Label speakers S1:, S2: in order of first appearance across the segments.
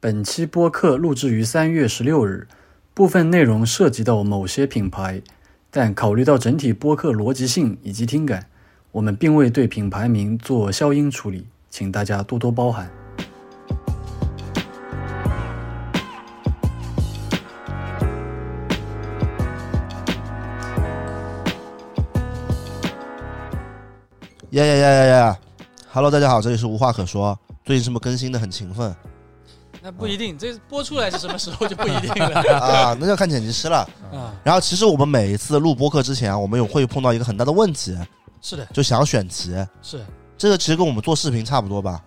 S1: 本期播客录制于三月十六日，部分内容涉及到某些品牌，但考虑到整体播客逻辑性以及听感，我们并未对品牌名做消音处理，请大家多多包涵。
S2: 呀呀呀呀呀！Hello，大家好，这里是无话可说。最近是不是更新的很勤奋
S3: 那不一定，这播出来是什么时候就不一定 了
S2: 啊？那就要看剪辑师了。
S3: 啊。
S2: 然后其实我们每一次录播客之前啊，我们有会碰到一个很大的问题，
S3: 是的，
S2: 就想选题。
S3: 是
S2: 这个其实跟我们做视频差不多吧，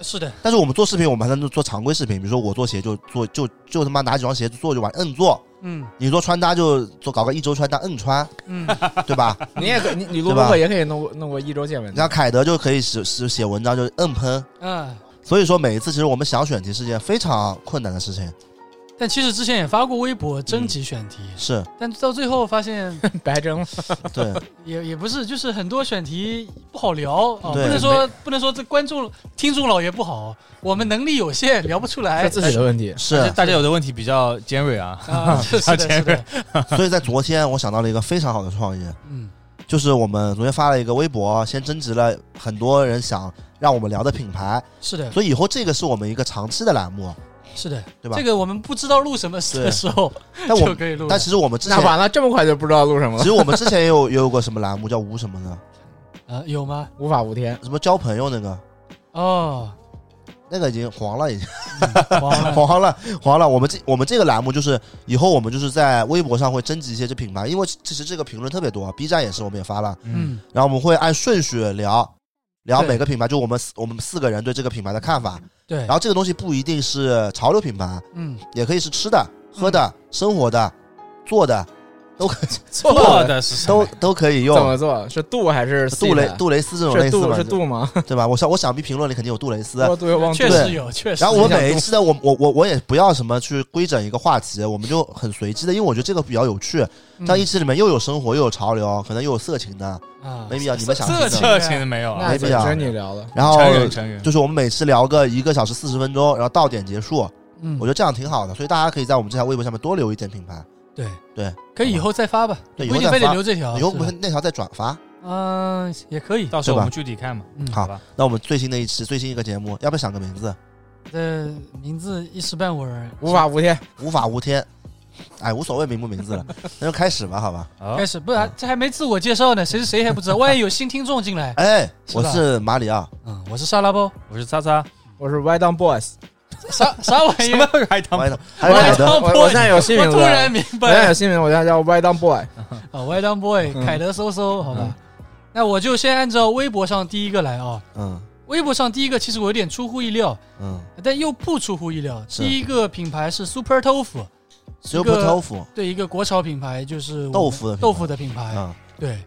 S3: 是的，
S2: 但是我们做视频，我们还能做常规视频，比如说我做鞋就做就就他妈拿几双鞋子做就完，摁做；
S3: 嗯
S2: 你做穿搭就做搞个一周穿搭，摁穿，
S3: 嗯，
S2: 对吧？
S4: 你也可你你
S2: 对
S4: 录
S2: 吧
S4: 播课也可以弄弄个一周见闻
S2: 你像
S4: 的，
S2: 凯德就可以写写写文章就摁喷，
S3: 啊。
S2: 所以说每一次其实我们想选题是件非常困难的事情，
S3: 但其实之前也发过微博征集选题，
S2: 是
S3: 但到最后 发现
S4: 白蒸了。
S2: 对。
S3: 也也不是，就是很多选题不好聊啊，不
S2: 对
S3: 能说不能说这观众听众老爷不好，我们能力有限，聊不出来
S4: 是。自己的问题，
S2: 是，
S5: 大家有的问题比较尖锐啊，
S3: 啊，是 是的，是的，
S2: 所以在昨天我想到了一个非常好的创意，
S3: 嗯
S2: 就是我们昨天发了一个微博，先征集了很多人想让我们聊的品牌，
S3: 是的，
S2: 所以以后这个是我们一个长期的栏目，
S3: 是的，
S2: 对吧
S3: 这个我们不知道录什么
S2: 对
S3: 的时候
S2: 但
S3: 就
S2: 我
S3: 可以录了。
S2: 但其实我们之
S4: 那
S2: 前，
S4: 完了这么快就不知道录什么
S2: 其实
S4: 了，
S2: 我们之前也有也有过什么栏目叫无什么呢？
S3: 啊，有吗？
S4: 无法无天。
S2: 什么交朋友那个，
S3: 哦，
S2: 那个已经黄了，已经
S3: 忘了
S2: 黄了，黄了。我们这我们这个栏目就是以后我们就是在微博上会征集一些这品牌，因为其实这个评论特别多，B 站也是，我们也发了，
S3: 嗯，
S2: 然后我们会按顺序聊。聊
S3: 对
S2: 每个品牌，就我们四我们四个人对这个品牌的看法，
S3: 对
S2: 然，后这个东西不一定是潮流品牌，啊
S3: 嗯，
S2: 也可以是吃的、喝的、
S4: 嗯
S2: 生活的、做的，都可以
S5: 做的是什
S2: 都
S5: 么？
S2: 都可以
S4: 怎
S2: 用。
S4: 么做？是杜还是 C
S2: 杜
S4: 的
S2: 蕾杜蕾斯这种类
S4: 是
S2: 似
S4: 杜
S2: 吧
S4: 是，杜吗？
S2: 对吧？我想我想必评论里肯定有杜蕾斯。
S4: 我杜又忘
S3: 确
S4: 杜。
S3: 实有，确实
S2: 然
S3: 有。
S2: 后我每一期的我我我我也不要什么去规整一个话题，我们就很随机的，因为我觉得这个比较有趣。
S3: 嗯
S4: 嗯
S2: 像一期里面又有生活，又有潮流，可能又有色情的，
S3: 啊
S2: 没必要你们想听
S3: 色情
S2: 的。
S5: 色情的没有啊哦
S4: 那
S2: 没？必要
S4: 跟你聊了，
S2: 然后
S5: 成员成员，
S2: 就是我们每次聊个一个小时四十分钟，然后到点结束，
S3: 嗯
S2: 我觉得这样挺好的。所以大家可以在我们这条微博下面多留一点品牌，
S3: 对
S2: 对，
S3: 可以以后再发吧，
S2: 对
S3: 不一
S2: 以后再
S3: 定非得
S2: 发
S3: 留这
S4: 啊
S3: 条。
S2: 以后
S3: 是
S2: 我
S3: 吧
S2: 们那条再转发。
S3: 嗯，也可以。
S5: 到时候
S2: 对吧
S5: 我们具体看嘛。
S3: 嗯，
S2: 好
S5: 吧，
S2: 那我们最新的一期最新一个节目，要不要想个名字？
S3: 这名字一时半会儿
S4: 无法无天。
S2: 无法无天，哎，无所谓名不名字了， 那就开始吧，好吧？
S5: 好
S3: 开始，不
S5: 嗯
S3: 然这还没自我介绍呢，谁是谁还不知道，万一有新听众进 来。
S2: 哎，
S3: 是
S2: 我
S3: 吧
S2: 是马里奥，
S3: 嗯，我是沙拉包，
S5: 我是叉叉，
S4: 我是 Why Down Boys，
S3: 啥啥玩意
S5: 什么
S3: 儿？
S5: 还他
S2: 还
S5: 妈
S2: 有还有
S3: 我
S2: 凯
S3: 是
S2: 德，
S3: 当
S4: 我
S3: boy，
S4: 我现在有新
S3: 我
S4: 名字
S3: 突然
S4: 了，
S3: 明
S4: 我现在
S5: 哎
S3: 白
S4: 有
S3: 了
S4: 新名字，我现在叫 Why Down Boy。
S3: 啊，Y 当 boy，
S4: 嗯
S3: 凯德搜搜，好
S5: 嗯
S3: 吧。那我就先按照微博上第一个来啊。
S2: 嗯
S3: 微博上第一个其实我有点出乎意料，
S2: 嗯，
S3: 但又不出乎意料。
S2: 是
S3: 第一个品牌是 Super Tofu，
S2: 只有不豆腐，
S3: 对一个国潮品牌，就是我们
S2: 豆腐的品牌
S3: 豆腐的品牌。
S2: 嗯，
S3: 对，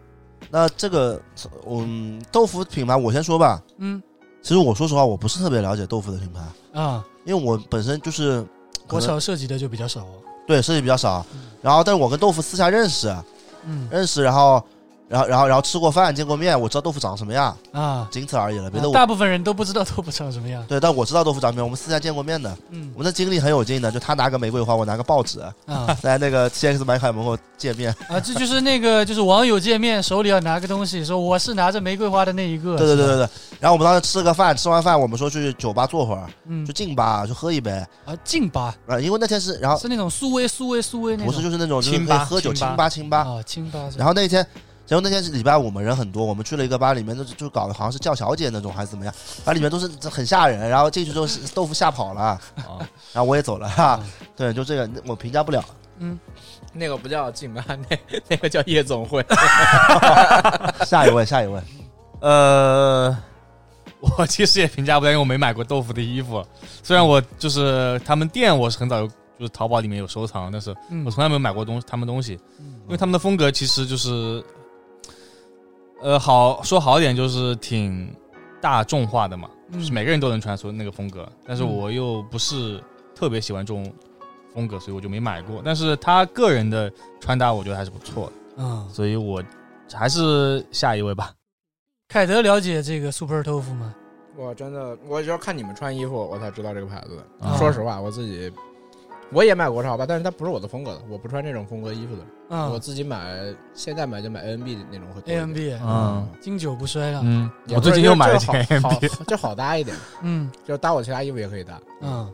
S2: 那这个嗯豆腐品牌我先说吧，
S3: 嗯
S2: 其实我说实话我不是特别了解豆腐的品牌，
S3: 啊，
S2: 因为我本身就是可
S3: 国
S2: 能
S3: 潮涉及的就比较少。
S2: 对设计比较少，然后但是我跟豆腐私下认识，
S3: 嗯
S2: 认识然后然后然后然后吃过饭见过面，我知道豆腐长什么样，
S3: 啊，
S2: 仅此而已了，别的
S3: 啊
S2: 我
S3: 大部分人都不知道豆腐长什么样。
S2: 对，但我知道豆腐长什么样，我们私下见过面的。
S3: 嗯
S2: 我们的经历很有劲的，就他拿个玫瑰花，我拿个报纸，
S3: 啊
S2: 在那个 CX 买海门口见面。
S3: 啊，这就是那个就是网友见面手里要拿个东西，说我是拿着玫瑰花的那一个。
S2: 对对对
S3: 是吧
S2: 对，对。然后我们当时吃了个饭，吃完饭我们说去酒吧坐会儿，
S3: 嗯
S2: 去劲吧去喝一杯
S3: 啊，劲吧
S2: 啊，因为那天是然后
S3: 是那种苏威苏威苏威那
S2: 不
S3: 种。
S2: 是就是那种就是
S5: 清
S2: 可以
S5: 吧
S2: 喝酒
S5: 清吧
S2: 清吧清吧。
S3: 啊，清吧是吧。
S2: 然后那一天。结果那天是礼拜五嘛，人很多，我们去了一个吧，里面就就搞得好像是叫小姐那种还是怎么样，反正里面都是很吓人。然后进去之后是豆腐吓跑了，
S5: 啊
S2: 然后我也走了哈。对，就这个我评价不了。
S4: 那个不叫劲吧， 那那个叫夜总会。
S2: 下一位，下一位，
S5: 呃， 我其实也评价不了，因为我没买过豆腐的衣服。虽然我就是他们店，我是很早有，就是淘宝里面有收藏，但是
S3: 嗯
S5: 我从来没有买过东他们东西，
S3: 嗯
S5: 因为他们的风格其实就是，呃，好说好一点就是挺大众化的嘛，
S3: 嗯
S5: 就是每个人都能穿出那个风格，但是我又不是特别喜欢这种风格，所以我就没买过。但是他个人的穿搭，我觉得还是不错的，
S2: 啊
S3: 嗯，
S5: 所以我还是下一位吧。
S3: 凯德了解这个 Super Tofu 吗？
S4: 我真的，我只要看你们穿衣服，我才知道这个牌子的。
S5: 啊
S4: 说实话，我自己我也买国潮吧，但是它不是我的风格的，我不穿这种风格衣服的。我
S2: 啊
S3: 嗯
S4: 自己买，现在买就买 ANB 那种会多一
S3: ，A
S4: 点
S3: M B 啊
S2: 啊
S5: 嗯
S3: 经久不衰了。
S5: 嗯，
S4: 也
S5: 我
S4: 不是
S5: 最近又买了
S4: 就
S5: 件
S4: 是
S5: AMD，
S4: 好好就好搭一点，
S3: 嗯
S4: 就搭我其他衣服也可以搭。
S3: 嗯，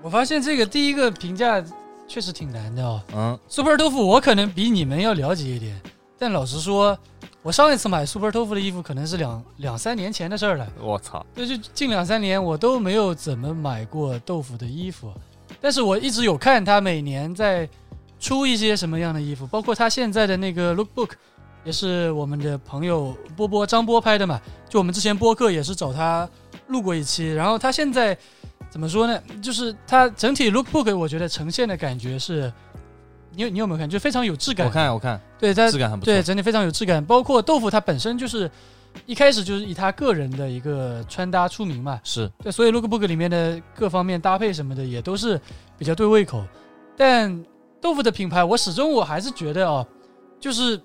S3: 我发现这个第一个评价确实挺难的哦。
S5: 嗯
S3: Super 豆腐我可能比你们要了解一点，但老实说，我上一次买 Super 豆腐的衣服可能是两两三年前的事儿了。
S5: 我操，
S3: 就是近两三年我都没有怎么买过豆腐的衣服，但是我一直有看他每年在出一些什么样的衣服，包括他现在的那个 lookbook，也是我们的朋友波波张波拍的嘛，就我们之前播客也是找他录过一期，然后他现在怎么说呢？就是他整体 lookbook 我觉得呈现的感觉是，你有你有没有看？就非常有质感，
S5: 我看我看，
S3: 对他
S5: 质感很不错
S3: 对，，整体非常有质感。包括豆腐，它本身就是一开始就是以他个人的一个穿搭出名嘛，
S5: 是
S3: 对，所以 lookbook 里面的各方面搭配什么的也都是比较对胃口。但豆腐的品牌，我始终我还是觉得哦，就是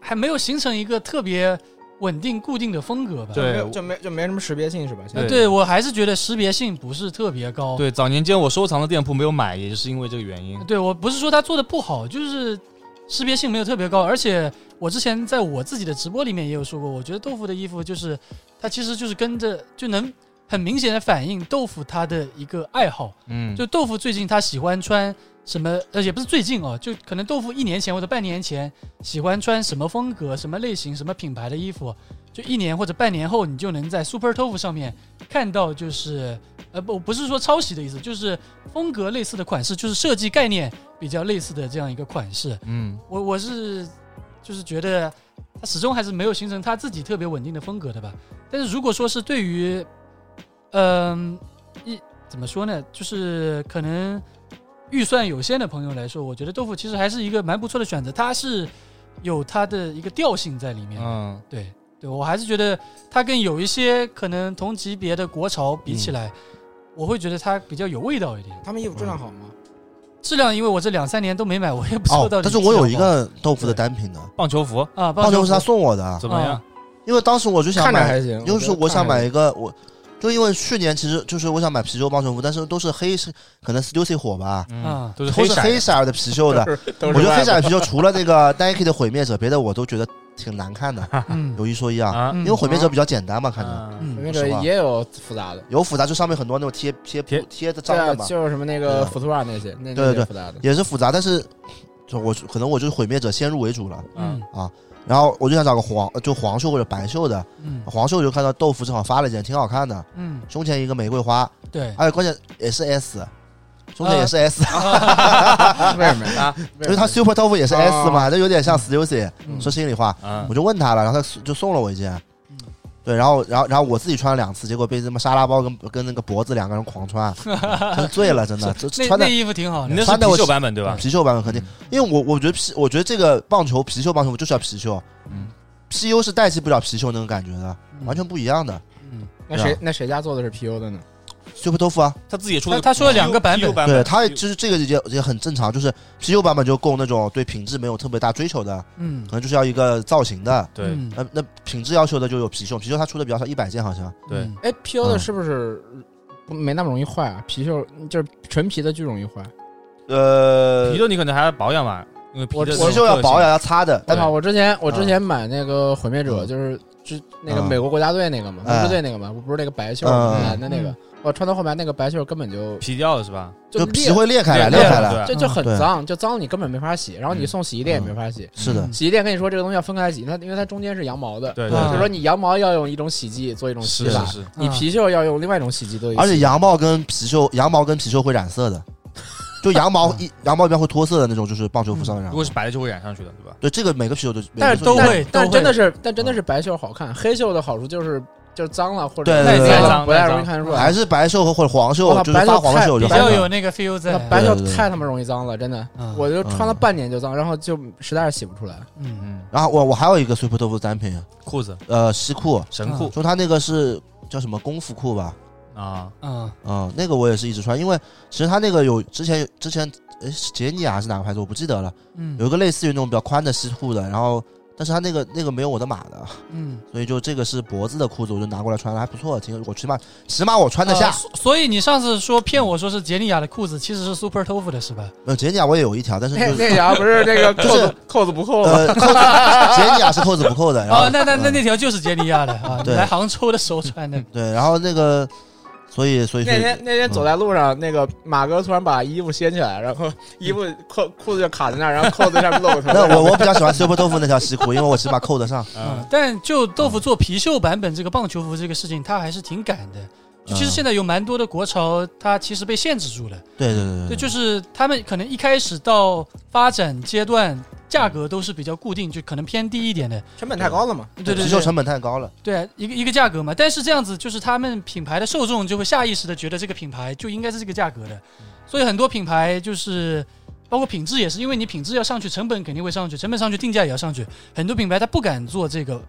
S3: 还没有形成一个特别稳定固定的风格吧。
S5: 对
S4: 没有
S5: 我
S4: 就没就没什么识别性是吧？现
S3: 呃，
S4: 在
S5: 对
S3: 对我还是觉得识别性不是特别高。
S5: 对，早年间我收藏的店铺没有买，也就是因为这个原因。
S3: 对我不是说他做的不好，就是识别性没有特别高。而且我之前在我自己的直播里面也有说过，我觉得豆腐的衣服就是它其实就是跟着就能很明显的反映豆腐他的一个爱好。
S5: 嗯，
S3: 就豆腐最近他喜欢穿什么，呃，也不是最近哦，就可能豆腐一年前或者半年前喜欢穿什么风格、什么类型、什么品牌的衣服，就一年或者半年后，你就能在 Super Tofu 上面看到，就是呃不不是说抄袭的意思，就是风格类似的款式，就是设计概念比较类似的这样一个款式。
S5: 嗯，
S3: 我我是就是觉得他始终还是没有形成他自己特别稳定的风格的吧。但是如果说是对于，嗯、一怎么说呢，就是可能预算有限的朋友来说，我觉得豆腐其实还是一个蛮不错的选择，它是有它的一个调性在里面。
S5: 嗯，
S3: 对对，我还是觉得它跟有一些可能同级别的国潮比
S2: 嗯
S3: 起来，我会觉得它比较有味道一点。
S4: 他们衣服质量好吗？
S3: 质量，因为我这两三年都没买，我也不知道
S2: 哦
S3: 到底、，
S2: 但是我有一个豆腐的单品的，
S5: 棒球服
S3: 啊，棒
S2: 棒球
S3: 球
S2: 是他送我的，
S5: 怎么
S3: 啊
S5: 样？
S2: 因为当时我就想
S4: 看着
S2: 买，
S4: 还行，
S2: 就是我想买
S4: 一
S2: 一个我。就因为去年其实就是我想买貔貅棒球服，但是都是黑是可能 Stussy 火吧，
S5: 嗯
S3: 啊，
S5: 都是
S2: 都
S5: 黑
S2: 是
S5: 色
S2: 黑色儿的貔貅的。
S4: 我
S2: 我觉得黑色儿的貔貅除了那个 Nike 的毁灭者，别的我都觉得挺难看的。
S3: 嗯
S2: 有一说一啊，
S5: 啊，
S3: 嗯
S2: 因为毁灭者比较简单嘛，看着
S5: 嗯，
S3: 嗯
S4: 那个
S2: 是吧
S4: 也有复杂的，
S2: 有复杂，就上面很多那种贴贴
S5: 贴
S2: 贴的
S4: 对
S2: 章
S4: 啊，
S2: 的嘛，
S4: 就是什么那
S2: 对
S4: 个
S2: 啊
S4: 福图尔那些，那
S2: 对
S4: 那
S2: 对
S4: 些复 杂的。
S2: 也是复杂，但是就我可能我就是毁灭者先入为主了。
S3: 嗯
S2: 然后我就想找个黄，就黄袖或者白袖的。
S3: 嗯
S2: 黄袖我就看到豆腐正好发了一件，挺好看的，
S3: 嗯，
S2: 胸前一个玫瑰花，
S3: 对，
S2: 而且关键也是 S，胸
S3: 呃
S2: 前也是 S，、
S4: 为什么呀？
S2: 因为他 Super 豆腐也是 S 嘛，这有点像 Stussy、
S3: 啊嗯
S2: 说心里话，
S5: 啊
S2: 我就问他了，然后他就送了我一件
S3: 嗯。
S2: 对，然后，然后，然后我自己穿了两次，结果被他妈沙拉包跟跟那个脖子两个人狂穿，真醉了，真 的，就
S3: 那
S2: 穿
S3: 那嗯
S2: 的
S3: 衣服挺好
S5: 你
S3: 的，
S5: 那是
S2: 穿的我
S5: 啤酒版本对吧？
S2: 貔貅版本肯定，因为我我觉得貔，我觉得这个棒球貔貅棒球就是要貔貅，
S5: 嗯
S2: ，PU 是代替不了貔貅那种感觉的，完全不一样的。
S3: 嗯。
S4: 那谁那谁家做的是 PU 的呢？
S2: Super 豆腐啊，
S5: 他自己也出
S3: 他他说了两个版本
S5: PU 版
S2: 对，
S5: 本，
S2: 它就是这个也也很正常，就是啤酒版本就供那种对品质没有特别大追求的，
S3: 嗯
S2: 可能就是要一个造型的。
S5: 对
S3: 嗯
S2: 那那品质要求的就有貔貅，貔貅它出的比较少，一百件好像。
S5: 对
S3: 嗯
S4: 哎，PU 的
S2: 嗯
S4: 是不是不没那么容易坏啊？貔貅就是纯皮的巨容易坏。
S2: 呃
S3: 嗯
S5: 啤，酒你可能还要保养吧，因为啤
S4: 我
S5: 酒
S2: 貔貅要保养，要擦的，
S4: 我
S2: 但
S4: 操！啊我之前我之
S2: 嗯
S4: 前买那个毁灭者，
S2: 嗯
S4: 就是之那个
S2: 嗯
S4: 美国国家队那个嘛，
S2: 哎
S4: 红支队那个嘛，不是那个白袖
S2: 嗯
S4: 蓝的那个
S3: 嗯，
S4: 我穿到后面那个白袖根本就
S5: 皮掉了是吧？
S2: 就
S4: 裂
S2: 皮会裂开来，
S5: 对
S2: 裂开
S5: 对
S2: 来。
S4: 就就很
S2: 对
S4: 脏，就脏你根本没法洗，然后你
S5: 嗯
S4: 送洗衣店也没法洗。
S2: 是的
S3: 嗯，
S4: 洗衣店跟你说这个东西要分开洗，它因为它中间是羊毛的，
S5: 对
S3: 啊
S4: 就
S5: 对
S4: 是
S5: 对
S4: 说你羊毛要用一种洗剂做一种洗
S5: 是
S4: 法
S5: 是，是，
S2: 嗯
S4: 你
S2: 啊
S4: 貔貅要用另外一种洗剂做一种
S2: 而
S4: 洗
S2: 且
S4: 法。
S2: 羊毛跟貔貅，羊毛跟貔貅会染色的，就羊毛一 羊毛一般会脱色的那种，就是棒球服上的染毛
S5: 如果。是白的就会染上去的，对吧？
S2: 对，这个每个貔貅都，
S4: 但
S2: 每
S4: 是
S2: 个
S3: 都
S2: 一样
S3: 会
S4: 但
S3: 都会
S4: 真的是，但真的是白袖好看，黑袖的好处就是就是脏了或者
S2: 对对对
S4: 太
S2: 对
S4: 了不太
S5: 太脏
S4: 容易看出来
S2: 还。是白袖和或者黄袖
S4: 我，靠
S2: 就是
S4: 白袖
S2: 发黄的
S4: 太
S2: 袖就
S3: 比
S2: 好看
S3: 较有那个 feel 在
S4: 那。白袖
S2: 对对对
S4: 太他妈容易脏了，真的，
S3: 嗯
S4: 我就穿了半年就脏，然后就实在是洗不出来。
S3: 嗯
S5: 嗯，
S2: 然后我我还有一个 Super 豆腐单品，
S5: 裤子
S2: 呃，西裤，
S5: 神裤
S2: 就它那个是叫什么功夫裤吧？
S5: 啊，
S3: 嗯
S2: 嗯，那个我也是一直穿，因为其实它那个有之前之前诶是杰尼亚还是哪个牌子我不记得了，
S3: 嗯
S2: 有一个类似于那种比较宽的西裤的，然后但是它那个那个没有我的码的，
S3: 嗯，
S2: 所以就这个是脖子的裤子，我就拿过来穿了，还不错，挺我起码起码我穿得
S3: 呃
S2: 下。
S3: 所所以你上次说骗我说是杰尼亚的裤子，其实是 Super Tofu 的是吧？
S2: 呃，杰尼亚我也有一条，但是就
S4: 那
S2: 是
S4: 那条不是那个
S2: 嗯
S4: 扣
S2: 就是
S4: 子扣子不扣吗？
S2: 呃扣子杰尼亚是扣子不扣的，然后
S3: 哦，那那那
S2: 嗯
S3: 那条就是杰尼亚的啊，你
S2: 对
S3: 来杭州的时候 穿的。
S2: 对，然后那个所以所以所
S4: 那
S2: 以
S4: 天那天走在路上，那个马哥突然把衣服掀起来，然后衣服裤裤子就卡在那儿，然后扣子上面露个头。
S2: 嗯 那我我比较喜欢 Super 豆腐那条西裤，因为我起码扣得上。
S3: 嗯
S5: 嗯，，
S3: 但就豆腐做貔貅版本这个棒球服这个事情，他还是挺敢的。就
S2: 嗯
S3: 其实现在有蛮多的国潮，它其实被限制住了。
S2: 对对对
S3: 对，
S2: 对，
S3: 就是他们可能一开始到发展阶段，价格都是比较固定，就可能偏低一点的。
S4: 成本太高了嘛？
S3: 对对
S2: 皮球
S3: 对，
S2: 成本太高了。
S3: 对啊一个一个价格嘛。但是这样子，就是他们品牌的受众就会下意识的觉得这个品牌就应该是这个价格的，所以很多品牌就是。包括品质也是，因为你品质要上去，成本肯定会上去，成本上去，定价也要上去。很多品牌它不敢做这个，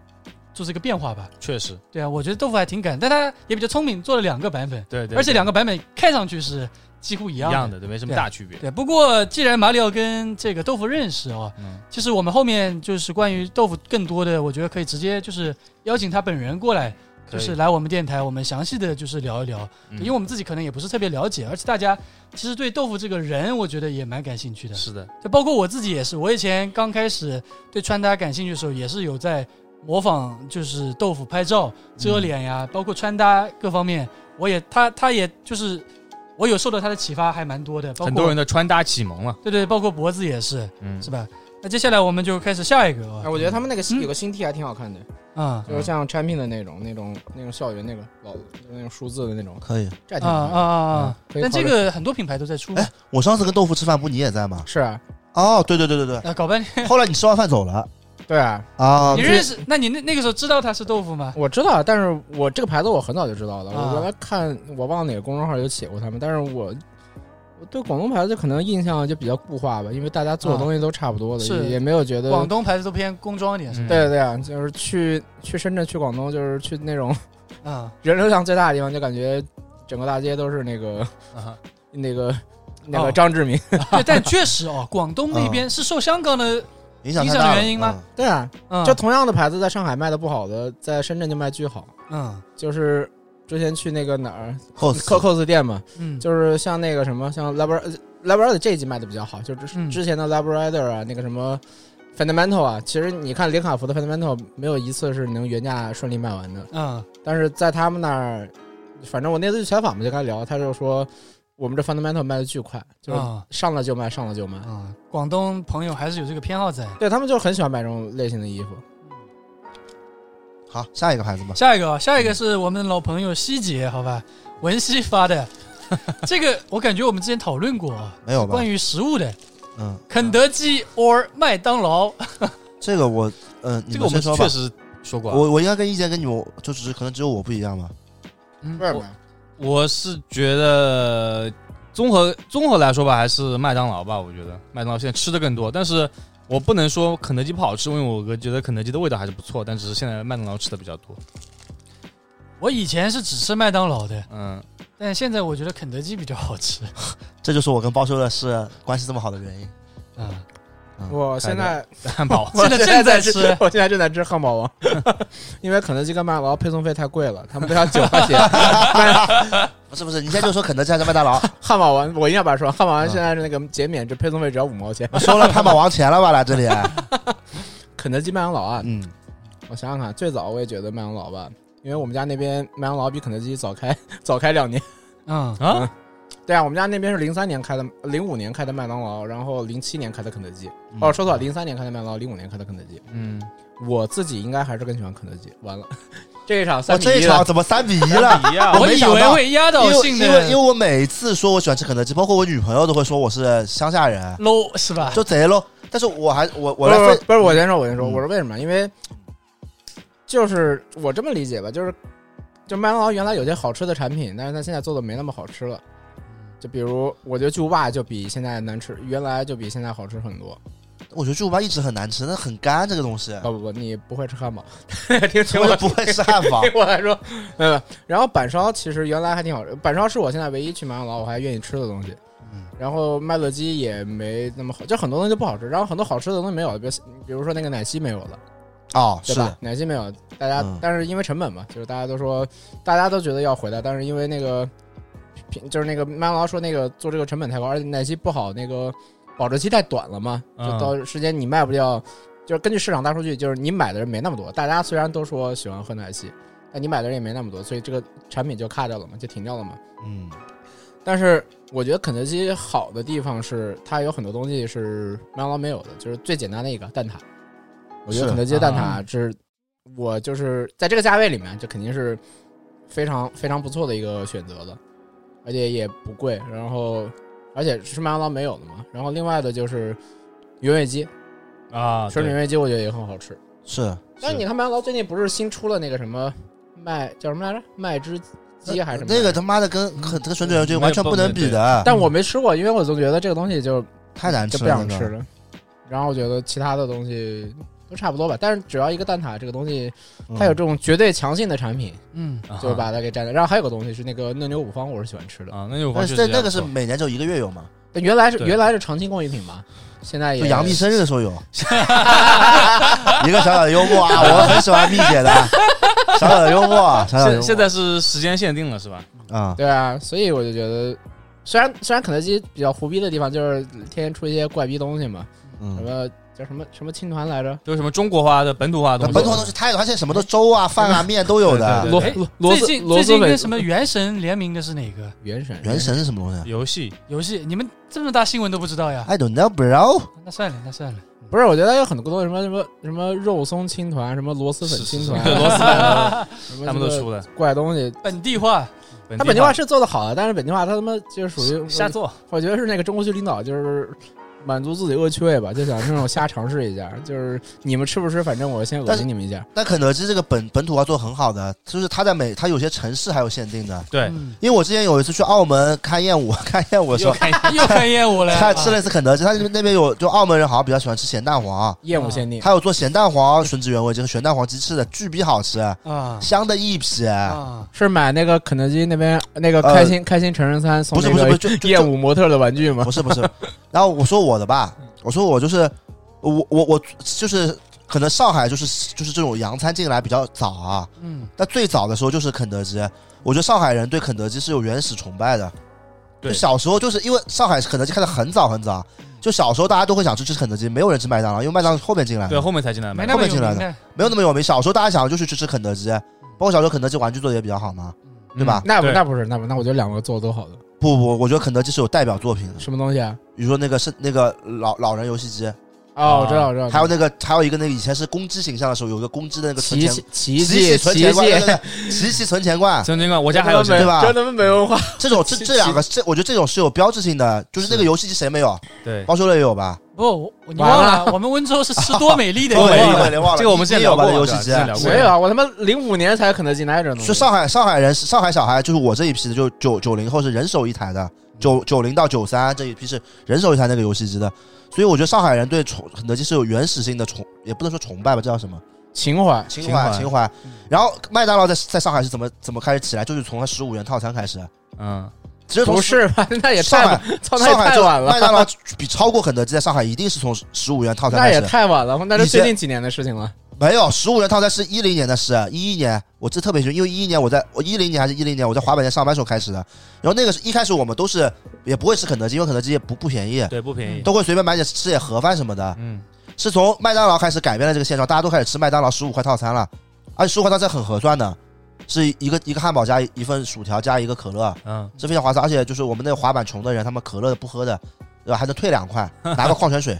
S3: 做这个变化吧。
S5: 确实，
S3: 对啊，我觉得豆腐还挺敢，但他也比较聪明，做了两个版本，
S5: 对对，
S3: 而且两
S5: 个
S3: 个版本看上去是几乎一
S5: 一
S3: 样
S5: 样的，对，没什么
S3: 对
S5: 大区别。
S3: 对，不过既然马里奥跟这个豆腐认识哦，
S5: 嗯，
S3: 其实我们后面就是关于豆腐更多的，我觉得可以直接就是邀请他本人过来，就
S5: 可以
S3: 是来我们电台，我们详细的就是聊一聊，
S5: 嗯
S3: 因为我们自己可能也不是特别了解，而且大家其实对豆腐这个人，我觉得也蛮感兴趣的。
S5: 是的，
S3: 就包括我自己也是，我以前刚开始对穿搭感兴趣的时候，也是有在模仿，就是豆腐拍照、
S5: 嗯
S3: 遮脸呀，包括穿搭各方面，我也他他也就是我有受到他的启发，还蛮多的。包括
S5: 很多人的穿搭启蒙了，
S3: 对对，包括脖子也是，
S5: 嗯
S3: 是吧？那接下来我们就开始下一个
S4: 哎，
S3: 啊，
S4: 我觉得他们那个
S3: 嗯
S4: 有个新 T 还挺好看的，
S3: 嗯
S4: 就是像 Champion 的那种、那种、那种校园那个老那种数字的那种，
S2: 可以，
S4: 这还
S3: 啊
S4: 挺好
S3: 啊
S4: 看的。
S3: 啊啊！
S4: 嗯可以
S3: 但
S4: 考
S3: 这
S4: 虑
S3: 个很多品牌都在出，
S2: 哎我上次跟豆腐吃饭，不你也在吗？
S4: 是啊，
S2: 哦，对对对对
S3: 啊，搞半天。
S2: 对，后来你吃完饭走了
S4: 对啊，
S2: 啊
S3: 你，
S4: 这
S3: 认识？那你那那个时候知道他是豆腐吗？
S4: 我知道，但是我这个牌子我很早就知道了，
S3: 啊
S4: 我原来看我忘了哪个公众号有写过他们，但是我。我对广东牌子可能印象就比较固化吧，因为大家做的
S3: 啊
S4: 东西都差不多的，
S3: 是
S4: 也没有觉得
S3: 广东牌子都偏工装一点，是吧？
S4: 对啊对啊，就是去去深圳、去广东，就是去那种
S3: 啊，
S4: 人流量最大的地方，就感觉整个大街都是那个
S5: 啊
S4: 那个那
S3: 哦
S4: 个张志 明。
S3: 对，但确实 哦，广东那边是受香港的，
S2: 影响
S3: 影
S2: 太
S3: 响
S2: 大
S3: 的
S2: 了
S3: 原因吗？
S4: 对啊，
S3: 嗯
S4: 就同样的牌子在上海卖的不好的，在深圳就卖巨好。
S3: 嗯
S4: 就是之前去那个哪 儿
S2: 扣
S4: c o c o s 店嘛，
S3: 嗯，
S4: 就是像那个什么，像 Labra Labra 的这一季卖的比较好，就
S3: 嗯
S4: 是之前的 Labrader 啊，那个什么 Fundamental 啊，其实你看林卡福的 Fundamental 没有一次是能原价顺利卖完的。
S3: 嗯
S4: 但是在他们那儿，反正我那次去采访嘛，就跟他聊，他就说我们这 fundamental 卖的巨快，就是
S3: 啊
S4: 上了就卖，上了就卖。
S3: 啊，广东朋友还是有这个偏好在。
S4: 对他们就很喜欢买这种类型的衣服。
S2: 好，下一个牌子吧。
S3: 下一个啊，下一个是我们的老朋友西姐，好吧，文西发 的，这个我感觉我们之前讨论过啊，
S2: 没有吧
S3: 关？于食物的，
S2: 嗯，
S3: 肯德基 or 麦当劳，
S2: 这个我，嗯，你
S5: 这个我
S2: 先
S5: 们
S2: 说吧
S5: 确。实说过啊，
S2: 我我应该跟意见跟你们，就只是可能只有我不一样吧。
S3: 嗯
S4: 味儿
S5: 嘛我是觉得综合综合来说吧，还是麦当劳吧。我觉得麦当劳现在吃的更多，但是我不能说肯德基不好吃，因为我觉得肯德基的味道还是不错，但只是现在麦当劳吃的比较多。
S3: 我以前是只吃麦当劳的，
S5: 嗯，
S3: 但现在我觉得肯德基比较好吃
S2: 这就是我跟包修的是关系这么好的原因。
S3: 啊。
S4: 我现在
S5: 汉堡
S3: 现 在正在吃
S4: 我现在正在吃汉堡王， 因为肯德基跟麦当劳配送费太贵了，他们都要九块钱。
S2: 不是不是，你现在就说肯德基还是麦当劳？
S4: 汉堡王，我一定要把它说完，汉堡王现在是那个减免，这配送费只要五毛钱。
S2: 收了汉堡王钱了吧？来这里，啊
S4: 肯德基、麦当劳啊，
S2: 嗯，
S4: 我想想看，最早我也觉得麦当劳吧，因为我们家那边麦当劳比肯德基早开 早开两年。
S3: 嗯，
S5: 啊，
S4: 对啊，我们家那边是零三年开的，零五年开的麦当劳，然后零七年开的肯德基。
S2: 嗯
S4: 哦，说错了，零三年开的麦当劳，零五年开的肯德基。
S5: 嗯，
S4: 我自己应该还是更喜欢肯德基。完了， 这一场
S2: 我
S4: 三比
S2: 哦这一
S4: 一
S2: 场
S4: 了，
S2: 怎么三比一了？
S5: 一样。
S2: 我
S3: 我
S2: 啊没
S3: 以
S2: 想到
S3: 为会压倒
S2: 因为
S3: 性
S2: 因为因为
S3: 的
S2: 我每次说我喜欢吃肯德基，包括我女朋友都会说我是乡下人，
S3: low 是吧？
S2: 就贼 low。但是我还我我
S4: 不
S2: 来
S4: 是不
S2: 分
S4: 是，不是我先说，我先说，
S2: 嗯
S4: 我说为什么？因为就是我这么理解吧，就是就麦当劳原来有些好吃的产品，但是它现在做的没那么好吃了。
S2: 嗯
S4: 就比如，我觉得巨无霸就比现在难吃，原来就比现在好吃很多。
S2: 我觉得巨无霸一直很难吃，那很干这个东西，
S5: 哦
S4: 不不不，你不会吃汉堡， 听 听
S2: 我
S4: 我
S2: 也不会吃汉堡
S4: 对。我来说，嗯，然后板烧其实原来还挺好吃，板烧是我现在唯一去麦当劳我还愿意吃的东西。
S2: 嗯
S4: 然后麦乐鸡也没那么好，就很多东西就不好吃，然后很多好吃的东西没有，比如比如说那个奶昔没有了，
S2: 哦，
S4: 对
S2: 是
S4: 吧
S2: 的？，
S4: 奶昔没有，大家、
S2: 嗯
S4: 但是因为成本嘛，就是大家都说，大家都觉得要回来，但是因为那个，平就是那个麦当劳说那个做这个成本太高，而且奶昔不好，那个保质期太短了嘛，就
S5: 嗯
S4: 到时间你卖不掉，就是根据市场大数据，就是你买的人没那么多，大家虽然都说喜欢喝奶昔，但你买的人也没那么多，所以这个产品就卡掉了嘛，就停掉了嘛。
S2: 嗯，
S4: 但是我觉得肯德基好的地方是，它有很多东西是麦当劳没有的，就是最简单的一个蛋挞。我觉
S2: 是
S4: 得
S2: 啊
S4: 肯德基的蛋挞是，我就是在这个价位里面，这肯定是非常非常不错的一个选择的，而且也不贵。然后，而且是麦当劳没有的嘛。然后另外的就是原味鸡，
S5: 啊，
S4: 吃原
S5: 对
S4: 味鸡我觉得也很好吃。
S2: 是。
S4: 但是你看麦当劳最近不是新出了那个什么麦叫什么来着？麦汁鸡还是什么
S2: 呃
S4: 来着？嗯
S2: 那个他妈的跟肯跟旋转油这
S5: 嗯
S2: 完全不能比的，
S4: 但我没吃过，因为我总觉得这个东西就
S2: 太难
S4: 就
S2: 吃
S4: 不
S2: 了
S4: 想
S2: 那
S4: 吃
S2: 个。
S4: 了。然后我觉得其他的东西都差不多吧，但是只要一个蛋挞这个东西，
S2: 嗯啊
S4: 它有这种绝对强性的产品，
S3: 嗯，
S5: 啊
S4: 就把它给占了。然后还有个东西是那个嫩牛五方，我是喜欢吃的。
S5: 啊，那就
S2: 但是那那个是每年只有一个月有嘛，
S4: 但原来是
S5: 对
S4: 原来是长青工艺品嘛，现在
S2: 就
S4: 也
S2: 杨幂生日的时候有。 一个小小的幽默啊，我很喜欢蜜姐的小小的幽默，啊小小的幽默。
S5: 现现在是时间限定了是吧？
S2: 啊，
S4: 对啊，所以我就觉得，虽然虽然肯德基比较胡逼的地方就是天天出一些怪逼东西嘛，什
S2: 嗯，
S4: 么叫什么什么青团来着，
S5: 就是什么中国化的本土化的
S2: 那
S5: 东西，
S2: 本土的东西太多，它现在什么都粥啊、饭啊、面都有
S5: 对
S2: 的。
S5: 对
S4: 螺
S5: 对
S4: 螺螺
S3: 最
S4: 丝
S3: 近
S4: 螺
S3: 最
S4: 丝
S3: 近
S4: 粉
S3: 跟什么原神联名的是哪个
S4: 原神
S2: 原神是什么东西啊
S5: 游戏
S3: 游戏？你们这么大新闻都不知道呀？
S2: ？I don't know, bro。
S3: 那算了，那算了。
S4: 不是，我觉得有很多东西，什么什么什么肉松青团，什么螺蛳粉
S5: 是
S4: 青
S5: 是
S4: 团，
S5: 是螺蛳粉
S4: 什么
S5: 他们都出了，
S4: 怪东西。
S3: 本地化，
S4: 他本地化是做的好啊的，但是本地化他他妈就是属于
S5: 瞎，做，
S4: 我觉得是那个中国区领导就是满足自己恶趣味吧，就想这种瞎尝试一下，就是你们吃不吃，反正我先恶
S2: 但是啊
S4: 心你们一下。
S2: 但肯德基这个本本土化做得很好的，就是它在每它有些城市还有限定的。
S5: 对，
S3: 嗯
S2: 因为我之前有一次去澳门看燕舞， 看燕舞的时候，
S3: 又看厌恶 了。
S2: 他吃了一次肯德基，他那边有就澳门人好像比较喜欢吃咸蛋黄，啊
S4: 厌恶限
S3: 嗯
S4: 定，
S2: 他有做咸蛋黄吮指原味，就是咸蛋黄鸡翅的，巨逼好吃，
S3: 啊
S2: 香的一批。
S3: 啊！
S4: 是买那个肯德基那边那个
S2: 呃
S4: 开心开心成人餐送
S2: 不是
S4: 那
S2: 不是不
S4: 个
S2: 是，就就
S4: 厌恶模特的玩具吗
S2: 不？是不是。然后我说我的吧，我说我就是我我我就是可能上海就是就是这种洋餐进来比较早啊，
S3: 嗯，
S2: 但最早的时候就是肯德基。我觉得上海人对肯德基是有原始崇拜的，就
S5: 对
S2: 小时候就是因为上海肯德基开的很早很早，就小时候大家都会想去吃肯德基，没有人吃麦当劳，因为麦当劳是后面进来的
S5: 对，。后面才进来
S3: 没
S5: 买，
S3: 那么有
S2: 进来
S3: 名
S2: 的
S3: 的，
S2: 没有那么有名。小时候大家想就是去吃肯德基，包括小时候肯德基玩具做的也比较好嘛。对吧
S4: 嗯那不
S5: 对
S4: 那不是那不那我觉得两个做的都好的，
S2: 不不，我觉得肯德基是有代表作品的，
S4: 什么东西啊？
S2: 比如说那个是那个老老人游戏机，
S4: 哦，我知道我知道，
S2: 啊还有那个还有一个那个以前是公鸡形象的时候，有一个公鸡的那个存
S4: 奇
S2: 钱
S4: 迹奇
S2: 奇
S4: 迹
S2: 存
S4: 奇
S2: 钱罐，对
S4: 迹
S2: 对，对奇奇存钱罐，
S5: 曾经啊，我家还有
S2: 对吧
S4: 真他妈没文化。
S2: 这种这这两个这我觉得这种是有标志性的，就是那个游戏机谁没有？
S5: 对，
S2: 包修乐也有吧？
S3: 不，我你忘
S4: 完
S3: 了，我们温州是吃多美丽 的，
S2: 多美
S3: 你
S2: 丽
S3: 忘
S2: 对
S3: 了
S2: 对忘了
S5: 这个我们之前
S2: 你也有
S5: 聊
S2: 吧
S5: 过
S2: 这游戏机
S5: 对吧之前聊过
S4: 没有啊，我他妈零五年才肯德基哪有这种东西？
S2: 所以上海上海人上海小孩就是我这一批的，就九九零后是人手一台的，
S4: 嗯
S2: 九九零到九三这一批是人手一台那个游戏机的，所以我觉得上海人对崇肯德基是有原始性的崇，也不能说崇拜吧，这叫什么
S4: 情怀，嗯
S2: 情
S5: 情怀
S2: 情怀。然后麦当劳在在上海是怎么怎么开始起来，就是从它十五元套餐开始，
S5: 嗯，
S2: 只有从
S4: 不是吧？ 那也
S2: 上
S4: 太晚
S2: 海，
S4: 操，那也
S2: 上海
S4: 太
S2: 就
S4: 晚了
S2: 麦，当劳比超过肯德基在上海一定是从十五元套餐
S4: 那
S2: 开
S4: 也
S2: 始，
S4: 太晚了，那是
S2: 以前
S4: 最近几年的事情了。
S2: 没有十五元套餐是一零年的事，一一年我这特别清楚，因为一一年我在我一零年还是一零年我在滑板店上班时候开始的，然后那个是一开始我们都是也不会吃肯德基，因为肯德基也不不便宜，
S5: 对，不便宜，
S2: 都会随便买点吃点盒饭什么的，
S5: 嗯，
S2: 是从麦当劳开始改变了这个现状，大家都开始吃麦当劳十五块套餐了，而且十五块套餐很合算的，是一个一个汉堡加一份薯条加一个可乐，
S5: 嗯，
S2: 是非常划算。而且就是我们那个滑板穷的人，他们可乐不喝的，对吧？还能退两块，拿个矿泉水，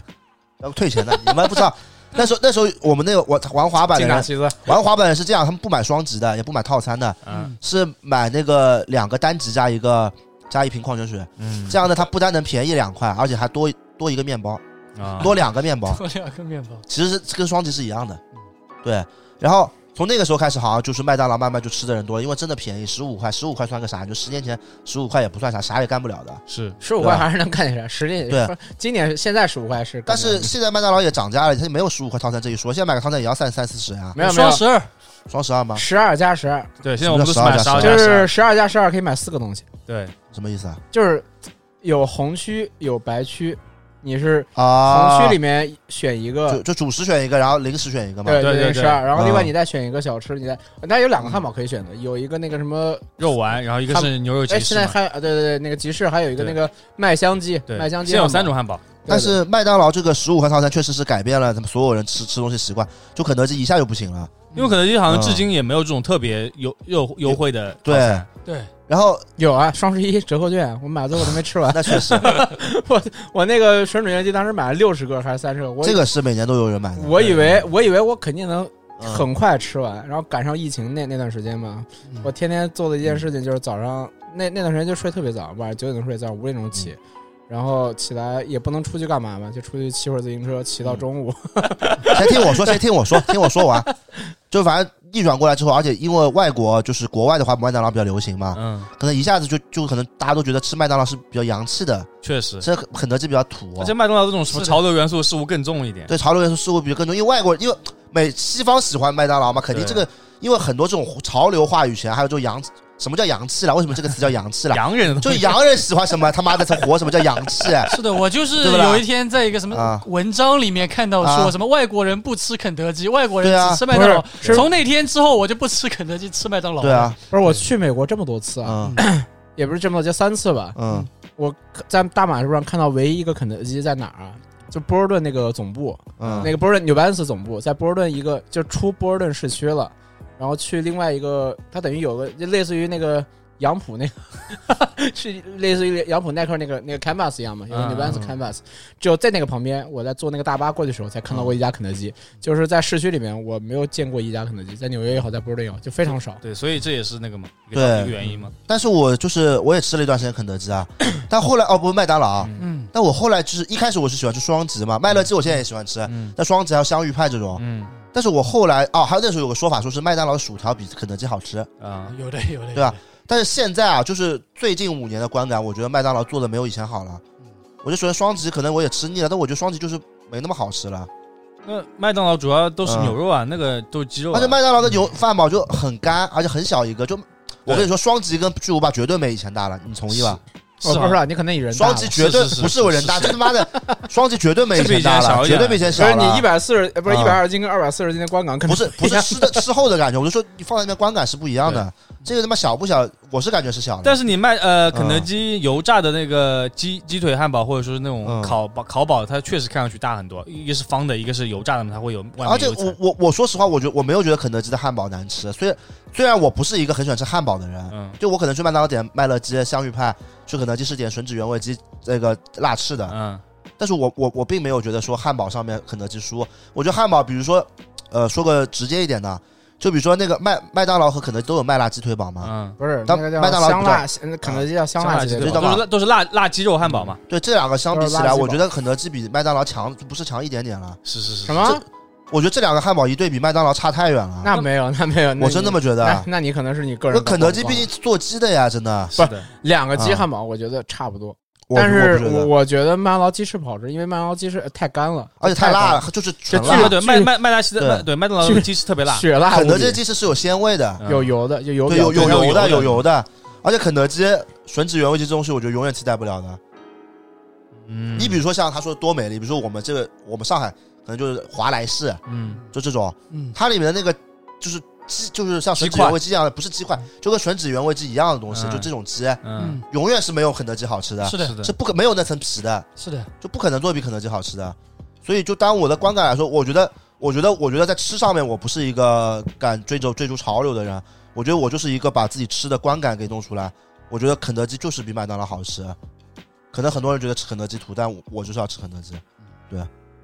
S2: 要退钱的，你们不知道。那时候那时候我们那个我玩滑板的
S5: 进哪
S2: 人，
S5: 旗子？
S2: 玩滑板的人是这样，他们不买双级的，也不买套餐的，
S5: 嗯
S2: 是买那个两个单级加一个加一瓶矿泉水，
S5: 嗯，
S2: 这样呢，它不单能便宜两块，而且还多多一个面包，
S5: 啊，
S2: 嗯 多两个面 包。
S3: 多两个面包。
S2: 其实是跟双级是一样的，对。然后从那个时候开始，好像就是麦当劳慢慢就吃的人多了，因为真的便宜，十五块，十五块算个啥？就十年前十五块也不算啥，啥也干不了的。
S5: 是
S4: 十五
S2: 对吧
S4: 块还是能干点啥？十年
S2: 对，
S4: 今年现在十五块是干
S2: 但
S4: 不了的，
S2: 是现在麦当劳也涨价了，它就没有十五块套餐这一说，现在买个套餐也要三三四十呀，
S4: 没有没
S3: 双
S4: 有
S3: 十二，
S2: 双十二吗？
S4: 十二加十二，
S5: 对，现在我们都是买
S2: 什么叫十
S5: 沙加
S4: 就
S2: 二
S4: 是十二加十二可以买四个东西，
S5: 对，
S2: 什么意思啊？
S4: 就是有红区有白区，你是
S2: 啊，
S4: 从区里面选一个，
S2: 就就主食选一个，然后零食选一个嘛。
S4: 对
S5: 对对
S4: 对
S5: 对
S4: 十二，然后另外
S2: 嗯
S4: 你再选一个小吃，你再那有两个汉堡可以选择，有一个那个什么，
S5: 肉丸，然后一个
S4: 他
S5: 是牛肉
S4: 哎，
S5: 吉士
S4: 现在
S5: 嘛，
S4: 还啊对对对，那个集市还有一个那
S5: 对
S4: 个麦香鸡，
S5: 对，
S4: 麦香鸡
S5: 现在有
S4: 汉堡
S5: 三种，汉堡，
S4: 对
S2: 但
S4: 对
S2: 是麦当劳这个十五和套餐确实是改变了他们所有人吃吃东西习惯，就肯德基一下就不行了。
S5: 因为肯德基好像至
S2: 嗯
S5: 今也没有这种特别优优优惠的套
S2: 对
S5: 餐，
S3: 对，
S2: 然后
S4: 有啊，双十一折扣券，我买了最后都没吃完
S2: 。那确实，
S4: 我那个水煮元鸡当时买了六十个还是三十个， 我
S2: 这个是每年都有人买的。
S4: 我以为我以为我肯定能
S2: 嗯
S4: 很快吃完，然后赶上疫情那那段时间嘛，
S3: 嗯
S4: 我天天做的一件事情就是早上那那段时间就睡特别早，晚上九点钟睡，早上五
S2: 嗯
S4: 点钟起，然后起来也不能出去干嘛嘛，就出去骑会儿自行车，骑到中
S2: 嗯
S4: 午。
S2: 先听我说，先听我说，听我说完。就反正逆转过来之后，而且因为外国就是国外的话，麦当劳比较流行嘛，
S5: 嗯，
S2: 可能一下子就就可能大家都觉得吃麦当劳是比较洋气的，
S5: 确实，
S2: 这肯德基比较土、哦
S5: 而且麦当嗯哦劳这种什
S3: 是
S5: 么啊
S3: 的
S5: 潮流元素似乎更重一点，
S2: 对潮流元素似乎比较更重，因为外国因为美西方喜欢麦当劳嘛，肯定这
S5: 对
S2: 个因为很多这种潮流话语权，还有就洋什么叫洋气啦？为什么这个词叫洋气啦？
S5: 洋人的
S2: 就
S5: 东西
S2: 洋人喜欢什么？他妈的，他活什么叫洋气？啊
S3: 是的，我就是
S2: 对不啦
S3: 有一天在一个什么
S2: 啊
S3: 文章里面看到
S2: 啊
S3: 说什么外国人不吃肯德基，外国
S2: 对
S3: 人
S2: 啊
S3: 只吃麦当劳。
S4: 是
S3: 从那天之后，我就不吃肯德基，吃麦当劳。
S2: 对，啊，
S4: 不是我去美国这么多次啊，
S2: 嗯
S4: 也不是这么多，就三次吧。
S2: 嗯
S4: 我在大马路上看到唯一一个肯德基在哪儿啊？就波士顿那个总部，
S2: 嗯，
S4: 那个波士顿纽班斯总部在波士顿一个，就出波士顿市区了，然后去另外一个，它等于有个就类似于那个杨浦那个， 是类似于杨浦耐克那个那个 Canvas 一样嘛，有个
S5: 嗯
S4: 纽班斯 Canvas，只有在那个旁边，我在坐那个大巴过去的时候才看到
S2: 嗯
S4: 过一家肯德基，就是在市区里面我没有见过一家肯德基，在纽约也好，在波士顿也好，就非常少。
S5: 对，所以这也是那个嘛，一
S2: 对
S5: 个一个原因嘛，
S2: 但是我就是我也吃了一段时间肯德基啊，但后来哦不是麦当劳啊，
S3: 嗯，
S2: 但我后来就是一开始我是喜欢吃双吉嘛，麦乐鸡我现在也喜欢吃，
S5: 嗯
S2: 但双吉还有香芋派这种。
S5: 嗯
S2: 但是我后来哦，还有那时候有个说法，说是麦当劳的薯条比肯德基好吃。
S5: 啊，
S3: 有的有的。有的
S2: 对啊，但是现在啊，就是最近五年的观感，我觉得麦当劳做的没有以前好了。我就觉得双吉可能我也吃腻了，但我觉得双吉就是没那么好吃了。
S5: 那麦当劳主要都是
S2: 嗯
S5: 牛肉啊，那个都是鸡肉啊，
S2: 而且麦当劳的牛饭堡就很干，而且很小一个。就我跟你说，双吉跟巨无霸绝对没以前大了，你同意吧？
S4: 我
S5: 是
S4: 哦不
S5: 吧
S4: 知道，你可能以人大
S2: 双
S4: 了
S2: 吉啊绝对
S5: 是是是
S2: 不是我人大，
S5: 是
S2: 这他妈的双吉绝对没以前大
S5: 是比以前
S2: 了，
S5: 小一
S2: 绝
S5: 点
S2: 对没以前
S4: 所
S2: 小
S4: 以
S2: 了。
S4: 你一百四十不是
S2: 嗯
S4: 一百二十斤跟二百四十斤的观感，可
S2: 不
S4: 能
S2: 是不是 吃的吃后的感觉，我就说你放在那边观感是不一样的。这个他妈小不小，我是感觉是小的。
S5: 但
S2: 是
S5: 是你卖呃
S2: 嗯
S5: 肯德基油炸的那个鸡鸡腿汉堡，或者说是那种
S2: 嗯
S5: 烤堡烤堡，它确实看上去大很多，一个是方的，一个是油炸的嘛，它会有外
S2: 而
S5: 面
S2: 且
S5: 有
S2: 我我我说实话，我觉得我没有觉得肯德基的汉堡难吃。虽然虽然我不是一个很喜欢吃汉堡的人，
S5: 嗯
S2: 就我可能去麦当劳点麦乐鸡、香芋派，去肯德基是点吮指原味鸡那个辣翅的，
S5: 嗯
S2: 但是我我我并没有觉得说汉堡上面肯德基输。我觉得汉堡，比如说，呃，说个直接一点的，就比如说那个麦麦当劳和肯德基都有麦辣鸡腿堡嘛，
S5: 嗯，
S4: 不是
S2: 当
S4: 那个叫
S2: 麦当劳
S4: 香
S2: 不知道啊
S4: 辣，嗯肯德基叫香
S5: 香
S4: 辣
S5: 辣
S4: 鸡
S5: 鸡
S4: 腿
S5: 腿
S2: 知道嗯吧
S5: 堡都是辣都是辣辣鸡肉汉堡嘛，
S2: 对这两个相比起
S4: 都是辣
S2: 来，
S4: 鸡堡
S2: 我觉得肯德基比麦当劳强，不是强一点点了。
S5: 是是是
S4: 什么？
S2: 我觉得这两个汉堡一对比，麦当劳差太远了。
S4: 那没有，那没有，那
S2: 我真
S4: 你
S2: 这么觉得
S4: 那
S2: 啊。
S4: 那你可能是你个人
S2: 那
S4: 搞
S2: 肯
S4: 混了。
S2: 德基毕竟做鸡的呀，真的。
S5: 是的，
S4: 两个鸡
S2: 啊
S4: 汉堡，我觉得差不多。
S2: 我
S4: 但
S2: 我
S4: 是
S2: 不觉
S4: 我
S2: 得，
S4: 我觉得麦当劳鸡翅不好吃，因为麦当劳鸡翅呃太干了，
S2: 而且太辣
S4: 干
S2: 了，，就是纯
S4: 这
S2: 辣
S5: 啊
S4: 巨。
S5: 对麦麦麦辣鸡的
S2: 对
S5: 麦对麦当劳
S4: 巨
S5: 的鸡翅特别辣，
S4: 血辣无
S2: 肯
S4: 比。
S2: 德基的鸡翅是有鲜味的，
S5: 嗯
S4: 有油的，有油
S2: 对，
S4: 比
S2: 有
S4: 较多
S2: 有
S5: 有
S2: 油的，
S5: 油的
S2: 有油的。而且肯德基吮指原味鸡这东西，我觉得永远替代不了的。
S5: 嗯，
S2: 你比如说像他说的多美丽，比如说我们这个我们上海可能就是华莱士，
S5: 嗯
S2: 就这种，
S3: 嗯，
S2: 它里面的那个就是鸡，就是像吮
S5: 鸡
S2: 指
S5: 块
S2: 原味鸡一样的，不是鸡块，就跟吮指原味鸡一样的东西，
S5: 嗯
S2: 就这种鸡
S5: 嗯
S2: 永远是没有肯德基好吃的，
S3: 是的
S5: 是的
S2: 是不可没有那层皮的，
S3: 是的，
S2: 就不可能做比肯德基好吃的。所以就当我的观感来说，我觉得，我觉得，我觉得在吃上面，我不是一个敢追求追逐潮流的人。啊我觉得我就是一个把自己吃的观感给弄出来。我觉得肯德基就是比麦当劳好吃。啊可能很多人觉得吃肯德基土，但我我就是要吃肯德基。对，啊对那
S4: 不
S5: OK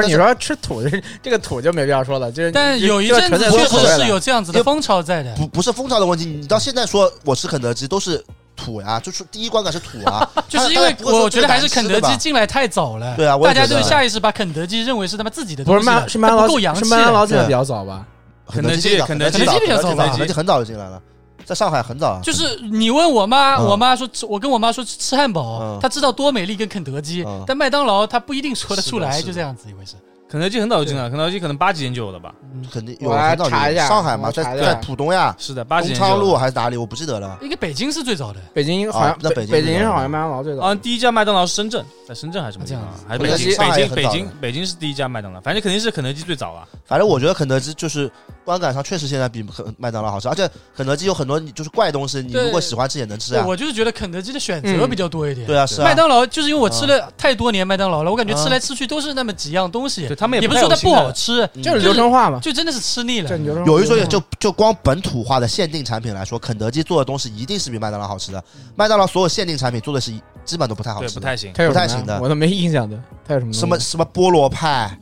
S4: 是你
S2: 但
S4: 说吃土的这个土就没必要说了，就是
S3: 但
S4: 就
S3: 有一
S4: 就
S3: 阵
S4: 纯
S3: 子
S4: 粹
S3: 确
S4: 无所谓
S3: 实是
S4: 了
S3: 有这样子的风潮在的。
S2: 不不是风潮的问题，你到现在说我吃肯德基都是土呀，就是第一观感是土啊，
S3: 就是因
S2: 他
S3: 为
S2: 他不会说
S3: 我觉得还是
S2: 这个
S3: 肯
S2: 难吃
S3: 德
S2: 的吧
S3: 基进来太早了，
S2: 对啊我
S3: 大
S2: 也觉
S3: 家
S2: 得
S3: 就下意识把肯德基认为是他们自己的
S4: 不
S3: 东
S4: 是
S3: 西
S4: 麦
S3: 了，
S4: 是麦当
S3: 它
S4: 劳
S3: 不够洋
S4: 是
S3: 气
S4: 麦当劳
S3: 的。
S4: 进来比较早吧？
S5: 肯德基
S2: 肯德
S5: 肯
S2: 早
S5: 德
S3: 基比
S2: 肯
S3: 较
S2: 德基
S3: 早
S2: 早
S3: 吧
S2: 肯德基很早就进来了，在上海很早啊。
S3: 就是你问我妈，
S2: 嗯
S3: 我妈说吃，我跟我妈说吃吃汉堡
S2: 嗯，
S3: 她知道多美丽跟肯德基
S2: 嗯，
S3: 但麦当劳她不一定说得出
S5: 是的
S3: 来，
S5: 是的
S3: 就这样子一回事。
S5: 肯德基很早就进来，肯德基可能八几年就有了吧？
S3: 嗯
S2: 肯定有
S4: 我来
S2: 很早就
S4: 查一下
S2: 上海嘛，
S4: 我
S2: 在
S4: 查一
S2: 在
S4: 下
S2: 浦东呀，
S5: 是的，八几
S2: 东
S5: 年
S2: 昌
S5: 就有
S2: 路
S5: 了。
S2: 还是哪里，我不记得了。
S3: 一个北京是最早的，
S4: 北京好
S2: 啊
S4: 像
S2: 那
S4: 北
S2: 北京
S4: 北
S2: 最
S4: 京
S2: 早
S4: 好像麦当劳最
S3: 啊
S5: 好
S4: 早
S5: 像，啊第一家麦当劳是深圳，在深圳还是什么地方
S3: 这样
S5: 啊
S3: 子？
S5: 还是
S2: 肯
S5: 北
S2: 德基
S5: 京？
S2: 上海也
S5: 北
S2: 很
S5: 京北
S2: 早
S5: 京
S2: 的
S5: 北京是第一家麦当劳，反正肯定是肯德基最早啊了。
S2: 反正我觉得肯德基就是观感上确实现在比肯麦当劳好吃，而且肯德基有很多就是怪东西，你
S3: 对
S2: 如果喜欢吃也能吃
S3: 对
S2: 啊。
S3: 我就是觉得肯德基的选择
S4: 嗯
S3: 比较多一点。
S2: 对啊，是啊。
S3: 麦当劳就是因为我吃了太多年麦当劳了，我感觉吃来吃去都是那么几样东西
S5: 对，他们
S3: 也
S5: 也
S3: 不
S5: 太
S3: 是说它
S5: 有新
S3: 不
S5: 的
S3: 好，吃，
S2: 嗯
S4: 就是流程化嘛，
S3: 就真的是吃腻
S4: 这
S3: 了。
S4: 流程化
S2: 有一说一，就就光本土化的限定产品来说，肯德基做的东西一定是比麦当劳好吃的。麦当劳所有限定产品做的是一基本都不太好
S5: 嗯对，
S2: 吃
S5: 不
S2: 的，
S5: 太行。
S4: 它有
S2: 不太
S4: 什么
S2: 行的
S4: 我都没印象的，它有什么
S2: 什么
S4: 东西
S2: 什么菠萝派，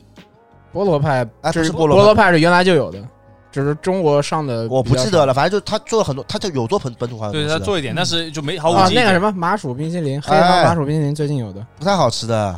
S4: 菠萝派，
S2: 哎
S4: 这
S2: 不是菠
S4: 菠
S2: 萝派
S4: 派是原来就有的，只是中国上的
S2: 我不
S4: 呃比较
S2: 记得
S4: 少
S2: 了，反正就他做了很多，他就有做本本土化的东
S5: 对
S2: 西
S5: 他
S2: 的，
S5: 做一点，但是就没毫无
S4: 啊，
S5: 记忆
S4: 那个
S5: 点
S4: 什么麻薯冰淇淋，黑
S2: 哎
S4: 糖麻薯冰淇淋最近有的，
S2: 不太好吃的。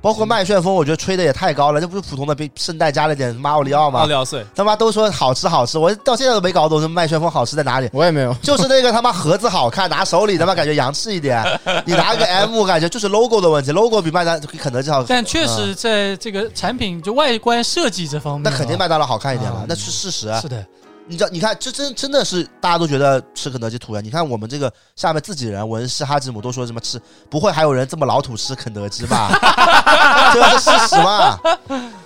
S2: 包括麦旋风，我觉得吹的也太高了，这不是普通的冰圣代加了点马奥利奥
S5: 奥
S3: 啊
S2: 吗？
S5: 利奥碎，
S2: 他妈都说好吃好吃，我到现在都没搞懂这麦旋风好吃在哪里。
S4: 我也没有。
S2: 就是那个他妈盒子好看，拿手里他妈感觉洋气一 点。你拿个 M 感觉就是 logo 的问题，logo 比麦当比肯德基好，
S3: 但确实在这个产品就外观设计这方面
S2: 那
S3: 啊，
S2: 肯定麦当劳好看一点嘛
S3: 啊，
S2: 那是事实。
S3: 是的，
S2: 你知道，你看这真真的是大家都觉得吃肯德基土人。你看我们这个下面自己人文氏哈吉姆都说什么吃，不会还有人这么老土吃肯德基 吧？这是事实嘛？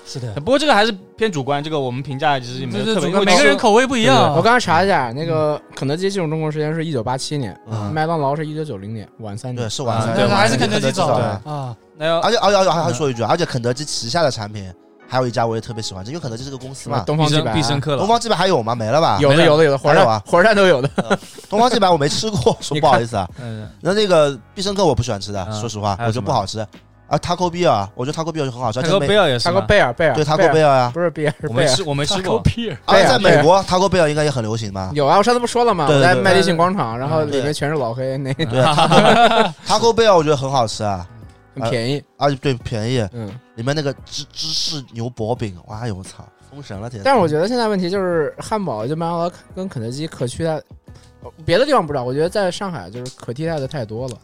S3: 是的，
S5: 不过这个还是偏主观，这个我们评价其实也没
S3: 这
S5: 有
S3: 嗯这
S5: 特
S3: 主
S5: 别
S3: 观
S5: 因为
S3: 每个
S5: 吃
S3: 人口味不一样啊。
S4: 我刚才查一下，那个肯德基进入中国时间是一九八七年，
S2: 嗯
S4: 麦当劳是一九九零年，晚三
S2: 对，
S4: 年。
S2: 是晚
S5: 啊
S2: 餐，
S5: 对
S3: 那还是肯德基
S2: 早
S3: 早
S2: 的。
S3: 啊，
S5: 那要
S2: 而且而且而且还要说一句，啊而且肯德基旗下的产品还有一家我也特别喜欢吃，因为肯德基是个公司
S4: 什么
S2: 嘛。
S4: 东方
S5: 必
S4: 既
S5: 胜
S4: 白啊？
S5: 必胜客
S2: 东
S5: 了。
S2: 方既白还有吗？没了吧？
S4: 有的
S5: 没了
S4: 有的有的，火
S2: 还
S4: 车
S2: 有啊
S4: 站火车站都有的。
S2: 东方既白我没吃过，说
S4: 你
S2: 不好
S4: 看
S2: 意思啊。
S5: 嗯，
S2: 那那个必胜客我不喜欢吃的，
S5: 嗯
S2: 说实话，
S5: 还
S2: 我
S5: 有
S2: 觉得
S5: 什么
S2: 不好吃。啊，taco bell，我觉得 taco bell 就很好吃，而
S5: 塔
S2: 且
S5: 哥
S2: 美
S5: 贝尔也是
S4: 塔
S5: 吗，
S4: 可贝尔贝尔
S2: 对 taco
S4: 贝尔
S2: bell 呀，
S4: 不是贝尔是
S5: 我
S4: 贝
S5: 没
S4: 尔
S5: 吃，我没吃
S3: 狗
S5: 过。
S3: 屁儿，
S2: 而且在
S4: 贝尔
S2: 美国 taco bell 应该也很流行吧？
S4: 有啊，我上次不说了吗？
S2: 对
S4: 我
S2: 对
S4: 在
S2: 对
S4: 麦迪逊广场，然后
S2: 嗯
S4: 里面全是老黑，那
S2: 对，taco Taco Bell 我觉得很好吃啊，
S4: 很便宜。
S2: 而且对便宜，
S4: 嗯，
S2: 里面那个芝芝士牛薄饼，哇哎哟我操，封神了天！
S4: 但是我觉得现在问题就是汉堡就麦当劳跟肯德基可替代，别的地方不知道，我觉得在上海就是可替代的太多了。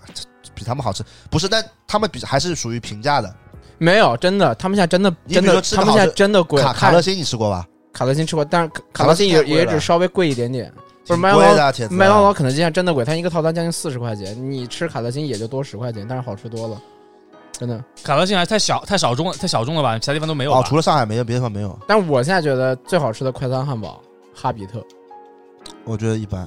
S2: 比他们好吃，不是？但他们比还是属于平价的。
S4: 没有，真的，他们现在真的
S2: 你
S4: 真
S2: 比如说
S4: 的，
S2: 吃
S4: 他们
S2: 烤
S4: 现在
S2: 的
S4: 真的贵。
S2: 卡卡
S4: 看
S2: 乐星你吃过吧？
S4: 卡乐星吃过，但是卡
S2: 卡
S4: 卡
S2: 乐
S4: 乐
S2: 星
S4: 星
S2: 太
S4: 也
S2: 贵了
S4: 也只稍微贵一点点。不是
S2: 挺
S4: 麦当
S2: 贵
S4: 劳，
S2: 的铁子，
S4: 麦当劳、肯德基现在真的贵，它一个套餐将近四十块钱，你吃卡乐星也就多十块钱，但是好吃多了，真的。
S5: 卡乐星还太小太小众了，太小众了吧？其他地方都没有
S2: 哦，
S5: 吧
S2: 除？了上海没有，别的地方没有，
S4: 但我现在觉得最好吃的快餐汉堡哈比特，
S2: 我觉得一般。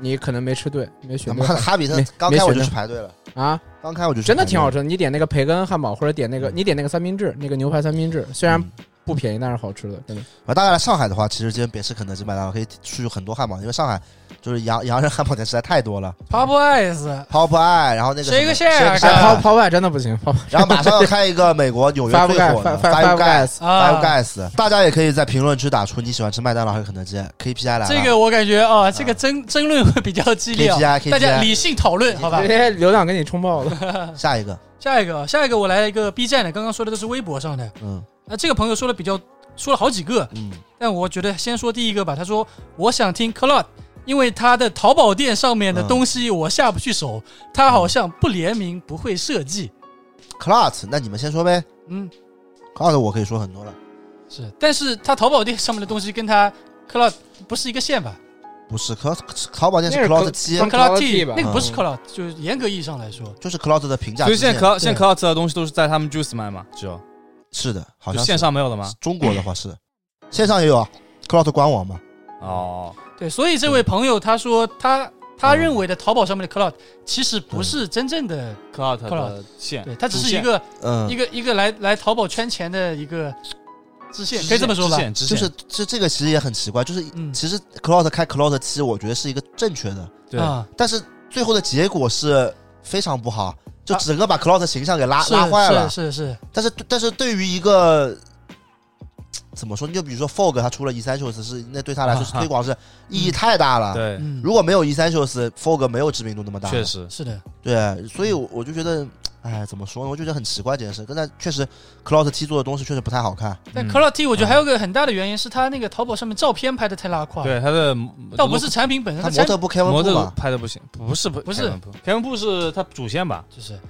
S4: 你可能没吃对，
S2: 他
S4: 没选
S2: 们
S4: 对
S2: 看 哈比特
S4: 没
S2: 刚
S4: 没
S2: 开我
S4: 选
S2: 就
S4: 的
S2: 去排队了，
S4: 啊，
S2: 刚开我就去
S4: 真的
S2: 排队
S4: 挺好
S2: 了。
S4: 吃的。你点那个培根汉堡或者点那个，你点那个三明治，那个牛排三明治，虽然
S2: 嗯
S4: 不便宜，但是好吃的，真的。
S2: 啊，当然了，上海的话，其实今天别吃肯德基、麦当劳，可以去很多汉堡，因为上海就是洋洋人汉堡店实在太多了
S3: p o p e y
S2: ，Popeye，然后那个
S3: Shake
S2: s h a
S3: Shack
S4: 哎，
S3: 啊
S4: 泡泡外真的不行，泡
S2: 然后马上要开一个美国纽约
S4: 发
S2: 最
S4: g
S2: 火
S4: u
S2: 的
S4: y 发
S2: Guys。
S3: s
S2: Five
S3: 啊，
S2: Guys，大家也可以在评论区打出你喜欢吃麦当劳还是肯德基，KPI 来了。
S3: 这个我感觉啊，这个争争论会比较激烈啊，
S2: KPI，KPI
S3: 大家理性讨论，好吧
S4: 这？些流量给你冲爆 了。
S2: 下一个，
S3: 下一个啊，下一个我来一个 B 站的，刚刚说的都是微博上的，
S2: 嗯
S3: 那这个朋友说的比较说了好几个，
S2: 嗯，
S3: 但我觉得先说第一个吧。他说我想听 Cloud，因为他的淘宝店上面的东西我下不去手，他好像不联名，不会设计。
S2: c l o t 那你们先说呗。
S3: 嗯，
S2: c l o t 我可以说很多了，
S3: 是，但是他淘宝店上面的东西跟他 Cloud 不是一个线吧？
S2: 不是可淘宝店是
S4: 那是
S2: c l o t
S4: Cl-
S2: 机，
S4: 跟
S3: Cloud
S4: Cloud
S3: T
S4: T 吧
S3: 那个不是
S2: 嗯
S3: Cloud，就是严格意义上来说，
S2: 就是 c l o t 的评价
S5: 所
S2: 之
S5: 以
S2: 线。
S5: 现在可现在
S3: 对
S5: Cloud 的东西都是在他们 Juice 卖嘛？只有
S2: 是的，好
S5: 就
S2: 像
S5: 线
S2: 是
S5: 上没有了吗？
S2: 中国的话是，线上也有啊 c l o t 官网嘛。
S5: 哦，
S3: 对，所以这位朋友他说他他
S2: 嗯
S3: 认为的淘宝上面的 Cloud 其实不是真正的，
S5: Cloud 的
S3: Cloud
S5: 线，
S3: 对，它只
S5: 嗯主
S3: 是
S5: 线
S3: 一个
S2: 嗯
S3: 一，个一个来来淘宝圈钱的一个支线，
S5: 支
S3: 可以这么说吧
S5: 支？线支
S2: 就
S5: 线
S2: 是这这个其实也很奇怪，就是
S3: 嗯
S2: 其实 c l o t 开 c l o t 机，我觉得是一个正确的，
S5: 对
S3: 啊，
S2: 但是最后的结果是非常不好，
S5: 啊
S2: 就整个把 c l o t 形象给拉
S3: 是
S2: 拉坏了。
S3: 是是是，
S2: 但是但是对于一个怎么说，你就比如说 Fog 他出了 Essentials 是那对他来说是推广是意义太大了。
S5: 啊嗯对，
S3: 嗯，
S2: 如果没有 E Essentials，Fog 没有知名度那么大。
S5: 确。实
S3: 是的，
S2: 嗯对，所以我我就觉得，哎，怎么说呢？我就觉得很奇怪这件事。跟他确实 c l o u d T 做的东西确实不太好看。
S3: 但
S5: 嗯
S3: Cloud T 我觉得还有个很大的原因是它那个淘宝上面照片拍的太拉胯，，
S5: 对它的
S3: 倒不是产品
S5: 哎
S3: 本身，
S2: 他
S3: 它
S2: 模
S3: 产
S2: 特不 Kevin
S5: 模
S2: Pu
S5: 特
S2: 嘛？
S5: 拍的不行，不是不
S3: 不是
S5: 凯文布，凯文布是它主线吧？
S3: 就是
S2: 嗯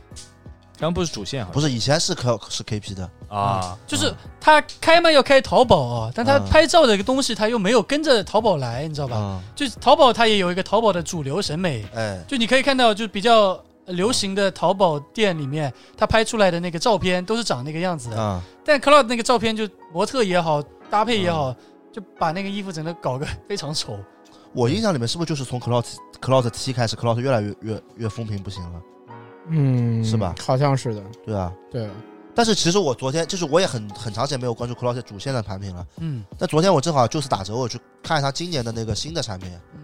S5: 凯文布是主线好像，
S2: 不是，以前是 K 是 KP 的，
S5: 啊、啊，
S3: 就是他开卖要开淘宝啊，但他
S2: 嗯
S3: 拍照的一个东西他又没有跟着淘宝来，你知道吧？
S2: 吧？
S3: 就是淘宝它也有一个淘宝的主流审美，
S2: 嗯哎，
S3: 就你可以看到，就比较流行的淘宝店里面，他拍出来的那个照片都是长那个样子
S5: 嗯
S3: 的。
S2: 啊，
S3: 但 Cloud 那个照片，就模特也好，搭配也
S2: 嗯
S3: 好，就把那个衣服整个搞个 非常丑。
S2: 我印象里面是不是就是从 Cloud Cloud T 开始，Cloud 越来越越越风评不行了，
S4: 嗯，
S2: 是吧
S4: 好像是的，
S2: 对啊。
S4: 对，
S2: 但是其实我昨天就是我也很很长时间没有关注 Cloud 主线的产品了。
S3: 嗯
S2: 但昨天我正好就是打折，我去看一下今年的那个新的产品，
S3: 嗯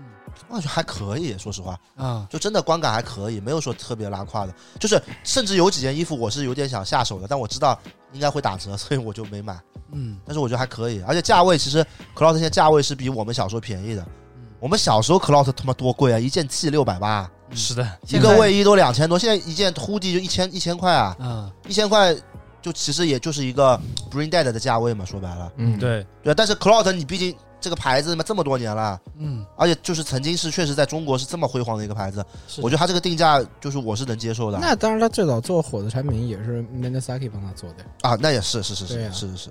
S2: 我感觉还可以，说实话，
S3: 啊
S2: 就真的观感还可以，没有说特别拉胯的。就是甚至有几件衣服我是有点想下手的，但我知道应该会打折，所以我就没买。
S3: 嗯
S2: 但是我觉得还可以，而且价位其实 Cloud 现在价位是比我们小时候便宜的。
S3: 嗯，
S2: 我们小时候 Cloud 他妈多贵啊，一件 T 六百八，
S5: 是的，
S2: 一
S3: 现在
S2: 个卫衣都两千多，现在一件 hoodie 就一千一千块啊，
S3: 啊
S2: 一千块就其实也就是一个 Bring Dead 的价位嘛，说白了，
S4: 嗯，
S5: 对，
S2: 对啊。但是 Cloud 你毕竟这个牌子嘛这么多年了，
S3: 嗯，
S2: 而且就是曾经是确实在中国是这么辉煌的一个牌子，
S3: 是的
S2: 我觉得它这个定价就是我是能接受的
S4: 那当然，他最早做火的产品也是 Mendesaki 帮他做的，
S2: 啊，那也是是是
S4: 对
S2: 是
S4: 啊
S2: 是是是，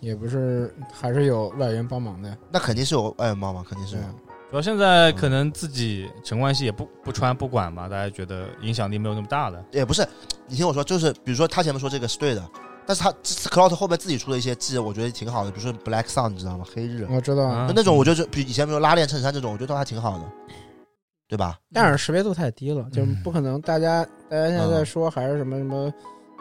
S4: 也不是还是有外援帮忙的，
S2: 那肯定是有哎外援帮忙，肯定是
S4: 对
S2: 有。
S4: 啊，
S5: 主要现在可能自己陈冠希也不不穿不管吧，大家觉得影响力没有那么大了。
S2: 也不是，你听我说，就是比如说他前面说这个是对的，但是他这次 Cloud 后面自己出了一些季，我觉得挺好的，比如说 Black Sun，你知道吗？黑日，
S4: 我知道啊，
S5: 啊
S2: 就那种我觉得就比以前比如拉链衬衫这种，我觉得都还挺好的，对吧？
S4: 但是识别度太低了，就不可能。大家大家现在在
S2: 嗯
S4: 说还是什么什么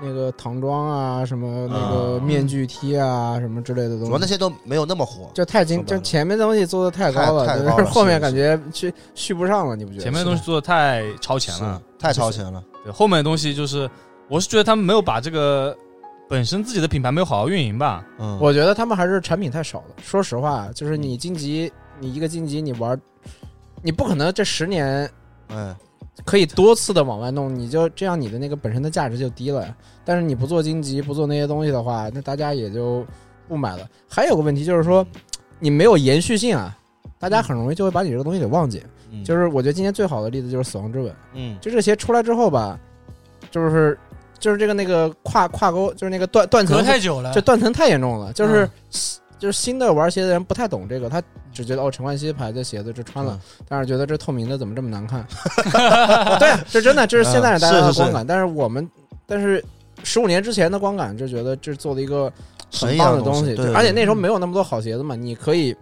S4: 那个唐装啊，什么那个面具 T 啊，什么之类的
S2: 嗯主要
S4: 东
S2: 那
S4: 西，
S2: 些都没有那么火。
S4: 就太
S2: 说
S4: 精，
S2: 白
S4: 就
S2: 了
S4: 前面东西做的太高了，
S2: 太太
S4: 就
S2: 高
S4: 是
S2: 了
S4: 后面
S2: 是
S4: 感觉去续不上了，你不觉得？
S5: 嗯前面的东西做的太超前了，
S2: 是，太超前了。
S5: 对后面的东西就是，我是觉得他们没有把这个本身自己的品牌没有好好运营吧。
S2: 嗯，
S4: 我觉得他们还是产品太少了。说实话，就是你晋级，你一个晋级，你玩，你不可能这十年
S2: 哎，
S4: 可以多次的往外弄，你就这样你的那个本身的价值就低了。但是你不做荆棘，不做那些东西的话，那大家也就不买了。还有个问题就是说，你没有延续性啊，大家很容易就会把你这个东西给忘记。
S2: 嗯
S4: 就是我觉得今天最好的例子就是《死亡之吻》，
S2: 嗯
S4: 就这些出来之后吧，就是就是这个那个跨跨沟，就是那个断断层
S3: 隔太久了，
S4: 这断层太严重了，就是、
S3: 嗯
S4: 就是新的玩鞋的人不太懂这个，他只觉得哦，陈冠希牌子鞋子这穿了，
S2: 嗯
S4: 但是觉得这透明的怎么这么 难看？对啊，这真的这是现在大
S2: 嗯
S4: 家
S2: 是
S4: 的
S2: 是
S4: 观感，但是我们但是十五年之前的观感就觉得这做了一个
S2: 神
S4: 很
S2: 一
S4: 棒
S2: 样
S4: 的东
S2: 西，
S4: 西，
S2: 对
S4: 就
S2: 对
S4: 而且那时候没有那么多好鞋子嘛，你可以。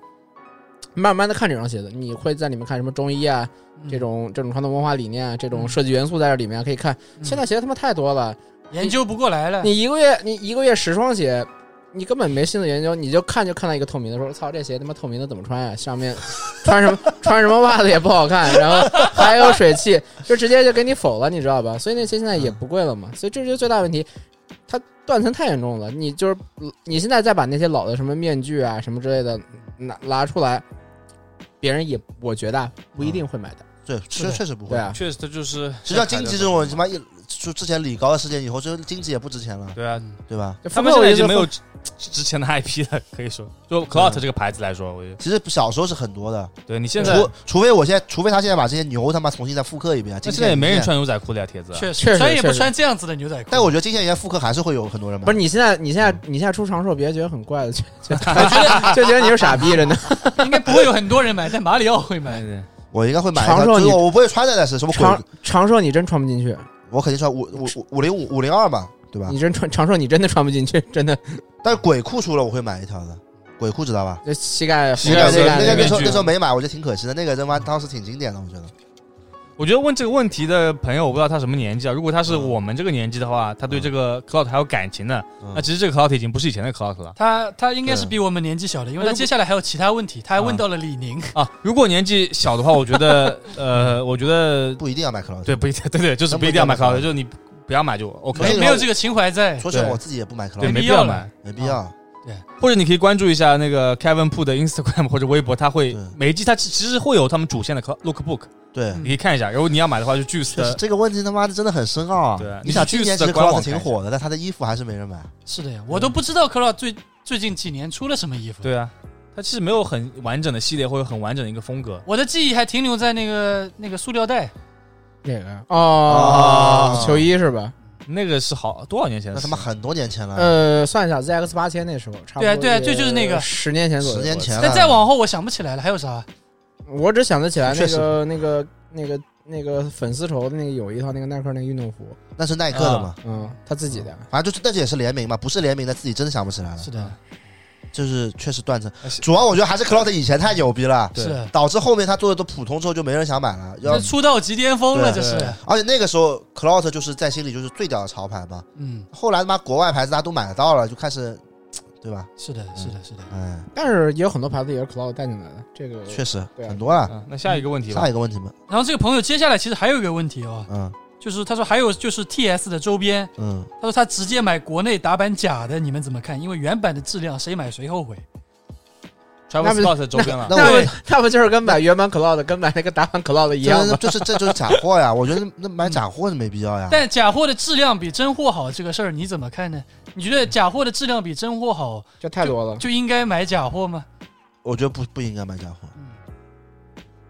S4: 慢慢的看这双鞋子，你会在里面看什么中医啊，
S3: 嗯
S4: 这种这种传统文化理念啊，这种
S3: 嗯
S4: 设计元素在这里面可以看。
S3: 嗯
S4: 现在鞋他妈太多了，
S3: 研究不过来了。
S4: 你一个月你一个月十双鞋，你根本没心思研究，你就看就看到一个透明的，说操这鞋他妈透明的怎么穿呀、上面 穿什么穿什么袜子也不好看，然后还有水汽，就直接就给你否了，你知道吧？所以那鞋现在也不贵了嘛，所以这就是最大问题。它断层太严重了，你就是你现在再把那些老的什么面具啊什么之类的拿拿出来，别人也我觉得啊不一定会买单。
S2: 对，确
S3: 是的
S2: 确实不会
S4: 对。啊，
S5: 确实，它就是
S2: 实际上，荆棘这种他妈一就之前李高的事件以后，这荆棘也不值钱了，
S5: 对啊，
S2: 对吧？
S4: 就
S5: 他
S4: 复
S5: 们
S4: 购
S5: 现在
S4: 也
S5: 已经
S4: 就
S5: 没有
S4: 后
S5: 之之前的 IP 了，可以说，就 Clout 这个牌子来说，我觉得，
S2: 其实小时候是很多的，
S5: 对你现在，
S2: 除除非我现在，除非他现在把这些牛他妈重新再复刻一遍，啊金
S5: 那现在也
S2: 线
S5: 没人
S2: 银。
S5: 穿牛仔裤了呀，铁子。
S3: 确实
S4: 确实
S3: 穿也不
S4: 确实
S3: 穿这样子的牛仔裤。
S2: 但我觉得金线银复刻还是会有很多人买。
S4: 不是你现在，你现在，你现在出长寿，别觉得很怪的， 就就 就觉得你是傻逼着呢。
S3: 啊应该不会有很多人买，但马里奥会买。
S5: 对
S2: 我应该会买一
S4: 长
S2: 个，就
S4: 寿
S2: 是
S4: 你
S2: 我我不会穿的，但是什么
S4: 长
S2: 鬼？
S4: 长寿你真穿不进去，
S2: 我肯定穿五五五五零五五零二嘛，对吧
S4: 你？真穿长寿你真的穿不进去，真的
S2: 但是鬼裤出了，我会买一条的。鬼裤知道吧？
S4: 就呃膝盖
S5: 膝盖
S2: 那个
S5: 膝盖
S2: 那个那时候
S5: 面具
S2: 那时候没买，我觉得挺可惜的。那个他妈当时挺经典的，我觉得。
S5: 我觉得问这个问题的朋友，我不知道他什么年纪啊。如果他是我们这个年纪的话，他对这个 Cloud 还有感情的，
S2: 嗯
S5: 那其实这个 Cloud 已经不是以前的 Cloud 了
S3: 他他应该是比我们年纪小的，因为他接下来还有其他问题，他还问到了李宁。
S5: 啊。如果年纪小的话，我觉得，呃，我觉得
S2: 不一定要买克劳德。
S5: 对，不一 定，对对，就是不一定要买 Cloud，就是你不要买就 OK，
S2: 没
S3: 没没有这个情怀在。
S2: 说实话，
S5: 对
S2: 我自己也不买克劳
S5: 对，
S2: 德，
S3: 没必
S5: 没啊必
S3: 要
S5: 要
S3: 了
S5: 买。
S2: 没必要。
S5: 或者你可以关注一下那个 Kevin p o o 的 Instagram 或者微博，他会
S2: 对
S5: 每一季他其其实会有他们主线的 lookbook，
S2: 对，
S5: 你可以看一下。然后你要买的话就 Juice
S2: 确实
S5: 的，
S2: 这个问题他妈的真的很深奥啊
S5: 对啊！
S2: 你想
S5: 你去
S2: 今年
S5: Juice
S2: 其
S5: 的
S2: 实克
S5: 官
S2: 劳德
S5: 网
S2: 挺
S5: 看一下
S2: 火的，但他的衣服还是没人买。
S3: 是的呀，我都不知道 c l o 最最近几年出了什么衣服。，
S5: 对啊，他其实没有很完整的系列或者很完整的一个风格。
S3: 我的记忆还停留在那个那个塑料袋，
S4: 哪个哦
S2: 啊
S4: 球衣是吧？
S5: 那个是好多少年前
S2: 那
S5: 的事？
S2: 他妈很多年前了，
S3: 嗯
S4: 呃，算一下 ZX 八千那时候，差不多
S3: 对啊对啊
S4: 也
S3: 这就是那个
S4: 十年前左右，
S2: 十年前了。
S3: 但再往后我想不起来了，还有啥？
S4: 我只想得起来
S2: 确
S4: 那
S2: 实
S4: 个那个那个那个粉丝绸的那个有一套那个耐克那个运动服，
S2: 那是耐克的嘛，
S4: 嗯，他自己的，
S2: 反正就是那个也是联名嘛，不是联名的自己真的想不起来了，
S3: 是的，
S2: 就是确实断层
S5: 哎是。
S2: 主要我觉得还是 Cloud 以前太牛逼了，
S5: 对
S3: 是的，
S2: 导致后面他做的都普通之后就没人想买了。要
S3: 这出道即巅峰了，这
S5: 对
S3: 是
S5: 对。
S2: 而且那个时候 Cloud 就是在心里就是最屌的潮牌嘛，
S3: 嗯，
S2: 后来他妈国外牌子大家都买得到了，就开始，对吧？
S3: 是的，是的，是的。
S2: 哎，
S4: 但是也有很多牌子也是 Cloud 带进来的，这个
S2: 确实
S4: 对啊
S2: 很多了。
S5: 嗯那下一个问题吧
S2: 下，一个问题嘛，
S3: 然后这个朋友接下来其实还有一个问题哦，
S2: 嗯
S3: 就是他说还有就是 T S 的周边，
S2: 嗯，
S3: 他说他直接买国内打版假的，你们怎么看？因为原版的质量谁买谁后悔。
S4: 那不
S5: Travis
S4: 是
S5: Scott 的周边了
S2: 那，
S4: 那
S3: 对
S4: 不那不就是跟买原版 Cloud 跟买那个打版 Cloud 一
S2: 这
S4: 样
S2: 这
S4: 吗？
S2: 就是这就是假货呀！我觉得那买假货是没必要呀。
S3: 但假货的质量比真货好这个事儿你怎么看呢？你觉得假货的质量比真货好
S4: 这太多了。
S3: 就应该买假货吗？
S2: 我觉得不不应该买假货。
S3: 嗯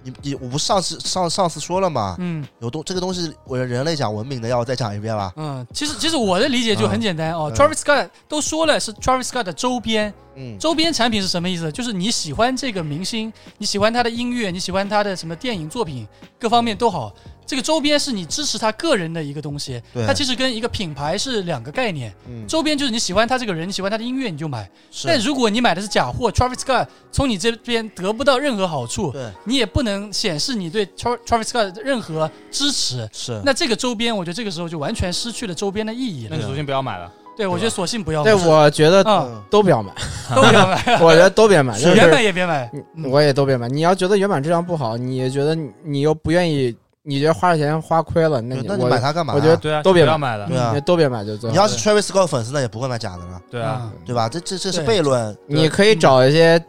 S2: 你你我不是上次上上次说了嘛，
S3: 嗯
S2: 有东这个东西，我人类讲文明的，要我再讲一遍吧。
S3: 嗯，其实其实我的理解就很简单哦
S2: 嗯
S3: ，Travis Scott 都说了是 Travis Scott 的周边，
S2: 嗯，
S3: 周边产品是什么意思？就是你喜欢这个明星，你喜欢他的音乐，你喜欢他的什么电影作品，各方面都好。这个周边是你支持他个人的一个东西，
S2: 对
S3: 它其实跟一个品牌是两个概念。
S2: 嗯
S3: 周边就是你喜欢他这个人，你喜欢他的音乐，你就买。但
S2: 是
S3: 如果你买的是假货，Travis Scott 从你这边得不到任何好处，
S2: 对
S3: 你也不能显示你对 Tra- Travis Scott 的任何支持。
S2: 是。
S3: 嗯那这个周边，我觉得这个时候就完全失去了周边的意义
S5: 那
S3: 了。
S5: 你首先不要买了。
S3: 对，我觉得索性不要买。
S4: 对，我觉得
S2: 嗯
S3: 啊，
S4: 都不要买，
S3: 都不要 买，
S4: 我觉得 都别买，就
S3: 原
S4: 是
S3: 版也别买。
S4: 嗯我也都别买。你要觉得原版质量不好，你也觉得你你又不愿意，你觉得花钱花亏了，那
S2: 对
S4: 你
S2: 那
S4: 我
S2: 你买它干嘛呀？
S4: 我觉得
S5: 对啊，
S4: 都
S5: 就
S4: 别
S5: 不要
S4: 买
S5: 买了
S2: 对。啊
S4: 你，都别买就最
S2: 你
S4: 好。
S2: 要是 Travis Scott 粉丝，那也不会买假的了，
S3: 嗯
S5: 对啊，
S2: 对吧？这这这是
S3: 对
S2: 悖论。
S4: 你可以找一些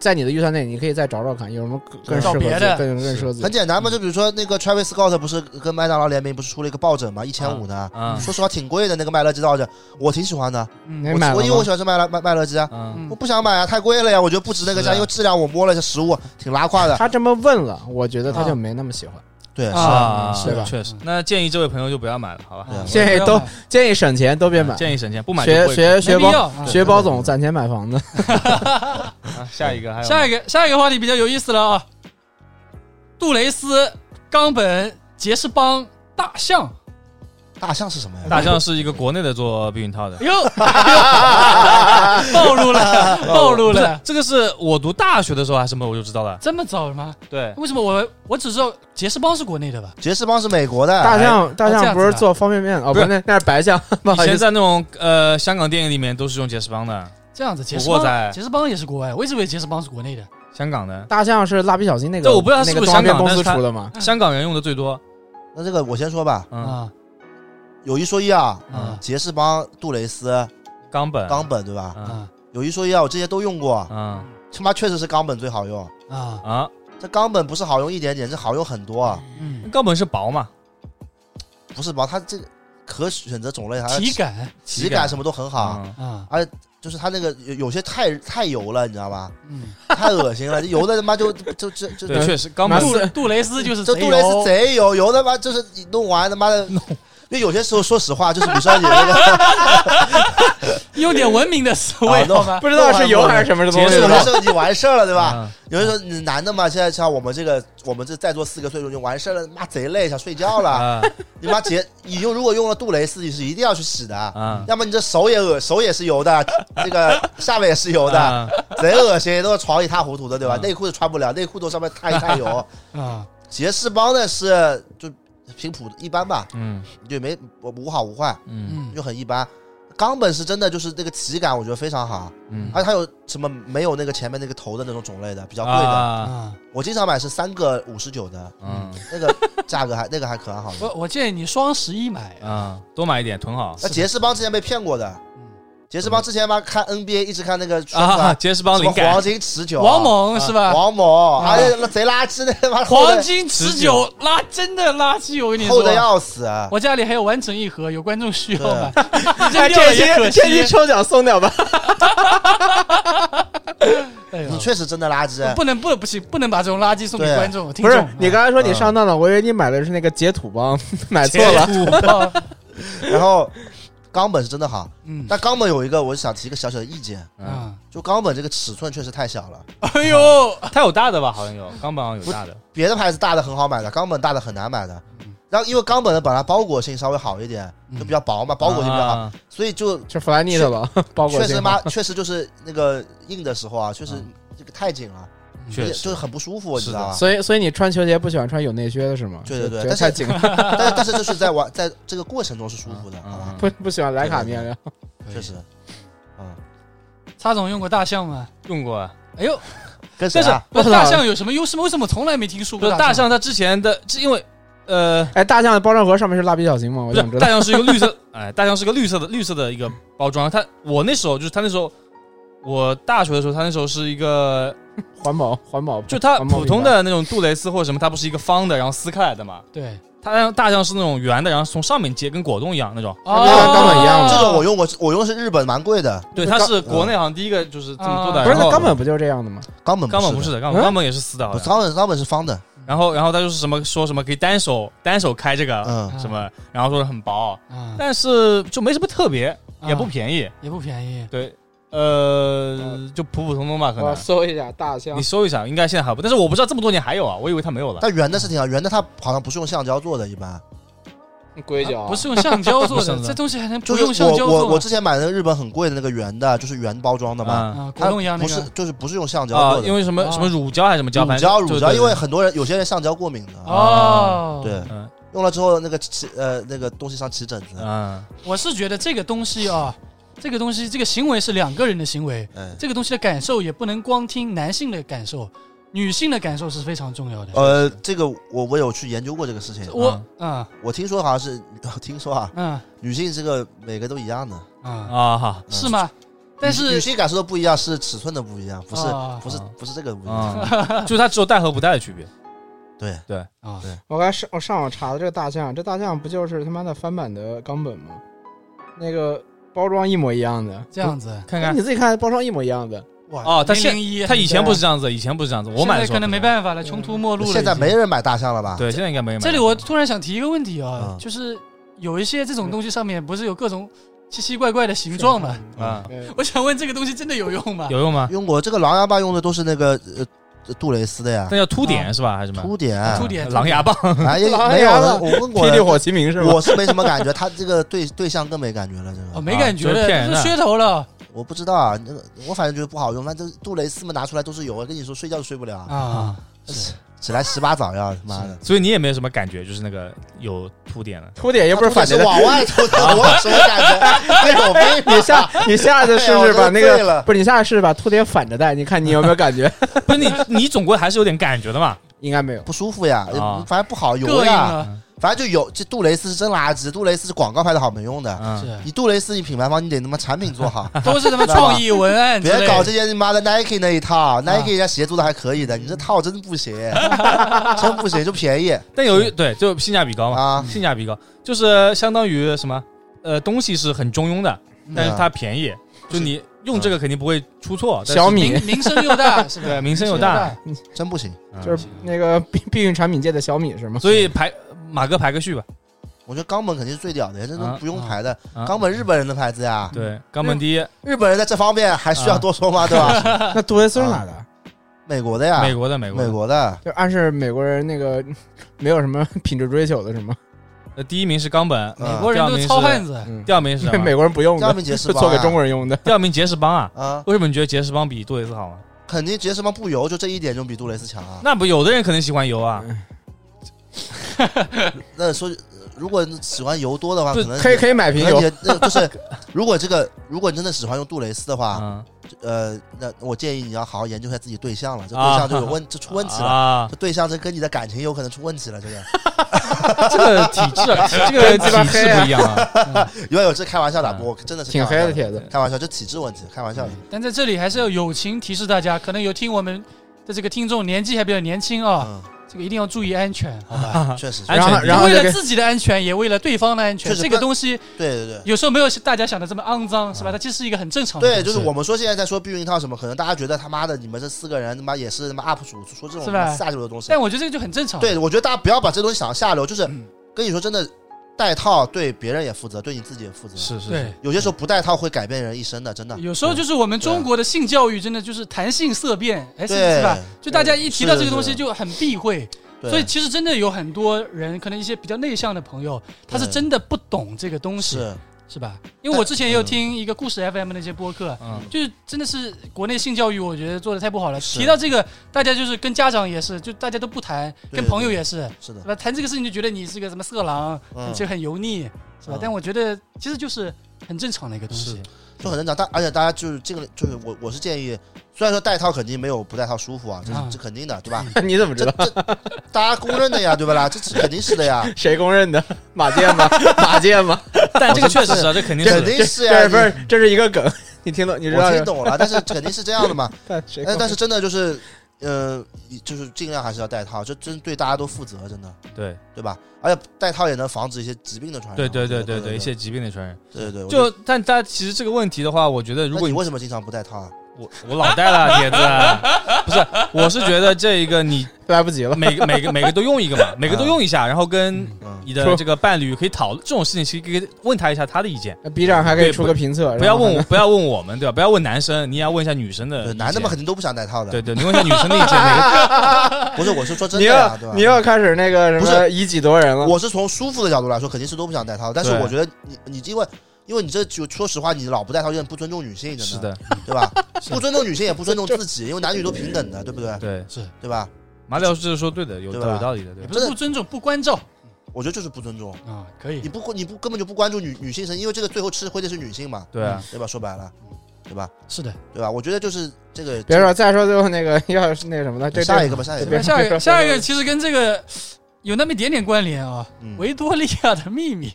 S4: 在你的预算内，你可以再找找看有什么更更适
S3: 找
S4: 合自己
S3: 别的
S4: 更更适合自
S2: 很
S4: 己。
S2: 简单嘛，就比如说那个 Travis Scott 不是跟麦当劳联名，不是出了一个抱枕嘛，一千五呢。
S5: 嗯
S2: 说实话，挺贵的那个麦乐鸡抱枕，我挺喜欢的。
S4: 你
S3: 嗯
S2: 我
S4: 买
S2: 我
S4: 了
S2: 因为我
S4: 吗？
S2: 喜欢吃麦乐麦麦乐鸡啊，
S5: 嗯，
S2: 我不想买啊，太贵了呀，我觉得不值那个
S5: 是
S2: 价，
S5: 啊
S2: 因为质量我摸了一下，实物挺拉胯 的。
S4: 他这么问了，我觉得他
S3: 啊
S4: 就没那么喜欢。
S2: 对，
S5: 啊，
S4: 是吧
S5: 确实。那建议这位朋友就不要买了，好吧？
S2: 嗯
S3: 嗯
S2: 对啊
S4: 建议都建议省钱，都别买。
S5: 啊建议省钱，不买就
S4: 学
S5: 不会
S3: 学
S4: 学学
S3: 必
S4: 包
S3: 要。啊
S4: 学包总攒钱买房子，
S5: 贵啊下一个还有
S3: 下一个下一个话题比较有意思了啊，杜蕾斯、冈本、杰士邦、大象，
S2: 大象是什么呀？
S5: 大象是一个国内的做避孕 套的
S3: 哎。呦，哎呦暴露了，
S4: 哦
S3: 暴露
S5: 不是
S3: 了，，
S5: 这个是我读大学的时候还是什么我就知道了。
S3: 这么早吗？
S5: 对，
S3: 为什么我我只知道杰士邦是国内的吧？
S2: 杰士邦是美国的，
S4: 大象大
S3: 这
S4: 象
S3: 样
S4: 不是
S3: 子啊
S4: 做方便面哦，不
S5: 不
S4: 是
S5: 是
S4: 那 那是白象，不好
S5: 以
S4: 意思，
S5: 前在那种呃香港电影里面都是用杰士邦的，
S3: 这样子，杰士
S5: 古惑
S3: 邦
S5: 仔
S3: 杰士邦也是国外，我一直以为杰士邦是国内的。
S5: 香港的，
S4: 大象是蜡笔小新那个，
S5: 这我不知道是不是
S4: 那个动画片
S5: 香港
S4: 公司
S5: 但是它
S4: 出的吗？
S5: 香港人用的最多。
S2: 那这个我先说吧，
S5: 嗯，
S3: 啊
S2: 有一说一啊，
S3: 啊
S2: 杰士邦、杜蕾斯、
S5: 冈本，
S2: 冈本对吧？
S5: 嗯
S3: 啊
S2: 有一说一啊，我这些都用过，
S5: 嗯
S2: 他妈确实是冈本最好用。
S3: 啊！
S5: 啊，
S2: 这冈本不是好用一点点，这好用很多啊。
S3: 嗯，
S5: 冈本是薄嘛，
S2: 不是吧？它这个可选择种类，还有
S3: 体感
S2: 体感什么都很好。
S5: 嗯
S3: 啊，
S2: 就是它那个有有些太太油了，你知道吧？
S3: 嗯，
S2: 太恶心了，油的他妈就就就就
S5: 对，确实冈
S4: 蛮
S5: 本
S4: 素
S3: 杜蕾 杜蕾斯就是
S2: 这
S3: 贼
S2: 杜蕾斯
S3: 油
S2: 贼油，油的妈就是你弄完他妈的，因为有些时候说实话，就是比如说你那 个
S3: 用点文明的思
S2: 啊
S3: 维
S2: 弄
S3: 好吧？
S4: 不知道是油还是什么的东
S5: 不
S4: 西
S5: 是
S2: 有
S5: 结束
S2: 些
S4: 吧
S5: 了
S2: 时候你完事儿了，对吧？？
S5: 嗯
S2: 有些时候你男的嘛，现在像我们这个我们这在座四个岁数就完事儿了，妈贼累，想睡觉
S4: 嗯
S2: 了。
S5: 啊
S2: 你妈姐，你用如果用了杜蕾斯，你是一定要去洗
S4: 嗯
S2: 的，
S5: 啊，
S2: 要么你这手也恶，手也是油的，这个下面也是油的，
S5: 啊
S2: 贼恶心，弄得床一塌糊涂的，对吧？
S5: 嗯
S2: 内裤也穿不了，内裤都上面擦一滩油。
S3: 啊，
S2: 杰士邦的是就平普一般吧，
S5: 嗯
S2: 就没无好无坏。
S5: 嗯
S3: 嗯
S2: 就很一般。冈本是真的，就是那个体感，我觉得非常好，
S5: 嗯，
S2: 而且它有什么没有那个前面那个头的那种种类的，比较贵的。
S5: 啊，
S3: 啊，
S2: 我经常买是三个五十九的，
S5: 嗯
S2: 那 个价格还那个还可好
S3: 我
S2: 的。
S3: 我建议你双十一买。
S5: 啊，多买一点囤好
S2: 那杰士邦之前被骗过的，杰士邦之前嘛看 NBA 一直看那个宣
S5: 嗯啊，
S2: 传，
S5: 杰士邦
S2: 哎什么
S5: 灵感
S2: 黄，金持久啊，
S3: 王猛是吧？
S2: 王猛，
S3: 啊
S2: 而且那贼垃圾的，他妈厚
S3: 黄
S2: 的
S3: 金持久垃真的垃圾，我跟你
S2: 厚
S3: 说
S2: 的，要死。
S3: 我家里还有完整一盒，有观众需要买，
S4: 哎
S3: 扔掉了
S4: 这期
S3: 也可惜
S4: 这。期抽奖送掉吧，
S3: 哎呦
S2: 你确实真的垃圾，
S3: 不能不不行，不能把这种垃圾送给
S2: 对
S3: 观众。听啊
S4: 不
S3: 众
S4: 是你刚才说你
S2: 嗯
S4: 上当了，我以为你买的是那个截图帮，买错了，
S5: 了，
S2: 然后冈本是真的好，
S3: 嗯
S2: 但冈本有一个，我想提一个小小的意见，
S5: 嗯，
S3: 啊，
S2: 就冈本这个尺寸确实太小了，
S3: 哎呦，
S5: 它有大的吧？好像有，钢板好像有大的。
S2: 别的牌子大的很好买的，冈本大的很难买的
S3: 嗯。
S2: 然后因为冈本的本来包裹性稍微好一点，就比较薄嘛，包裹性比较好，
S5: 啊
S2: 所以就
S4: 吃弗兰尼的吧，包裹
S2: 确
S4: 性
S2: 实妈确实就是那个硬的时候啊，确实这个太紧了，
S5: 确
S2: 也
S5: 实
S2: 就是很不舒服，你知道吧？
S4: 所以，所以你穿球鞋不喜欢穿有内靴的是吗？
S2: 啊对对对
S4: 觉得
S2: 但是
S4: 太紧了，
S2: 但是但是就是在玩在这个过程中是舒服的，好吧？
S5: 嗯
S4: 不不喜欢莱卡面料。
S2: 确实，嗯，
S3: 擦总用过大象吗？
S5: 用过啊。
S3: 哎呦，
S2: 跟谁
S3: 但是
S2: 啊？
S3: 不是大象有什么优势吗？为什么从来没听说
S5: 不
S3: 过
S5: 是大
S3: 象？
S5: 象，它之前的是因为呃，
S4: 哎，大象的包装盒上面是蜡笔小新吗？我
S5: 不是
S4: 想知道
S5: 大。象是一个绿色， 哎，大象是个绿色的绿色的一个包装。它我那时候就是它那时候。我大学的时候，它那时候是一个，
S4: 环保，环保，
S5: 就它
S4: 环保
S5: 普通
S4: 品牌，
S5: 的那种杜蕾斯或者什么，它不是一个方的，然后撕开来的嘛。
S3: 对，
S5: 它让大象是那种圆的，然后从上面接，跟果冻一样那种。
S3: 哦
S4: 那就跟钢本一样了
S2: 这种我用过，我用的是日本蛮贵的，
S5: 对，它是国内好像第一个就是这么做的。
S3: 啊
S4: 不是
S5: 然后
S4: 那根本不就是这样的吗？
S2: 冈本
S5: 冈本
S2: 不
S5: 不是
S2: 的，
S5: 的，冈
S4: 嗯
S5: 本冈本也是撕的，好
S2: 不是
S5: 像。
S2: 冈本冈本是方的，
S5: 然后然后他就是什么说什么可以单手单手开这个
S2: 嗯，
S5: 什么，然后说很薄，
S3: 啊，
S5: 但是就没什么特别，
S3: 啊
S2: 嗯
S5: 也不便宜。
S3: 也不便宜。
S5: 对，
S2: 嗯
S5: 呃，就普普通通吧，可
S4: 我要
S5: 能。
S4: 搜一下大象
S5: 你，搜一下，应该现在还有，但是我不知道这么多年还有啊，我以为它没有了。
S2: 但圆的是挺好，圆的它好像不是用橡胶做的，一般
S4: 硅
S3: 啊不是用橡胶做的，这东西还能
S2: 就
S3: 不
S2: 是
S3: 用橡
S2: 我
S3: 胶
S2: 我
S3: 做
S2: 我
S3: 吗？
S2: 之前买的那个日本很贵的那个圆的，就是圆包装的嘛，
S5: 嗯
S3: 啊，果
S2: 它
S3: 冻一样那
S2: 不是
S3: 个
S2: 就是不是用橡胶
S5: 啊
S2: 做，的，
S5: 因为什么
S3: 啊
S5: 什么乳胶还是什么胶，
S2: 嗯乳
S5: 反
S2: 胶
S5: 正就
S2: 乳胶，
S5: 对
S2: 因为很多人有些人橡胶过敏的，
S3: 哦。
S2: 啊对，
S5: 嗯
S2: 用了之后那个起呃那个东西上起疹子，
S5: 嗯，
S3: 我是觉得这个东西啊，这个东西这个行为是两个人的行为，
S2: 嗯。
S3: 这个东西的感受也不能光听男性的感受，女性的感受是非常重要的。
S2: 呃，这个我我有去研究过这个事情，
S3: 我啊
S2: 我听说好像是 听说啊，
S3: 啊
S2: 女性这个每个都一样的，
S3: 啊，
S5: 啊哈，
S2: 嗯
S3: 是吗？但
S2: 女女
S3: 是
S2: 性感受的不一样是尺寸的不一样，不是
S3: 啊
S2: 不是
S4: 哦
S5: 啊
S2: 不是这个不一
S4: 嗯
S2: 样，
S5: 啊，就是它只有带和不带的区别。
S2: 对，
S3: 啊
S4: 我刚上我上网查的这个大象，这大象不就是他妈的翻版的冈本吗？那个包装一模一样的， 哎
S3: 这样子，
S5: 看看
S4: 你自己看包装一模一样的，
S5: 哦，它现
S3: 零一，
S5: 它以前不是这样子，以前不是这样子，我买
S3: 现
S5: 的时
S3: 在
S5: 候
S3: 可能没
S5: 法。
S3: 办法了，穷途末路了。
S2: 现在没。人买大象了吧？
S5: 对，现在应该没人买。
S3: 这里我突然想提一个问题啊，
S2: 嗯
S3: 就是有一些这种东西上面不是有各种奇奇怪怪的形状吗？
S5: 啊
S4: 对？
S3: 我想问这个东西真的有用啊吗？
S5: 有用
S4: 啊
S5: 吗？
S2: 用过这个狼牙棒用的都是那个呃杜蕾斯的呀
S5: 那，叫凸
S3: 啊
S5: 点是吧？还是什么？
S2: 凸点，
S3: 凸点
S5: 狼牙棒。
S2: 哎也
S4: 狼
S2: 没有
S4: 牙
S2: 了，
S4: 棒
S2: 我问过
S4: 啊霹雳
S2: 了，
S4: 火齐鸣是吧？
S2: 我是没什么感觉，他这个对对象更没感觉了，这
S3: 哦，
S2: 个
S3: 没感觉
S5: 就是骗人
S3: 了，
S5: 的
S3: 这是噱头了
S2: 我不知道啊，那个我反正觉得不好用，反正杜蕾斯嘛拿出来都是有，跟你说睡觉都睡不了，
S3: 啊！
S2: 起起来十八早要他妈的。
S5: 所以你也没有什么感觉，就是那个有凸点的。
S4: 凸点也不是反
S2: 他都是
S4: 着的，
S2: 往外吐的，我有什么感觉？ 他有病吧！
S4: 你下你下次试试把
S2: 哎呀我
S4: 那
S2: 真的醉了
S4: 个不是你下次试试把凸点反着戴，你看你有没有感觉？
S5: 不是你，你总归还是有点感觉的嘛。
S4: 应该没有。
S2: 不舒服呀
S5: 啊，
S2: 反正不好
S3: 膈
S2: 油
S3: 应
S2: 呀，
S3: 啊，
S2: 反正就有。这杜蕾斯是真垃圾，杜蕾斯是广告拍的好没用的。
S5: 嗯，
S3: 啊是
S2: 你杜蕾斯你品牌方，你得他妈产品做好，
S3: 都是他妈创意文案之类的，
S2: 别搞这些你妈的 Nike 那一套，Nike 人家鞋做的还可以的，你这套真不行，真不行，就便宜
S5: 但有一对，就性价比高嘛，
S2: 啊。
S5: 性价比高就是相当于什么？呃，东西是很中庸的，
S3: 嗯
S5: 但是它便
S3: 啊
S5: 宜，就你用这个肯定不会出错。但是
S4: 小米
S3: 名名声又大， 是吧？
S5: 对名声又
S3: 又
S5: 大，，
S2: 真不行，
S5: 嗯
S4: 就是那个避避孕产品界的小米是吗？
S5: 所以排马哥排个序吧。
S2: 我觉得冈本肯定是最屌的，这都不用排的。
S5: 啊
S2: 冈本日本人的牌子呀，
S3: 嗯
S5: 对，冈本第一，
S3: 啊
S2: 日本人在这方面还需要多说吗？对吧？
S4: 那杜蕾斯是
S5: 啊
S4: 哪的？
S2: 美国的呀，
S5: 美国的美国
S2: 美
S5: 的，
S2: 国的，
S4: 就暗示美国人那个没有什么 品质追求的是吗？
S5: 呃，第一名是冈本，
S2: 嗯
S3: 美国人都糙汉子，
S4: 嗯，
S5: 第二名是什
S4: 美
S5: 么？
S4: 国人不用
S2: 加
S4: 的，
S2: 明杰士
S4: 是
S2: 邦
S4: 做给
S2: 呀
S4: 中国人用的。
S5: 第二名杰士邦啊。
S2: 啊，
S5: 为什么你觉得杰士邦比杜蕾斯好吗？啊
S2: 肯定杰士邦不油，就这一点就比杜蕾斯强啊。
S5: 那不有的人可能喜欢油啊，
S2: 那说，如果喜欢油多的话，
S5: 对
S2: 可能
S4: 可以可以买
S2: 可
S4: 瓶
S2: 能
S4: 油，
S2: 也那就是，如果这个，如果你真的喜欢用杜蕾斯的话，
S5: 嗯，
S2: 呃，那我建议你要好好研究一下自己对象了，这
S5: 啊
S2: 对象就有问，就出问题了。
S5: 啊，
S2: 这对象这跟你的感情有可能出问题了，这个。
S5: 这个体质啊， 这个体质不一样啊。
S2: 因为我这开玩笑的，我真的是
S4: 挺
S2: 开
S4: 黑
S2: 玩笑
S4: 的帖子。
S2: 开玩笑，这体质问题，开玩笑的。
S3: 但在这里还是要友情提示大家，可能有听我们的这个听众年纪还比较年轻啊，
S2: 嗯，
S3: 这个一定要注意安全，好吧？
S2: 确实是，
S5: 安
S4: 然
S5: 全
S4: 后
S5: 第一
S4: 然后
S3: 为
S4: 就
S3: 了
S4: 给
S3: 自己的安全，也为了对方的安全，
S2: 确实
S3: 这个
S2: 不
S3: 东西
S2: 对对对。
S3: 有时候没有大家想的这么肮脏，是吧？它其实是一个很正常的东
S2: 对，
S3: 西，
S2: 就是我们说现在在说避孕套什么，可能大家觉得他妈的你们这四个人他妈也是他妈 UP 主说这种
S3: 是吧哎
S2: 下流的东西
S3: 但。我觉得这个就很正常。
S2: 对，我觉得大家不要把这东西想下流，就是
S3: 嗯
S2: 跟你说真的，带套对别人也负责，对你自己也负责。
S5: 是是
S3: 对
S5: 是，，
S2: 有些时候不带套会改变人一生的，真的。
S3: 有时候就是我们中国的性教育真的就是谈性色变，哎，是
S2: 对
S3: 是吧？就大家一提到这个东西
S2: 是
S3: 就很避讳，
S2: 对
S3: 所以其实真的有很多人，可能一些比较内向的朋友，他是
S2: 对
S3: 真的不懂这个东西，
S2: 是
S3: 是吧？因为我之前也有听一个故事 FM 那些播客，
S5: 嗯，
S3: 就是真的是国内性教育，我觉得做的太不好了。
S2: 是
S3: 提到这个，大家就是跟家长也是，就大家都不谈，
S2: 对
S3: 跟朋友也是，
S2: 是的
S3: 是，吧？谈这个事情就觉得你是个什么色狼，
S2: 嗯
S3: 就很油腻，是吧？
S2: 嗯
S3: 但我觉得其实就是很正常的一个东西
S5: 是。
S2: 就很正常。但而且大家就是这个，就是我我是建议，虽然说带套肯定没有不带套舒服啊，这
S3: 嗯
S2: 是这肯定的， 对吧？
S4: 你怎么知
S2: 这
S4: 道？
S2: 这大家公认的呀，对不啦？这是肯定是的 呀，
S4: 谁公认的？马健 吗？马健吗？
S5: 但这个确实是啊，这肯定
S2: 肯
S5: 是
S2: 定哎是呀。你
S4: 这不是这是一个梗，你听懂？你知道
S2: 我
S4: 是
S2: 听？懂了，但 是肯定是这样的嘛。
S4: 但谁
S2: 但但是真的就是，呃，就是尽量还是要带套，这真对大家都负责，真的，
S5: 对
S2: 对吧？而且带套也能防止一些疾病的传染。
S5: 对对
S2: 我觉
S5: 对
S2: 得
S5: 对
S2: 对
S5: 对，一些疾病的传染。
S2: 对对。
S5: 就但大家其实这个问题的话，我觉得如
S2: 如
S5: 果
S2: 果你
S5: 你
S2: 为什么经常不带套啊？
S5: 我我老带了铁子，啊 不是，我是觉得这一个你
S4: 来不及了？
S5: 每个每个每个都用一个嘛，每个都用一下，然后跟
S2: 嗯，
S5: 你的
S4: 说
S5: 这个伴侣可以讨论这种事情，其实可以问他一下他的意见，
S4: 那 B 站还可以出个评测，
S5: 不要
S4: 然后
S5: 问我，不要问我们对吧？不要问男生，你也要问一下女生的意
S2: 对，
S5: 见。
S2: 男的嘛肯定都不想带套的。
S5: 对对，你问一下女生的意见，哪
S2: 不是，我是说真
S4: 你
S2: 的呀，
S4: 要
S2: 对吧？
S4: 你要开始那个什
S2: 不
S4: 么
S2: 是
S4: 以己度人了。
S2: 我是从舒服的角度来说，肯定是都不想戴套。但是
S5: 对
S2: 我觉得你你因为因为你这就说实话，你老不戴套有点不尊重女性，
S5: 个
S2: 真
S5: 是的，
S2: 对吧？不尊重女性也不尊重自己，因为男女都平等的，对不对？
S5: 对，
S2: 对吧？
S5: 马里奥是说对的，有
S2: 对吧
S5: 有道理的，对
S3: 也不
S5: 吧
S3: 是
S2: 真
S3: 不
S2: 的
S3: 尊重、不关照
S2: 我觉得就是不尊重，
S3: 啊，可以
S2: 你。不你不根本就不关注女女性身，因为这个最后吃亏的是女性嘛，
S5: 对啊，
S2: 对吧？说白了，对吧？
S3: 是的，
S2: 对吧？我觉得就是这个。
S4: 别说再说最后那个 要是那什么的，这
S2: 下一个吧，下一
S4: 这
S2: 个
S4: 别
S2: 吧，
S3: 下一个
S4: 别
S3: 下一个其实跟这个有那么一点点关联啊，
S2: 嗯
S3: 维多利亚的秘密》，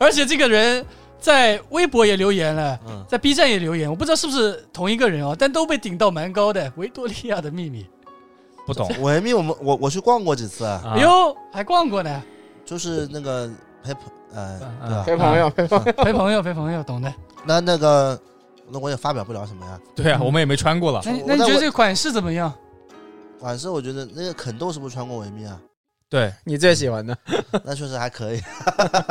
S3: 而且这个人在微博也留言了。
S2: 嗯，
S3: 在 B 站也留言，我不知道是不是同一个人哦，但都被顶到蛮高的。维多利亚的秘密，
S5: 不懂。
S2: 维密，我们我我去逛过几次，
S5: 啊
S3: 哎呦，还逛过呢，
S2: 就是那个陪朋呃，
S5: 嗯
S2: 对吧？
S4: 陪朋友陪朋友
S3: 陪朋友，陪朋友，懂的。
S2: 那那个那我也发表不了什么呀。
S5: 对啊，我们也没穿过了。
S3: 那你
S2: 我
S3: 那你
S2: 那
S3: 觉得
S2: 我
S3: 这个款式怎么样？
S2: 晚上我觉得那个肯豆是不是穿过维密啊？
S5: 对，
S4: 你最喜欢的
S2: 那确实还可以，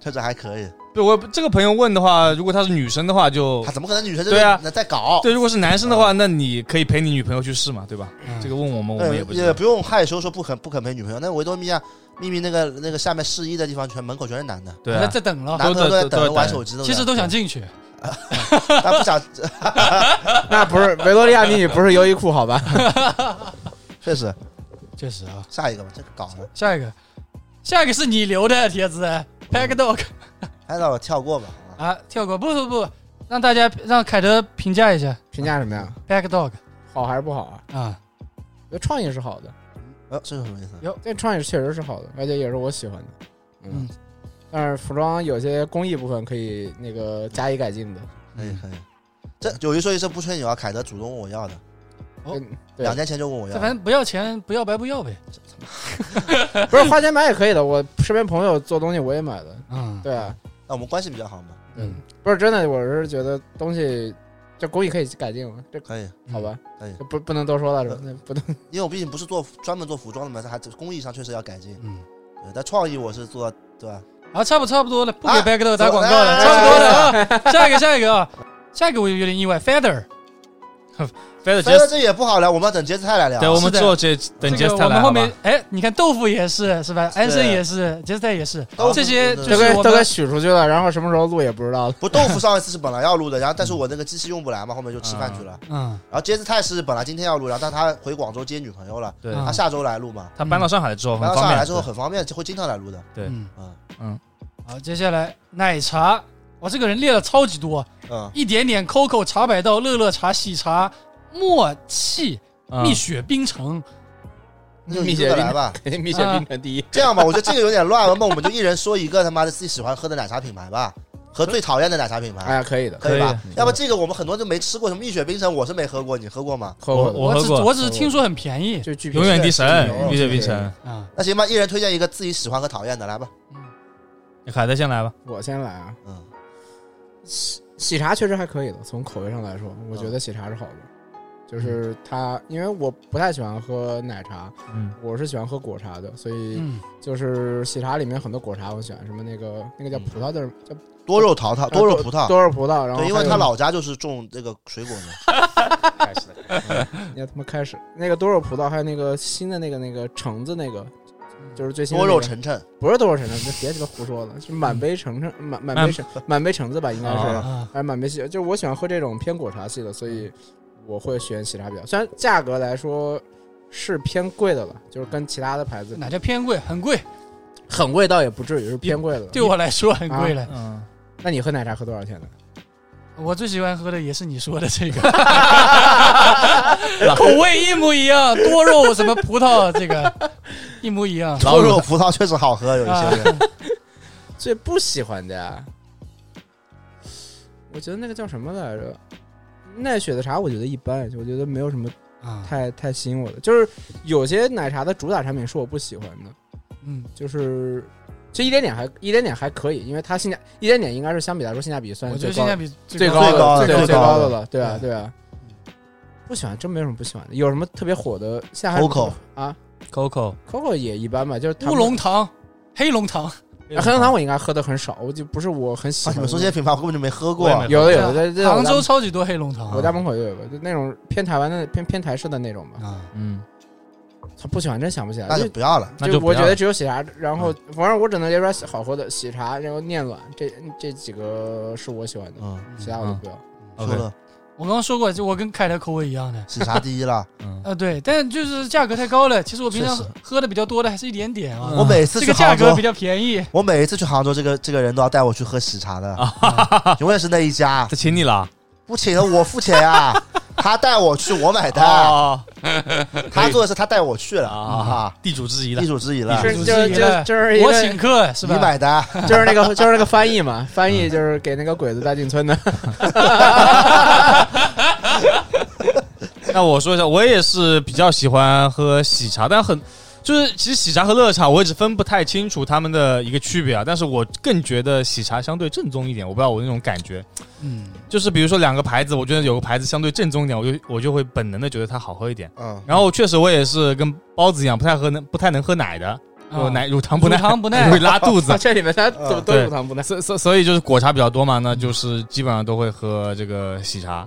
S2: 确实还可以。
S5: 对我这个朋友问的话，如果她是女生的话，就
S2: 他怎么可能女生就
S5: 对啊
S2: 那在搞？
S5: 对；如果是男生的话，那你可以陪你女朋友去试嘛，对吧？
S3: 嗯
S5: 这个问我们，我
S2: 呃
S5: 们
S2: 也
S5: 也不知道。
S2: 不用害羞说不肯不肯陪女朋友。那维多利亚秘密那个那个下面试衣的地方，全门口全是男的，
S5: 对
S3: 我
S5: 啊
S3: 在，在等了，
S2: 男朋友
S5: 都在
S2: 在等着玩
S5: 都在
S2: 手机呢。
S3: 其实都想进去。
S2: 但不想，
S4: 那不是维多利亚秘密，不是优衣库好吧？
S2: 确实
S3: 确实啊，
S2: 下一个吧，这个搞了，
S3: 下一个，下一个是你留的帖子，Pack Dog
S2: 还哎让我跳过吧。好吧
S3: 啊，跳过，不不不，让大家让凯德评价一下
S4: 评价什么呀？
S3: Pack Dog
S4: 好还是不好啊？
S3: 啊，
S4: 我觉得创意是好的，
S2: 呃，这是什么意思？
S5: 嗯
S4: 这创意确实是好的，而且也是我喜欢的。嗯
S3: 嗯，
S4: 但是服装有些工艺部分可以那个加以改进的。
S2: 可以可以。这有一说一，这不吹牛啊！凯德主动问我要的，
S3: 哦
S4: 嗯，对
S2: 两，年前就问我
S3: 这
S2: 要
S3: 反
S2: 的，
S3: 正不要钱，不要白不要呗。
S4: 不是花钱买也可以的。我身边朋友做东西我也买的，
S3: 嗯，
S4: 对啊，
S2: 那我们关系比较好嘛，
S3: 嗯，
S4: 不是真的，我是觉得东西这工艺可以改进嘛，这
S2: 可以。
S4: 好吧，
S5: 嗯
S2: 可以
S4: 不不能多说了，是吧？那不能
S2: 因为我毕竟不是做专门做服装的嘛，它还工艺上确实要改进。
S3: 嗯，
S2: 对，但创意我是做到，对吧？
S3: 好，差不差不多了，不给
S2: 啊
S3: Pack Dog 打
S2: 走
S3: 广告
S2: 哎
S3: 了，
S2: 哎
S3: 差不多了啊。下一个，下一个啊，下一个我有点意外，Feather，
S5: 非得
S2: 反正
S5: 接，
S2: 这也不好聊，我们要等杰斯泰来聊。
S5: 对，我们
S3: 是的
S5: 之后接等杰
S3: 这
S5: 斯
S3: 个
S5: 泰
S3: 我
S5: 来
S3: 们
S5: 好
S3: 后
S5: 吧
S3: 面？哎，你看豆腐也是是吧？安生
S2: 对
S3: 也是，杰斯泰也是
S2: 豆，腐
S3: 这些就
S4: 都
S3: 是
S4: 给
S3: 我
S4: 都给
S3: 们
S4: 许出去了，然后什么时候录也不知道了。
S2: 不，豆腐上一次是本来要录的，然后但是我那个机器用不来嘛，后面就吃饭去了。
S3: 嗯
S2: 然后杰斯泰是本来今天要录，然后但他回广州接女朋友了，
S5: 对，
S3: 嗯
S2: 他下周来录嘛。
S5: 他搬到上海之后很
S2: 啊搬到
S5: 方
S2: 上海来
S5: 便。
S2: 之后很方便，会经常来录的。
S5: 对
S3: 嗯。
S2: 嗯
S3: 好，接下来奶茶，我这个人列了超级多，
S2: 嗯，
S3: 一点点 COCO 茶百道、乐乐茶、喜茶、默契、
S5: 嗯
S3: 蜜雪冰城，
S2: 那就一个个来吧。
S4: 肯定蜜
S3: 雪
S5: 嗯
S3: 冰
S4: 城第一。
S2: 这样吧，我觉得这个有点乱了，那我们就一人说一个他妈的自己喜欢喝的奶茶品牌吧，和最讨厌的奶茶
S5: 啊
S2: 品
S4: 哎
S2: 牌，
S4: 呀，可以的，
S2: 以吧
S5: 可？
S2: 要不这个我们很多就没吃过，什么蜜雪冰城我是没喝过，你喝过吗？
S4: 喝过的
S5: 我
S3: 我
S5: 喝
S3: 只
S5: 过
S3: 我只是听说很便宜
S4: 就巨
S5: 永远的神
S2: 对，
S5: 蜜雪冰城。
S3: 啊。
S2: 那行吧，一人推荐一个自己喜欢和讨厌的，来吧。
S5: 海德先来吧，
S4: 我先来啊，
S2: 嗯，
S4: 喜喜茶确实还可以的，从口味上来说，我觉得喜茶是好的。就是它，因为我不太喜欢喝奶茶，
S5: 嗯
S4: 我是喜欢喝果茶的，所以
S3: 嗯，
S4: 就是喜茶里面很多果茶我喜欢，什么那个那个叫葡萄的叫啊
S2: 多肉桃桃，嗯啊多肉葡萄，
S4: 哎多肉葡萄，然后
S2: 对，因为
S4: 还有
S2: 他老家就是种这个水果的，
S4: 开始了，你看他们开始那个多肉葡萄，还有那个新的那个那个橙子那个，就是最新的
S2: 多
S4: 那个
S2: 肉橙橙，
S4: 不是多肉橙子，你别鸡巴胡说了，是满杯橙橙满满杯橙
S2: 嗯
S4: 满杯橙子吧，应该是
S5: 啊
S3: 啊，
S4: 还是满杯系，就是我喜欢喝这种偏果茶系的，所以我会选喜茶比较，虽然价格来说是偏贵的了，就是跟其他的牌子
S3: 哪叫偏贵？很贵，
S4: 很贵倒也不至于是偏贵的了。
S3: 对我来说很贵
S4: 啊
S3: 了。
S5: 嗯，
S4: 那你喝奶茶喝多少钱的？
S3: 我最喜欢喝的也是你说的这个， 口味一模一样，多肉什么葡萄这个一模一样。
S2: 多肉葡萄确实好喝，有一些人。
S4: 最不喜欢的呀，我觉得那个叫什么来着？奈雪的茶我觉得一般，我觉得没有什么
S3: 啊，
S4: 太太吸引我的。就是有些奶茶的主打产品是我不喜欢的，
S3: 嗯，
S4: 就是其实一点点还一点点还可以，因为它性价一点点应该是相比来说性价比算
S3: 我
S4: 是
S3: 觉得性
S4: 嗯最高
S3: 价
S4: 的
S3: 比
S4: 最
S3: 高
S4: 高
S3: 的
S4: 的
S2: 最
S4: 对
S2: 高的
S4: 最
S2: 最
S4: 高
S2: 高的
S4: 的了，对啊
S3: 对
S4: 对啊。不喜欢真没有什么不喜欢的，有什么特别火的？现在还
S2: Coco
S4: 啊
S5: Coco
S4: ，Coco 也一般吧，就是他们
S3: 乌龙糖、黑龙糖，
S4: 啊黑龙糖我应该喝的很少，我就不是我很 喜
S2: 啊，
S4: 欢
S2: 你
S4: 的。
S2: 们说 这些品牌我根本就没喝过
S5: 我也，没
S4: 有的有的，在
S3: 对
S4: 在
S3: 吧
S4: 我
S3: 杭
S4: 家
S3: 州超级多黑龙糖啊。
S4: 我家门口就有个，就那种偏台湾的、偏偏台式的那种吧。
S3: 啊，
S5: 嗯，
S4: 他不喜欢，真想不起来。
S2: 那就不要了。
S5: 那
S4: 就
S5: 就
S4: 我
S5: 不
S4: 觉
S5: 要嗯
S4: 得只有喜茶，然后反正我只能列出来好喝的喜茶，然后念暖这这几个是我喜欢的，
S2: 嗯，
S4: 其他我就不要。
S2: 说
S5: OK，
S2: 了
S3: 我刚刚说过，就我跟凯的口味一样的。
S2: 喜茶第一了。
S5: 嗯，
S3: 呃，对，但就是价格太高了。其实我平常
S2: 确实
S3: 喝的比较多的还是一点点啊，
S5: 嗯
S2: 我每次
S3: 这
S2: 去
S3: 个价
S2: 杭
S3: 格
S2: 州
S3: 比，较便宜。
S2: 我每一次去杭州，这个这个人都要带我去喝喜茶的，永远是那一家
S5: 他。请你了，
S2: 不请了，我付钱啊！他带我去，我买单。
S5: 哦
S2: 他做的是他带我去了
S5: 啊
S2: 啊，，
S5: 地主之谊了
S2: 地，主之谊
S5: 啊
S2: 了，
S4: 是
S3: 主
S4: 就
S3: 之
S4: 是
S3: 谊
S4: 就
S3: 了
S4: 就是一
S3: 我请
S4: 个
S3: 客是
S2: 你
S3: 吧？
S2: 买单。
S4: 就是那个就是那个翻译嘛，翻
S5: 嗯
S4: 译就是给那个鬼子带进村的。
S5: 那我说一下，我也是比较喜欢喝喜茶，但很就是其实喜茶和热茶我一直分不太清楚它们的一个区别啊。但是我更觉得喜茶相对正宗一点，我不知道我那种感觉，
S3: 嗯，
S5: 就是比如说两个牌子，我觉得有个牌子相对正宗一点，我就我就会本能的觉得它好喝一点。
S2: 嗯，
S5: 然后确实我也是跟包子一样，不太喝能不太能喝奶的，我
S3: 啊
S5: 奶乳糖不
S3: 乳
S5: 耐，
S3: 糖不耐
S5: 会拉肚子
S4: 啊 。这里面他都
S2: 嗯
S4: 都
S5: 对
S4: 乳糖不耐。
S5: 所所所以就是果茶比较多嘛，
S3: 嗯
S5: 那就是基本上都会喝这个喜茶。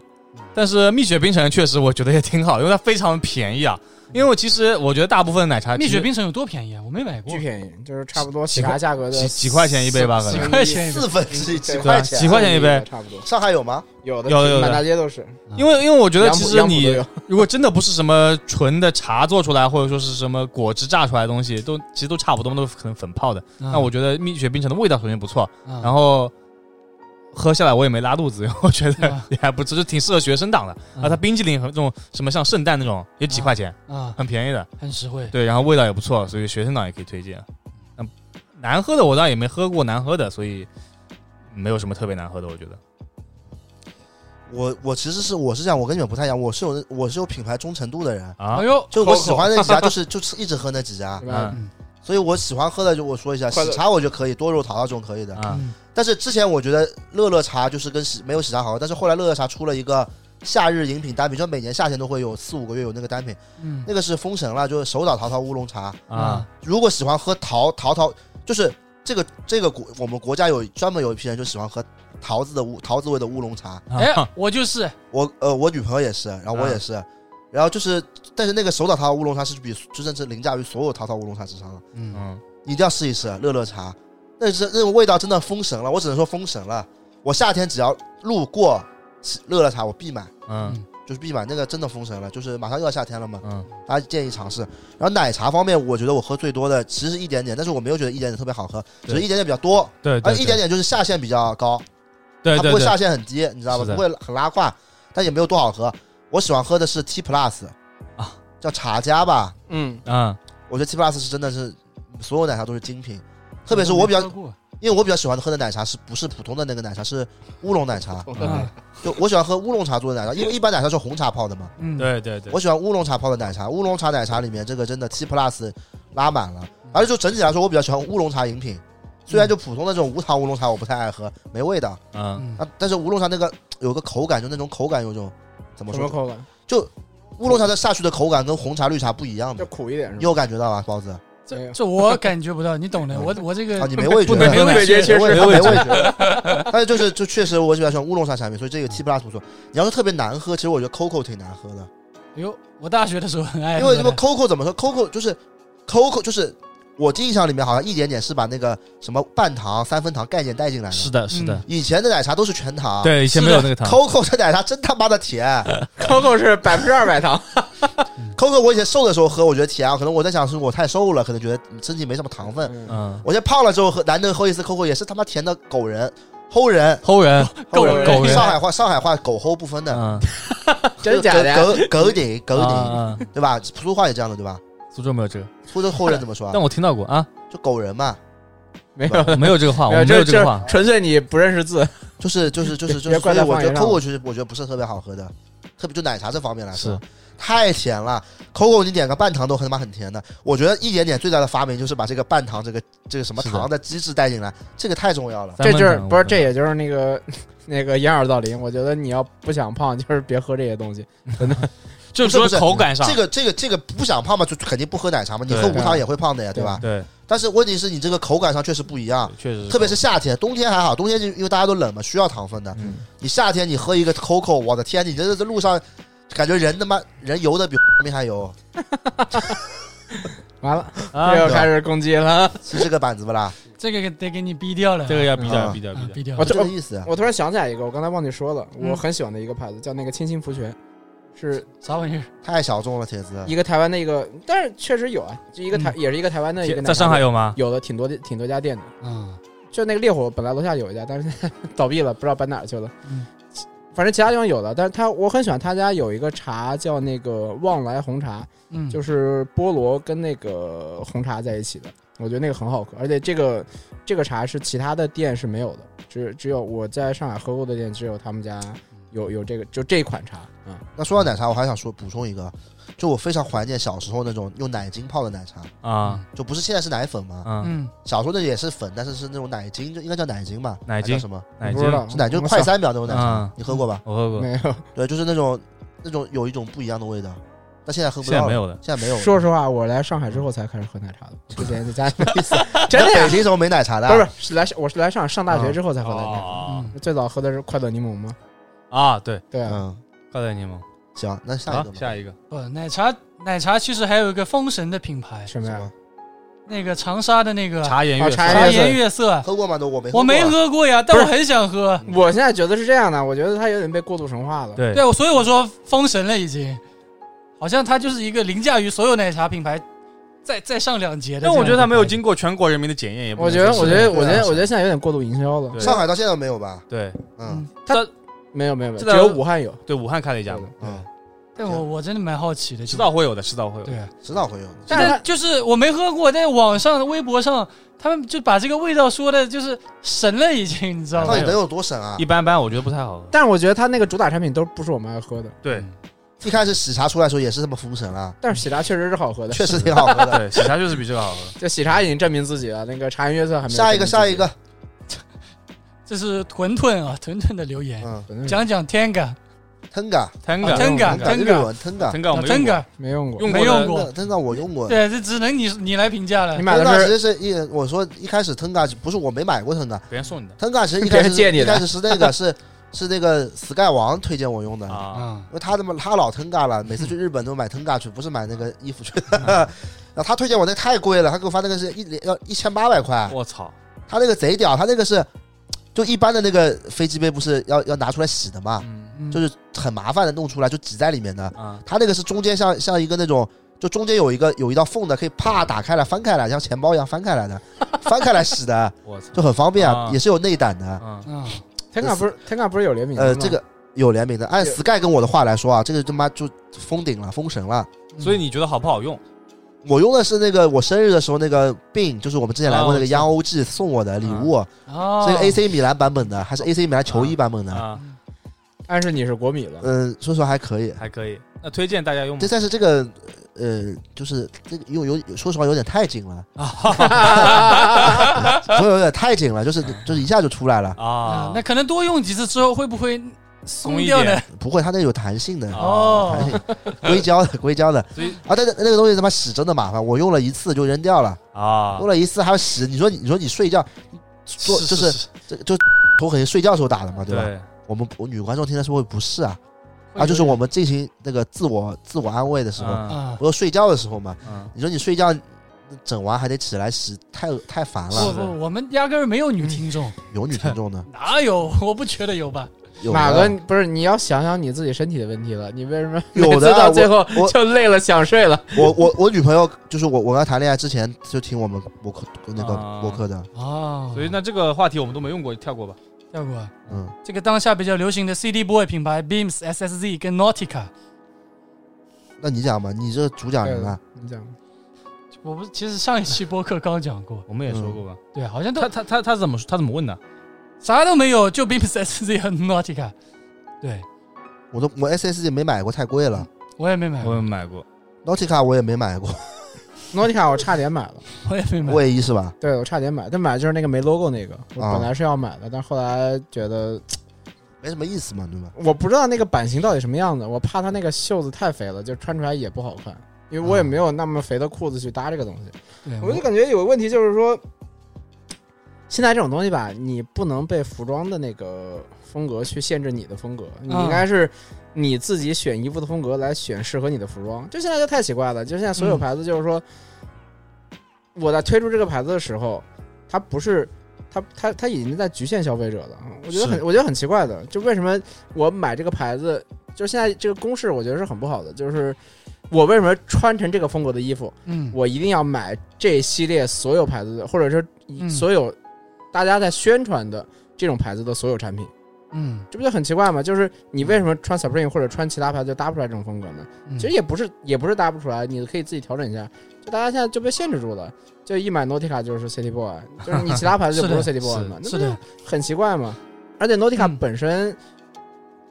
S5: 但是蜜雪冰城确实我觉得也挺好，因为它非常便宜啊。因为我其实我觉得大部分奶茶
S3: 蜜雪冰城有多便宜啊？我没买过
S4: 巨，便宜，就是差不多
S5: 几
S4: 喜茶价格的
S5: 几几块钱一杯吧可能
S3: 几块钱一杯
S2: 四分之一几
S4: 对
S2: 块
S5: 几
S2: 钱。
S5: 块钱一杯
S4: 差不多。
S2: 上海有吗？
S4: 有的
S5: 有的有的
S4: 满大街都是。
S5: 因为因为我觉得
S4: 杨
S5: 其
S4: 浦
S5: 实
S4: 杨浦都
S5: 你嗯
S4: 有
S5: 如果真的不是什么纯的茶做出来，或者说是什么果汁榨出来的东西，都其实都差不多，都是可能粉泡的。那
S3: 那
S5: 我觉得蜜雪冰城的味道首先不错，然
S3: 然
S5: 后喝下来我也没拉肚子，我觉得
S3: 啊
S5: 也还不错，就挺适合学生党的。
S3: 嗯
S5: 啊，它冰激凌和这种什么像圣诞那种也几块钱，
S3: 啊，
S5: 很便宜的。
S3: 很实惠。
S5: 对，然后味道也不错，所以学生党也可以推荐。嗯，难喝的我倒也没喝过难喝的，所以没有什么特别难喝的，我觉得。
S2: 我我其实是我是这样，我跟你们不太一样，我是有我是有品牌忠诚度的人，
S5: 啊
S3: 哎，呦，
S2: 就我喜欢那几家，就是 就是一直喝那几家
S4: 对，吧？
S5: 嗯
S2: 所以我喜欢喝的就我说一下，
S4: 快乐
S2: 喜茶我就可以，多肉桃桃这种可以的。
S5: 啊，
S3: 嗯
S2: 但是之前我觉得乐乐茶就是跟喜没有喜茶好喝，但是后来乐乐茶出了一个夏日饮品单品，就每年夏天都会有四五个月有那个单品，
S3: 嗯
S2: 那个是封神了，就是手打桃桃乌龙茶。
S5: 啊，
S2: 如果喜欢喝桃桃桃，就是这个这个国我们国家有专门有一批人就喜欢喝桃子的乌桃子味的乌龙茶，
S3: 哎
S5: 啊，
S3: 我就是
S2: 我呃，我女朋友也是，然后我也是，然后就是，但是那个手打桃桃乌龙茶是比就甚至凌驾于所有桃桃乌龙茶之上的，
S3: 嗯
S5: 嗯，
S2: 你一定要试一试乐乐茶，那是那种味道真的封神了，我只能说封神了。我夏天只要路过乐乐茶，我必买，
S5: 嗯
S2: 就是必买，那个真的封神了，就是马上又要夏天了嘛，
S5: 嗯
S2: 大家建议尝试。然后奶茶方面，我觉得我喝最多的其实是一点点，但是我没有觉得一点点特别好喝，只
S5: 对
S2: 是一点点比较多，
S5: 对
S2: 而
S5: 对，
S2: 啊一点点就是下限比较高，
S5: 对
S2: 它
S5: 对
S2: 不会
S5: 对
S2: 下限很低，你知道吧？
S5: 是的
S2: 不会很拉胯，但也没有多好喝。我喜欢喝的是 T Plus
S5: 啊，
S2: 叫茶家吧。
S4: 嗯，
S5: 啊，
S2: 我觉得 T Plus 是真的是所有奶茶都是精品，特别是
S5: 嗯
S2: 我比较
S3: 没喝，过
S2: 因为我比较喜欢喝的奶茶是不是普通的那个奶茶，是乌龙奶茶。
S3: 啊
S2: 就我喜欢喝乌龙茶做的奶茶，因为一般奶茶是红茶泡的嘛。
S3: 嗯
S5: 对对对，
S2: 我喜欢乌龙茶泡的奶茶，乌龙茶奶茶里面这个真的 T Plus 拉满了，而且就整体来说，我比较喜欢乌龙茶饮品。虽然就普通的这种无糖乌龙茶我不太爱喝，没味道，
S5: 嗯
S3: 嗯
S2: 啊，但是乌龙茶那个有个口感，就那种口感有种怎么
S4: 什么
S2: 说？
S4: 口感？
S2: 就乌龙茶的下去的口感跟红茶、绿茶不一样
S4: 就
S2: 的，
S4: 苦一点是
S2: 你
S4: 吧？
S2: 有感觉到吧，包子？
S4: 没
S3: 这
S4: 有
S3: 这我感觉不到，你懂的。
S2: 嗯
S3: 我我这
S2: 啊，
S3: 个
S2: 你没味觉，
S5: 不能没有
S4: 味觉缺失
S2: 没
S5: 没
S2: 味
S5: 有
S2: 觉。但是就是就确实我喜欢喜欢乌龙茶产品，所以这个 T plus 不错。你要说特别难喝，其实我觉得 Coco 挺难喝的，
S3: 哟，哎我大学的时候很
S5: 哎
S3: 爱
S2: 因
S3: 喝
S2: 为
S3: 的，
S2: 这个 Coco 怎么说？Coco 就是 Coco 就是我印象里面好像一点点是把那个什么半糖、三分糖概念带进来的。
S5: 是的，是的，
S2: 以前的奶茶都嗯是全糖，
S5: 对，以前没有那个 糖，嗯
S2: ，Coco 的奶茶真他妈的甜。
S4: Coco 是百分之二百糖，
S2: Coco 我以前瘦的时候喝，我觉得甜啊，可能我在想是我太瘦了，可能觉得身体没什么糖分。
S4: 嗯
S5: 嗯，
S2: 我现在胖了之后喝，难得喝一次 Coco 也是他妈甜的狗人。齁人，
S5: 齁人，
S4: 狗
S2: 齁
S5: 狗人
S2: 上海话上海话狗齁不分的，
S5: 嗯，
S4: 真假的呀？
S2: 狗狗顶狗顶，
S5: 啊，啊
S2: 对吧？苏州话也这样的，对吧？
S5: 苏州没有这个，
S2: 苏州 后人怎么说啊
S5: 但？我听到过啊，
S2: 就狗人嘛，
S4: 没有，
S5: 没有这 个话，我
S4: 有，
S5: 没有
S4: 这
S5: 这个话，
S4: 纯粹你不认识字。
S2: 就是就是就是就是，
S4: 别怪
S2: 所以
S4: 在
S2: 我
S4: 方
S2: 觉
S4: 言
S2: 得
S4: 上
S2: COCO 其实我觉得不是特别好喝的，特别就奶茶这方面来
S5: 是
S2: 说，太甜了。COCO 你点个半糖都很他妈很甜的，我觉得一点点最大的发明就是把这个半糖这个这个什么
S5: 是的
S2: 糖的机制带进来，这个太重要了。
S5: 三
S4: 这
S5: 分
S4: 就是
S5: 糖
S4: 不
S5: 我
S4: 是
S5: 觉
S4: 这
S5: 得
S4: 也就是那个 那个掩耳盗铃。我觉得你要不想胖，就是别喝这些东西。
S5: 就
S2: 不是
S5: 说
S2: 不是
S5: 口感
S3: 啊
S5: 上
S2: 这个这个这个不想胖嘛，就肯定不喝奶茶嘛，你
S5: 对
S2: 喝无糖也会胖的呀，对吧？
S5: 对，
S2: 但是问题是你这个口感上确实不一样，
S5: 确实，
S2: 特别是夏天，冬天还好，冬天就因为大家都冷嘛，需要糖分的。
S5: 嗯，
S2: 你夏天你喝一个 COCO，我的天，你这这路上感觉人他妈人游的比 命还游，
S4: 完了，
S5: 啊，
S4: 这又开始攻击 了。
S2: 是这个板子不啦？
S3: 这个给得给你逼掉了，
S5: 这个要比较
S2: 啊
S5: 比较
S3: 啊
S5: 比较，
S3: 逼掉
S4: 我
S3: 了。
S2: 这
S4: 这哦
S2: 个意思啊。
S4: 我突然想起来一个，我刚才忘记说了，
S3: 嗯
S4: 我很喜欢的一个牌子叫那个清新福泉，是
S3: 啥玩意儿？
S2: 太小众了，铁子。
S4: 一个台湾的一个，但是确实有啊，就一个台、也是一个台湾的一个奶茶
S5: 在
S4: 店，
S5: 上海有吗？
S4: 有的挺多的挺多家店的。
S2: 啊
S3: 嗯，
S4: 就那个烈火本来楼下有一家，但是 现在倒闭了，不知道搬哪儿去了。
S3: 嗯
S4: 反正其他地方有的，但是他我很喜欢他家有一个茶叫那个旺来红茶，
S3: 嗯，
S4: 就是菠萝跟那个红茶在一起的，我觉得那个很好喝，而且这个这个茶是其他的店是没有的，只只有我在上海喝过的店只有他们家有有这个就这一款茶，嗯，
S2: 那说到奶茶，我还想说补充一个，就我非常怀念小时候那种用奶精泡的奶茶，
S5: 啊
S2: 就不是现在是奶粉嘛，
S5: 啊，
S3: 嗯，
S2: 小时候那也是粉，但是是那种奶精，就应该叫奶精吧？
S5: 奶精
S2: 还叫什么？
S5: 奶
S4: 不
S5: 精
S4: 知，道
S2: 是奶，就是
S4: 嗯我
S2: 快
S4: 小
S2: 三秒那种奶茶
S5: 啊，
S2: 你喝过吧？
S5: 我喝过，
S4: 没有。
S2: 对，就是那种那种有一种不一样的味道，但现在喝不
S5: 现在
S2: 到
S5: 没
S2: 了，
S5: 有了，
S2: 现在没有了。
S4: 说实话，我来上海之后才开始喝奶茶的，之前在 家
S2: 你
S4: 真
S2: 在
S4: 的呀
S2: 北京怎么没奶茶的啊？
S4: 不是是来我是来上海上大学之后才喝奶茶，
S5: 啊
S3: 嗯
S4: 最早喝的是快乐柠檬吗？
S5: 啊，对，
S4: 对啊，
S2: 嗯，
S5: 快乐柠檬，
S2: 行，那下一
S5: 啊
S2: 个，吧。
S5: 下一个，
S3: 不，呃奶茶奶茶其实还有一个封神的品牌，
S4: 什么
S2: 什
S4: 呀
S2: 么？
S3: 那个长沙的那个
S5: 茶颜悦
S4: 啊
S5: 色，
S4: 茶
S3: 茶
S4: 颜
S3: 颜悦色，
S2: 喝过啊吗？都我没，
S3: 我没。
S5: 啊
S3: 喝过呀，但我很想喝。
S4: 我现在觉得是这样的，我觉得它有点被过度神化了。
S5: 对
S3: 对，我所以我说封神了已经，好像它就是一个凌驾于所有奶茶品牌，再再上两节的这
S5: 但
S3: 样一个牌子。
S5: 我觉得他没有经过全国人民的检验，也不
S4: 我
S5: 能
S4: 觉得，
S5: 说
S4: 我
S5: 是
S4: 觉得，我觉
S2: 对啊
S4: 得，我觉得现在有点过度营销了。
S5: 对
S2: 上海到现在都没有吧？
S5: 对
S2: 嗯，
S4: 没有没有没有，只
S5: 这倒
S4: 有
S5: 是
S4: 武汉有。
S5: 对，武汉开了一家
S4: 对
S5: 嘛，
S2: 嗯，
S3: 但我我真的蛮好奇的，
S5: 迟早会有的，迟早会有
S3: 对
S5: 的，
S3: 啊。
S2: 迟早会有的。
S4: 但是它
S3: 但就是我没喝过，但是网上、微博上他们就把这个味道说的，就是神了已经，你知道
S2: 到
S3: 吗
S5: 哎
S2: 底？能有多省啊
S5: 一？般般，我觉得不太好喝，
S4: 但是我觉得它那个主打产品都不是我们爱喝的，
S5: 对
S2: 一开始喜茶出来的时候也是这么封神了，
S4: 但是喜茶确实是好喝的。
S2: 确实挺好喝的。
S5: 对，喜茶就是比这个好喝，
S4: 就喜茶已经证明自己了，那个茶颜悦色还没有。
S2: 下一个，下一，个，
S3: 这是屯屯啊，屯屯的留言，
S2: 嗯
S3: 讲讲 Tenga
S2: ，Tenga，嗯
S5: Tenga
S3: 啊 Tenga，
S2: 日
S3: Tenga
S2: 文 Tenga，
S5: Tenga 我们用过
S3: Tenga，
S4: 没用过。
S5: 用
S3: 没用过
S2: Tenga-，Tenga 我用过。
S3: 对，这只能你你来评价了
S4: 你。买的
S2: Tenga 其
S4: 是
S2: 实是一，我说一开始 Tenga 不是我没买过 Tenga，
S5: 别人送你的
S2: Tenga 其实一开始
S4: 别人借你的
S2: 一开始是那个是是那个 Sky 王推荐我用的，
S5: 啊，
S3: 啊
S2: 因为他他妈他老 Tenga 了，每次去日本都买 Tenga 去，不是买那个衣服去。 然后他推荐我那太贵了，他给我发那个是一要一千八百块，
S5: 我操，
S2: 他那个贼屌，他那个是就一般的那个飞机杯不是要要拿出来洗的嘛，
S5: 嗯
S3: 嗯
S2: 就是很麻烦的弄出来就挤在里面的，
S5: 啊，
S2: 他那个是中间像像一个那种，就中间有一个有一道缝的，可以啪打开来翻开来，像钱包一样翻开来的， 翻开来洗的，
S5: 我操，
S2: 就很方便，
S5: 啊
S2: 也是有内胆的。
S5: 啊，
S3: 啊，
S4: Tenga 不是 Tenga 不是有联名的吗
S2: 呃，这个有联名的，按
S4: 对
S2: Sky 跟我的话来说啊，这个他妈就封顶了，封神了。
S5: 所以你觉得好不好用？
S2: 我用的是那个我生日的时候那个 Bin，就是我们之前来过那个
S5: 啊
S2: Young OG 送我的礼物，
S3: 哦，
S2: 是一个 AC 米兰版本的，还是 AC 米兰球衣版本的？
S5: 啊，
S4: 暗示你是国米了。
S2: 嗯，说实话还可以。
S5: 还可以，那推荐大家用吗
S2: 这？但是这个呃，就是这个用有有说实话有点太紧了， 所以有点太紧了，就是就是一下就出来了。
S3: 啊
S5: 啊，
S3: 那可能多用几次之后，会不会松掉的
S2: 不会，它那有弹性的，
S3: 哦
S2: 弹性硅胶的硅胶的
S5: 所以
S2: 啊，但是那个东西他妈洗真的麻烦，我用了一次就扔掉了，
S5: 啊
S2: 用，了一次还要洗，你说你你说你睡觉做就是
S5: 是
S2: 这就头肯定睡觉时候打的嘛，对吧？
S5: 对
S2: 我们我女观众听了是会不适啊
S3: 会
S2: 啊，就是
S3: 有点
S2: 我们进行那个自我自我安慰的时候，
S5: 嗯
S3: 啊，
S2: 不是睡觉的时候嘛，
S5: 嗯，
S2: 你说你睡觉整完还得起来洗，太太烦
S3: 不
S2: 了。
S3: 不，我们压根儿没有女听众，
S2: 有女听众呢，
S3: 哪有？ 我不觉得有吧？
S2: 有
S4: 马
S2: 的
S4: 哥，不是你要想想你自己身体的问题了，你为什么
S2: 有的啊
S4: 每次到 最后
S2: 我我
S4: 就累了想睡了？
S2: 我我我女朋友就是我，我跟她谈恋爱之前就听我们播客那个
S5: 啊
S2: 播客的，
S3: 哦，
S5: 所以那这个话题我们都没用过，跳过吧。
S3: 效果。
S2: 嗯，
S3: 这个当下比较流行的 CD boy 品牌 Beams、SSZ 跟 Nautica，
S2: 那你讲吧，你这主讲人啊，
S4: 你讲，
S3: 我不是其实上一期播客刚讲 过，
S5: 我们也说过吧？
S3: 对，好像都
S5: 他他他他怎么他怎么问的？
S3: 啥都没有，就 Beams、SSZ 和 Nautica，对
S2: 我都我 SSD 没买过，太贵了
S3: 我也没
S2: 哎
S3: 买
S5: 我
S3: 过
S5: 也，买过，
S2: ，Nautica 我也没买过，
S4: 诺蒂卡我差点买了，
S3: 我也没买。
S2: 卫衣是吧？
S4: 对我差点买，但买的就是那个没 logo 那个，我
S2: 啊
S4: 本来是要买的，但后来觉得
S2: 没什么意思嘛，对吧？
S4: 我不知道那个版型到底什么样子，我怕它那个袖子太肥了，就穿出来也不好看，因
S2: 啊
S4: 为我也没有那么肥的裤子去搭这个东西。
S3: 对，
S4: 我就
S3: 我
S4: 感觉有个问题就是说，现在这种东西吧，你不能被服装的那个风格去限制你的风格，你应该是你自己选衣服的风格来选适合你的服装。就现在就太奇怪了，就现在所有
S3: 嗯
S4: 牌子就是说，我在推出这个牌子的时候，它不是。它它它已经在局限消费者了，啊我觉得很我觉得很奇怪的，就为什么我买这个牌子，就现在这个公式我觉得是很不好的，就是我为什么穿成这个风格的衣服，
S3: 嗯，
S4: 我一定要买这系列所有牌子的，或者说
S3: 嗯
S4: 所有大家在宣传的这种牌子的所有产品，
S3: 嗯，
S4: 这不就很奇怪吗？就是你为什么穿 Supreme 或者穿其他牌子就搭不出来这种风格呢？
S3: 嗯
S4: 其实也不是，也不是搭不出来，你可以自己调整一下。就大家现在就被限制住了，就一买 Nautica 就是 City Boy，就是你其他牌子就不
S3: 是
S4: 是 City Boy 了嘛，那
S3: 是
S4: 不
S3: 的
S4: 就，很奇怪嘛。而且 Nautica
S3: 嗯
S4: 本身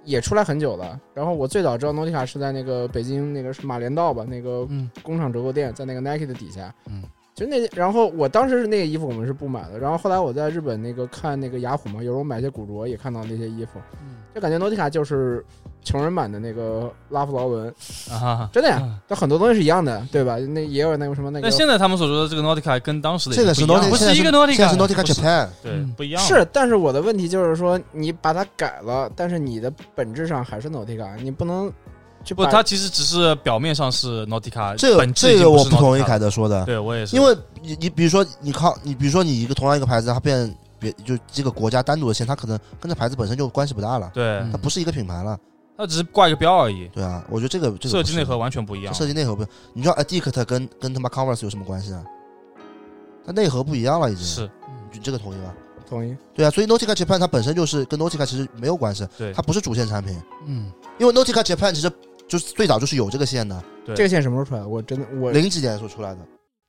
S4: 也出来很久了，然后我最早知道 Nautica 是在那个北京那个是马连道吧，那个
S3: 嗯
S4: 工厂折扣店，在那个 Nike 的底下。
S3: 嗯，
S4: 就那，然后我当时是那个衣服我们是不买的，然后后来我在日本那个看那个雅虎嘛，有时候买一些古着也看到那些衣服，
S3: 嗯
S4: 就感觉 Nautica 就是穷人版的那个拉夫劳伦，
S5: 啊哈哈。
S4: 真的呀，
S3: 嗯
S4: 就很多东西是一样的，对吧？那也有那个什么那个。
S5: 但现在他们所说的这个 Nautica 跟当时的
S2: 这个是
S5: 也不一样
S2: Nautica，
S3: 不是一个
S2: 现在是
S3: Nautica
S2: Nautica
S5: 不是
S2: Japan，
S5: 对
S3: 嗯
S5: 不一样
S4: 是，但是我的问题就是说，你把它改了，但是你的本质上还是 Nautica，你不能去
S5: 不？
S4: 把
S5: 它其实只是表面上是 Nautica，
S2: 这个
S5: 本质已
S2: 这
S5: 经
S2: 个我
S5: 是
S2: 不同意
S5: Nautica
S2: 凯德说的，
S5: 对我也是，
S2: 因为你你比如说你靠你比如说你一个同样一个牌子，它变别就这个国家单独的线，它可能跟这牌子本身就关系不大了，
S5: 对
S3: 嗯
S2: 它不是一个品牌了，
S5: 它只是挂一个标而已，
S2: 对啊，我觉得这个这个
S5: 设
S2: 不
S5: 计
S2: 是
S5: 内核完全不一样。
S2: 设计内核不，你知道 Addict 跟跟他妈 Converse 有什么关系啊？它内核不一样了，已经。
S5: 是
S3: 嗯
S2: 你这个同意吧？
S4: 统一。
S2: 对啊，所以 Nautica Japan 它本身就是跟 Nautica 其实没有关系，
S5: 对
S2: 它不是主线产品，
S3: 嗯
S2: 因为 Nautica Japan 其实就是最早就是有这个线的，
S4: 这个线什么时候出来？我真的我
S2: 零几年的时候出来的，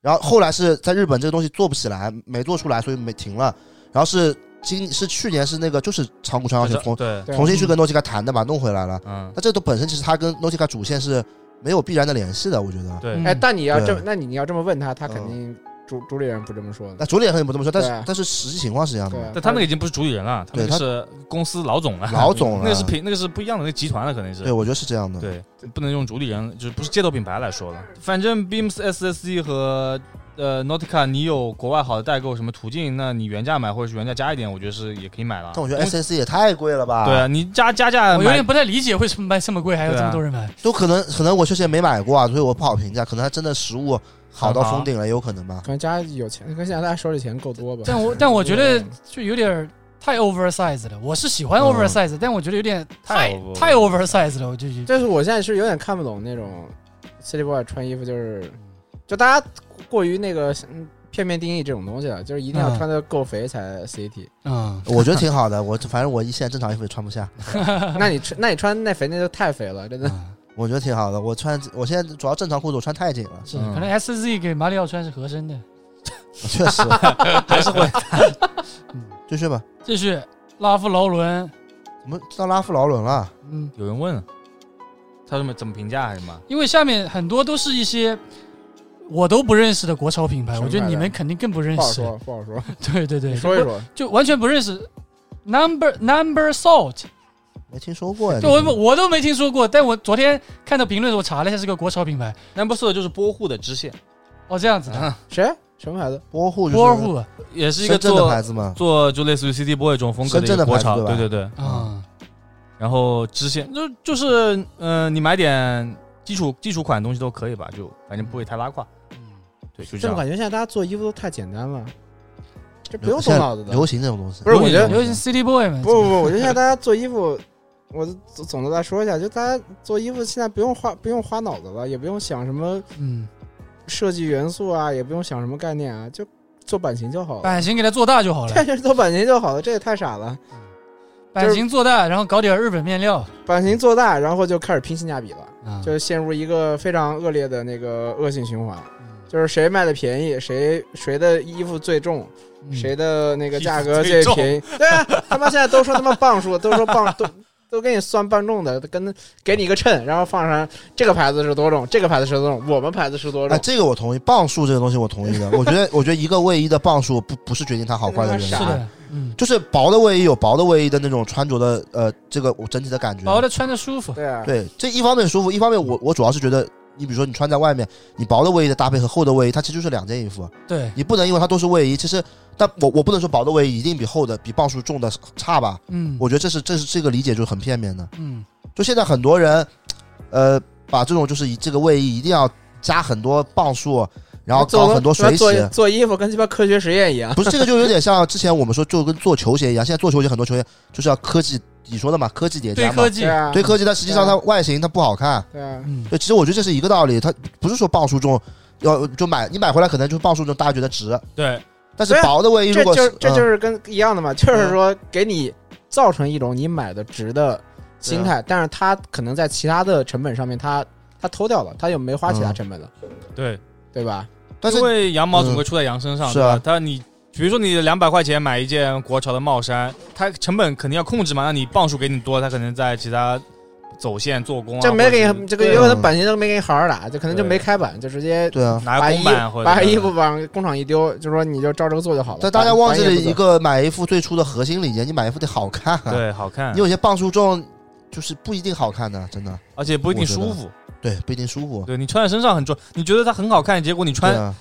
S2: 然后后来是在日本这个东西做不起来，没做出来，所以没停了，然后是今是去年是那个就是长谷川浩
S5: 就是
S2: 雄重
S5: 对，
S4: 对啊
S2: 重新去跟 Nautica 谈的嘛，弄回来了。
S5: 嗯，
S2: 那这都本身其实它跟 Nautica 主线是没有必然的联系的，我觉得。
S5: 对
S3: 嗯
S4: 哎，但你要这么
S2: 对，
S4: 那你你要这么问他，他肯
S2: 嗯
S4: 定主主理人不这么说
S2: 那
S4: 的。
S2: 主脸很也不这么说，但是、
S4: 对啊
S2: 但是实际情况是一样
S4: 对啊
S2: 的。，
S5: 但他那个已经不是主理人了，他那
S2: 对
S5: 个是公司老总了，
S2: 老总了，
S5: 那个是品，那个是不一样的，那个集团了，可能是
S2: 对，。我觉得是这样的。
S5: 对，不能用主理人，就是不是街头品牌来说了。反正 Beams、SSC 和呃 Nautica，你有国外好的代购什么途径，那你原价买或者是原价加一点，我觉得是也可以买了。
S2: 但我觉得 S S 也太贵了吧？
S5: 对啊，，你加加
S4: 嗯
S5: 价
S3: 我有点
S5: 买，
S3: 不太理解为什么卖这么贵，还有
S5: 对
S3: 这
S5: 啊
S3: 么多人买。
S2: 都可能可能我确实也没买过啊，所以我不好评价。可能它真的食物好到
S5: 很好啊
S2: 封顶了，也有可能吧。
S4: 可能家有钱，可能现在大家手里钱够多吧。
S3: 但我但我觉得
S4: 嗯
S3: 就有点儿太 oversize 了。我是喜欢
S2: 嗯
S3: oversize，、但我觉得有点太
S5: 太 over
S3: 太 oversize 了，我就觉得
S4: 但是我现在是有点看不懂那种 City Boy 穿衣服，就是就大家过于那个嗯片面定义这种东西了，就是一定要
S3: 嗯
S4: 穿的够肥才 City。
S3: 嗯，
S2: 我觉得挺好的，我反正我一现在正常衣服也穿不下，
S4: 那你穿那你穿那肥那就太肥了，真的。
S3: 嗯
S2: 我觉得挺好的。我穿我现在主要正常裤子我穿太紧了，
S3: 是的
S5: 嗯
S3: 可能 SZ 给马里奥穿是合身的。
S2: 确 实
S5: 还是会
S2: 嗯继续吧。
S3: 继续，拉夫劳伦，
S2: 我们到拉夫劳伦了，
S3: 嗯，
S5: 有人问，他怎么怎么评价还是嘛？
S3: 因为下面很多都是一些我都不认识的国潮品牌，
S4: 什么
S3: 我觉得你
S4: 来
S3: 们
S4: 着
S3: 肯定更不认
S4: 不好
S3: 识。
S4: 说，不好说。
S3: 对对对，
S4: 你说一说，
S3: 就完全不认识。Number Number Salt
S2: 没听说过呀。
S3: 就我我都没听说过，但我昨天看到评论的时候查了一下，是个国潮品牌。
S5: number s 就是波户的支线，
S3: 哦，这样子的，
S5: 啊
S4: 谁什么牌子？
S2: 波户就是
S3: 波尔户
S5: 也是一个
S2: 深圳的
S5: 做
S2: 牌子嘛，
S5: 做就类似于 CD boy 这种风格的一
S2: 深圳的
S5: 个国
S2: 牌子
S5: 潮，
S2: 对吧
S5: 对对对。
S3: 啊，
S5: 然后支线就就是呃，你买点基础基础款的东西都可以吧，就反正不会太拉胯。
S3: 嗯
S5: 对，就
S4: 这
S5: 这
S4: 么
S5: 样。
S4: 感觉现在大家做衣服都太简单了，这不
S2: 流
S4: 用动脑子的。
S2: 流行这种东西
S4: 不。是，我觉得
S5: 流
S3: 流行 City Boy 们，
S4: 不哎不不，我觉得现在大家做衣服，我总总的再说一下，就大家做衣服现在不用花不用花脑子了，也不用想什么
S3: 嗯，
S4: 设计元素啊，也不用想什么概念啊，就做版型就好了。
S3: 版型给它做大就好了，
S4: 这 就是做版型就好了，这也太傻了。
S3: 版型做大，然后搞点日本面料
S4: 版型做大，然后就开始拼性价比了，
S3: 啊，
S4: 就陷入一个非常恶劣的那个恶性循环，
S3: 嗯
S4: 就是谁卖的便宜，谁谁的衣服最重，
S3: 嗯
S4: 谁的那个价格
S5: 衣服最
S4: 最
S5: 重
S4: 便宜。对啊，他妈现在都说他妈磅数，都说磅都。都给你算磅重的，跟给你一个秤，然后放上这个牌子是多重，这个牌子是多重，我们牌子是多
S2: 哎，
S4: 重，
S2: 这个我同意，磅数这个东西我同意的。我觉得，我觉得一个卫衣的磅数不不是决定它好坏的原因，
S4: 那
S3: 是的，嗯，
S2: 就是薄的卫衣有薄的卫衣的那种穿着的呃这个整体的感觉。
S3: 薄的穿着舒服，
S4: 对啊，
S2: 对，这一方面舒服，一方面我我主要是觉得，你比如说你穿在外面，你薄的卫衣的搭配和厚的卫衣，它其实就是两件衣服，啊
S3: 对，
S2: 你不能因为它都是卫衣，其实但我我不能说薄的卫衣一定比厚的比磅数重的差吧，
S3: 嗯，
S2: 我觉得这是这是这个理解就是很片面的。
S3: 嗯
S2: 就现在很多人，呃，把这种就是以这个卫衣一定要加很多磅数，然后搞
S4: 做
S2: 很多
S4: 做
S2: 水洗。
S4: 做做衣服跟鸡巴科学实验一样，
S2: 不是这个就有点像之前我们说就跟做球鞋一样，现在做球鞋很多球鞋就是要科技，你说的嘛，科技叠
S3: 对
S2: 加
S3: 科
S2: 嘛，
S3: 技
S4: 对，啊，
S2: 对科技，但实际上它外形它不好看。
S4: 对啊，
S3: 嗯，
S2: 对，其实我觉得这是一个道理，它不是说磅数重要就买，你买回来可能就磅数重，大家觉得值，
S5: 对，
S2: 但是
S4: 对啊
S2: 薄的卫衣
S4: 这
S2: 如果
S4: 就是这就
S2: 嗯
S4: 是跟一样的嘛，就是说给你造成一种你买的值的心态，但是他可能在其他的成本上面他他偷掉了，他又没花其他成本了，
S5: 对，
S4: 对吧？
S2: 但是
S5: 因为羊毛总
S2: 嗯
S5: 归出在羊身上，
S2: 是
S5: 对吧
S2: 啊
S5: 它你比如说你两百块钱买一件国潮的帽衫，它成本肯定要控制嘛，那你磅数给你多，它可能在其他走线做工啊，
S4: 这没给
S5: 或者是
S4: 这个
S2: 对
S4: 有可能版型都没给你好好打，就可能就
S5: 对
S4: 没开版，就直接
S2: 对啊。
S5: 拿
S4: 把
S5: 个
S4: 衣
S5: 公版或者
S4: 把衣服往工厂一丢，就说你就照这个做就好了。
S2: 但大家忘记了一个
S4: 个
S2: 买衣服最初的核心理念，你买衣服得好看、啊，
S5: 对好看
S2: 你，有些磅数重就是不一定好看的，真的，
S5: 而且不一定
S2: 我觉得
S5: 舒服。
S2: 对，不一定舒服。
S5: 对你穿在身上很重，你觉得它很好看，结果你
S2: 对
S5: 穿，
S2: 啊，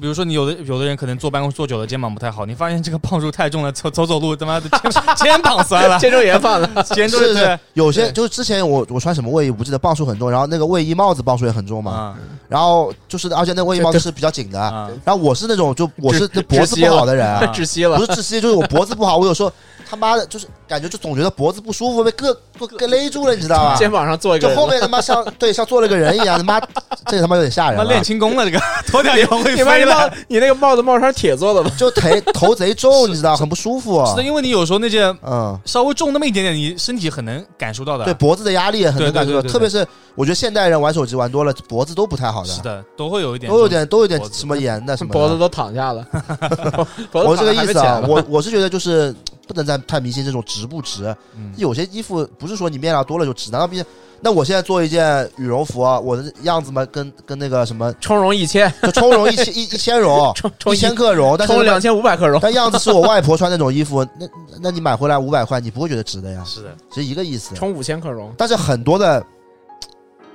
S5: 比如说你有的有的人可能坐办公室坐久了肩膀不太好，你发现这个磅数太重了， 走走走路他妈的肩肩膀酸 了，啊
S4: 肩周炎犯了，
S5: 肩周
S2: 是是
S5: 对
S2: 有些
S5: 对
S2: 就是之前我我穿什么卫衣，我不记得磅数很重，然后那个卫衣帽子磅数也很重嘛，
S5: 啊
S2: 然后就是而且那个卫衣帽子是比较紧的，
S5: 啊，
S2: 然后我是那种就我是
S4: 窒
S2: 那脖子不好的人啊，
S5: 窒息
S4: 窒息了
S5: 了
S2: 不。是窒息，就是我脖子不好，我有时候他妈的就是感觉就总觉得脖子不舒服，被硌硌硌勒住了，你知道 吧？
S4: 肩膀上坐一个
S2: 就
S4: 人
S2: 后面他妈像对像坐了个人一样，他妈这他妈有点吓人
S5: 他妈
S2: 了
S5: 练。轻功了，这个 脱掉以后会
S4: 你把你
S5: 飞
S4: 帽
S5: 了。
S4: 你那个帽子帽衫铁做的吧？
S2: 就头头贼重，你知道，很不舒服。
S5: 是的，因为你有时候那件
S2: 嗯，
S5: 稍微重那么一点点，你身体很能感受到的。
S2: 对，脖子的压力也很能
S5: 对对
S2: 感受到，
S5: 对对对
S2: 特别是我觉得现代人玩手机玩多了，脖子都不太好
S5: 是的，都会有一点，
S2: 都有点都有点
S5: 脖子
S2: 什么炎的什么的。
S4: 脖子都躺下了，脖
S2: 我
S4: 子
S2: 这个
S4: 躺下还
S2: 意
S4: 没
S2: 思啊
S4: 起来，吧
S2: 我我是觉得就是不能再太迷信这种值不值，
S5: 嗯，
S2: 有些衣服不是说你面料多了就值，难道毕竟？那我现在做一件羽绒服，啊我的样子嘛，跟跟那个什么，
S4: 充绒一千，
S2: 就充绒一千一一千绒，
S4: 充
S2: 一
S4: 充
S2: 千克绒，但
S4: 充两
S2: 是
S4: 千五百克绒，
S2: 但样子是我外婆穿那种衣服，那那那你买回来五百块，你不会觉得值的呀，
S5: 是的，
S2: 其实一个意思。
S4: 充五千克绒。
S2: 但是很多的，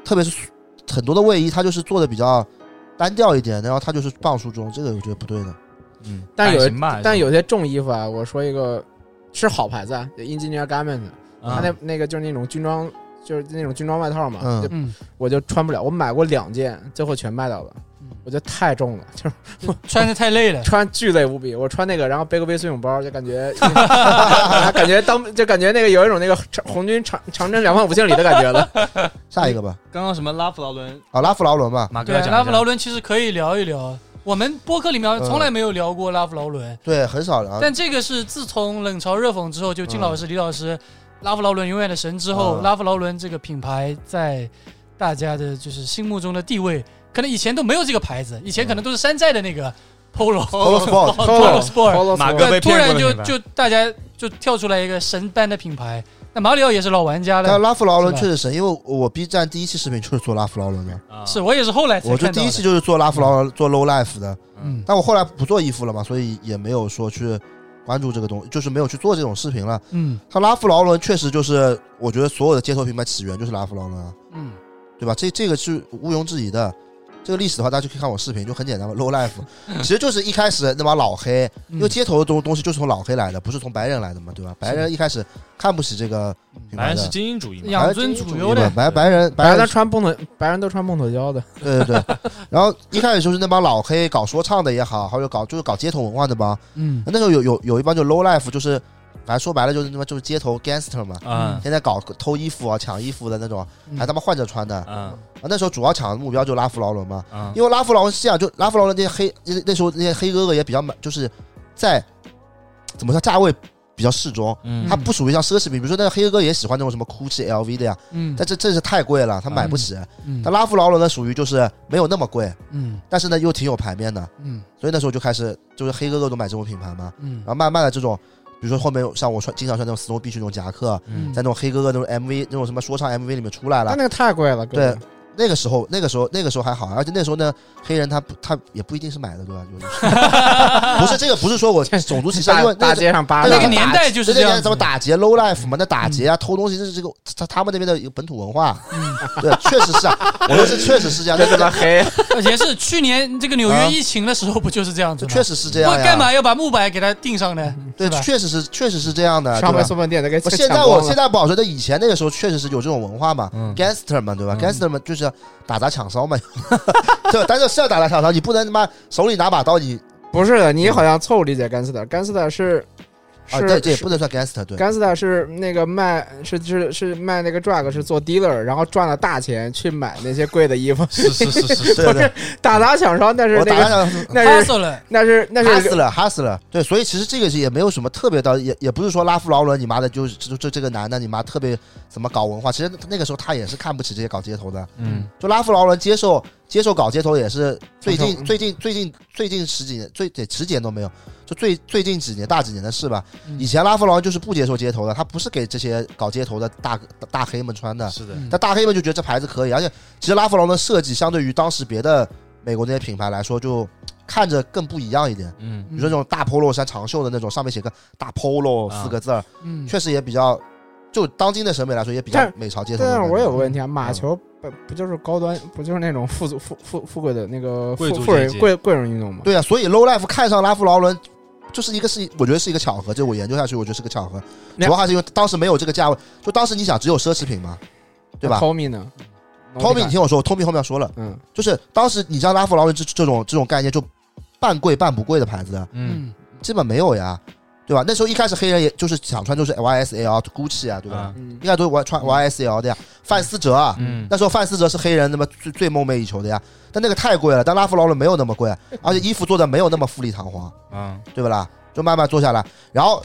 S2: 特别是很多的卫衣，它就是做的比较单调一点，然后它就是磅数重，这个我觉得不对的。
S5: 嗯，
S4: 但有
S5: 还行吧，还
S4: 但
S5: 行
S4: 有些重衣服啊，我说一个是好牌子啊，Engineer Garment，它
S5: 啊
S4: 那那个就是那种军装，就是那种军装外套嘛，
S2: 嗯
S4: 就
S3: 嗯，
S4: 我就穿不了。我买过两件，最后全卖掉了
S3: 嗯。
S4: 我觉得太重了，就是
S3: 穿的太 累了，
S4: 穿巨累无比。我穿那个，然后背个微信泳包，就感觉感觉当就感觉那个有一种那个长红军长长征两万五千里的感觉了。
S2: 下一个吧，
S5: 刚刚什么拉夫劳伦
S2: 啊，拉夫劳伦吧，
S5: 马哥
S3: 对
S5: 要，讲
S3: 拉夫劳
S5: 伦
S3: 伦其实可以聊一聊。我们播客里面从来没有聊过拉夫劳伦，
S2: 对，很少聊。
S3: 但这个是自从冷嘲热讽之后，就金老师、李老师，拉夫劳伦永远的神之后，
S2: 嗯
S3: 拉夫劳伦这个品牌在大家的就是心目中的地位，可能以前都没有这个牌
S2: 嗯
S3: 子，以前可能都是山寨的那 个 Polo
S2: 哦 Polo Sport
S3: Polo Sport，
S4: Polo
S5: 马
S4: Sport
S5: 哥被
S3: 突
S5: 骗过
S3: 然
S5: 的
S3: 就
S5: 品牌
S3: 就大家就跳出来一个神般的品牌。那马里奥也是老玩家
S2: 但
S3: 了，
S2: 拉夫劳伦
S3: 是吧
S2: 确实神，因为我 B 站第一期视频就是做拉夫劳伦的，
S5: 啊
S3: 是我也是后来才
S2: 我就
S3: 看到
S2: 第一
S3: 的
S2: 期。就是做拉夫劳伦做 low life 的，
S5: 嗯
S3: 嗯，
S2: 但我后来不做衣服了嘛，所以也没有说去关注这个东，就是没有去做这种视频了。
S3: 嗯
S2: 他拉夫劳伦确实就是，我觉得所有的街头品牌起源就是拉夫劳伦啊，
S3: 嗯，
S2: 对吧？这这个是毋庸置疑的。这个历史的话，大家就可以看我视频，就很简单嘛，low life，其实就是一开始那帮老黑，因为街头的东东西就是从老黑来的，不是从白人来的嘛，对吧？白人一开始看不起这个品牌
S5: 反正
S2: 的
S5: 是，精英主义嘛。
S3: 养
S2: 啊
S3: 尊处优的，
S2: 白白人白
S4: 白
S2: 人
S4: 人穿蹦腿，白人都穿蹦腿胶的，
S2: 对对对，然后一开始就是那帮老黑搞说唱的也好，还有搞就是搞街头文化那帮，
S3: 嗯
S2: 那时候有有有一帮就 low life，就是反正说白了就是他妈就是街头 gangster 嘛，
S5: 嗯
S2: 天天搞偷衣服啊、抢衣服的那种，还他妈换着穿的。啊，
S5: 嗯
S2: 那时候主要抢的目标就拉夫劳伦嘛，
S5: 嗯，
S2: 因为拉夫劳伦是这样，就拉夫劳伦那些黑那那时候那些黑哥哥也比较满，就是在怎么说价位比较适中。
S5: 嗯
S2: 它不属于像奢侈品，比如说那个黑哥哥也喜欢那种什么 GUCCI、LV 的呀，
S3: 嗯，
S2: 但这这是太贵了，他买不起。
S3: 嗯
S2: 但拉夫劳伦呢，属于就是没有那么贵，
S3: 嗯
S2: 但是呢又挺有牌面的，
S3: 嗯
S2: 所以那时候就开始就是黑哥哥都买这种品牌嘛，
S3: 嗯
S2: 然，后慢慢的这种，比如说后面有像我穿经常穿那种 Snow Beach 那种夹克，
S5: 嗯
S2: 在那种黑哥哥那种 MV 那种什么说唱 MV 里面出来
S4: 但
S2: 了。
S4: 那个太贵了。哥
S2: 对，那个时候，那个时候，那个时候还好，啊而且那时候呢，黑人他不他也不一定是买的，对吧？有的时候不是这个，不是说我种族歧视，因为
S4: 大
S2: 那
S4: 大街上扒
S2: 那
S4: 拉
S3: 那个年代就是
S2: 那
S3: 这样
S2: 年
S3: 子
S2: 怎么打劫 low life 嘛？那打劫啊，偷东西，这是这个他他们那边的一个本土文化，对，确实是啊，我说是确实是这样，
S4: 真他
S2: 那
S5: 啊
S4: 妈
S2: 个
S4: 黑，
S3: 而且是去年这个纽
S2: 啊
S3: 约疫情的时候，不就是这样子
S2: 这
S3: 吗？
S2: 确实是这
S3: 我
S2: 样呀，
S3: 干嘛要把木板给它钉上呢？
S2: 对，
S3: 是吧
S2: 确实是，确实是这样的。
S4: 上
S2: 对
S4: 回
S2: 吧
S4: 送饭店都给
S2: 我
S4: 抢
S2: 现在
S4: 光
S2: 我
S4: 了
S2: 现在保觉得以前那个时候确实是有这种文化嘛、
S5: 嗯，
S2: g a n g s t e r 嘛，对吧、g a n g s t e r 嘛就是打砸抢烧嘛， 对，但是是要打砸抢烧，你不能他妈手里拿把刀你
S4: 不是的，你好像错误理解甘斯特，甘斯特是
S2: 啊，对，这也
S4: 是
S2: 不能算 gangster，对，
S4: 甘斯特是那个卖是是是卖那个 drug 是做 dealer，然后赚了大钱去买那些贵的衣服
S5: 是是是是是，
S2: 对对，
S4: 打砸抢烧那是
S2: 我
S4: 那
S2: 打砸
S4: 个
S2: 抢
S4: 那
S3: 哈
S4: 是
S3: 死了，
S4: 那是那
S2: 哈
S4: 是
S2: 死了，哈死了，对，所以其实这个是也没有什么特别的，也也不是说拉夫劳伦你妈的就是就就这个男的你妈特别怎么搞文化，其实那个时候他也是看不起这些搞街头的，
S5: 嗯
S2: 就拉夫劳伦接受接受搞街头也是最近
S4: 嗯
S2: 最近最近最近十几年最得十几年都没有，就最最近几年大几年的事吧。
S3: 嗯
S2: 以前拉夫劳伦就是不接受街头的，他不是给这些搞街头的大大黑们穿的，
S5: 是的，
S3: 嗯
S2: 但大黑们就觉得这牌子可以，而且其实拉夫劳伦的设计相对于当时别的美国那些品牌来说，就看着更不一样一点。
S5: 嗯
S2: 比如说那种大 polo 衫长袖的那种，上面写个大 polo
S5: 啊
S2: 四个字儿，
S3: 嗯，
S2: 确实也比较，就当今的审美来说也比较
S4: 但
S2: 美朝街头的
S4: 但
S2: 感觉。
S4: 是我有个问题啊，马
S2: 嗯
S4: 球不不就是高端，不就是那种富足富富富贵的那个
S5: 贵
S4: 富
S5: 族
S4: 富
S5: 阶
S4: 人
S5: 级
S4: 贵贵人运动吗？
S2: 对啊，所以 low life 看上拉夫劳伦，就是一个是我觉得是一个巧合，这我研究下去，我觉得是个巧合，主
S4: 那
S2: 要还是因为当时没有这个价位，就当时你想只有奢侈品嘛，对吧
S4: t o m m y 呢
S2: ？Tommy，你听我说，Tommy 后面要说了，
S4: 嗯，
S2: 就是当时你像拉夫劳伦这这种这种概念，就半贵半不贵的牌子，啊
S5: 嗯
S3: 嗯
S2: 基本没有呀，对吧？那时候一开始黑人也就是想穿就是 YSL、GUCCI 啊，对吧？
S5: 啊
S4: 嗯
S2: 应该都是 Y 穿 YSL 的呀，范思哲啊，
S5: 嗯
S2: 那时候范思哲是黑人那么最最梦寐以求的呀，但那个太贵了，但拉夫劳伦没有那么贵，啊而且衣服做的没有那么富丽堂皇。
S5: 啊
S2: 对不啦？就慢慢做下来。然后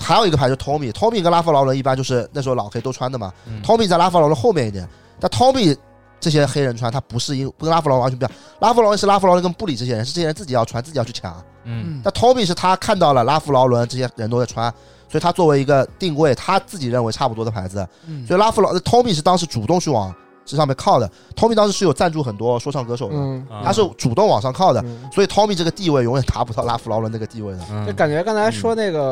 S2: 还有一个牌就是 Tommy，Tommy 跟拉夫劳伦一般就是那时候老黑都穿的嘛。
S5: 嗯
S2: Tommy 在拉夫劳伦后面一点，但 Tommy 这些黑人穿，他不是因不跟拉夫劳伦完全不一样。拉夫劳伦是拉夫劳伦跟不理这些人，是这些人自己要穿，自己要去抢。
S5: 嗯
S3: 嗯
S2: 但 Tommy 是他看到了拉夫劳伦这些人都在穿。所以他作为一个定位，他自己认为差不多的牌子，
S3: 嗯
S2: 所以拉夫劳 Tommy 是当时主动去往这上面靠的。Tommy 当时是有赞助很多说唱歌手的，
S4: 嗯，
S5: 啊
S2: 他是主动往上靠的，
S4: 嗯
S2: 所以 Tommy 这个地位永远达不到拉夫劳伦那个地位的。
S5: 嗯
S4: 就感觉刚才说那个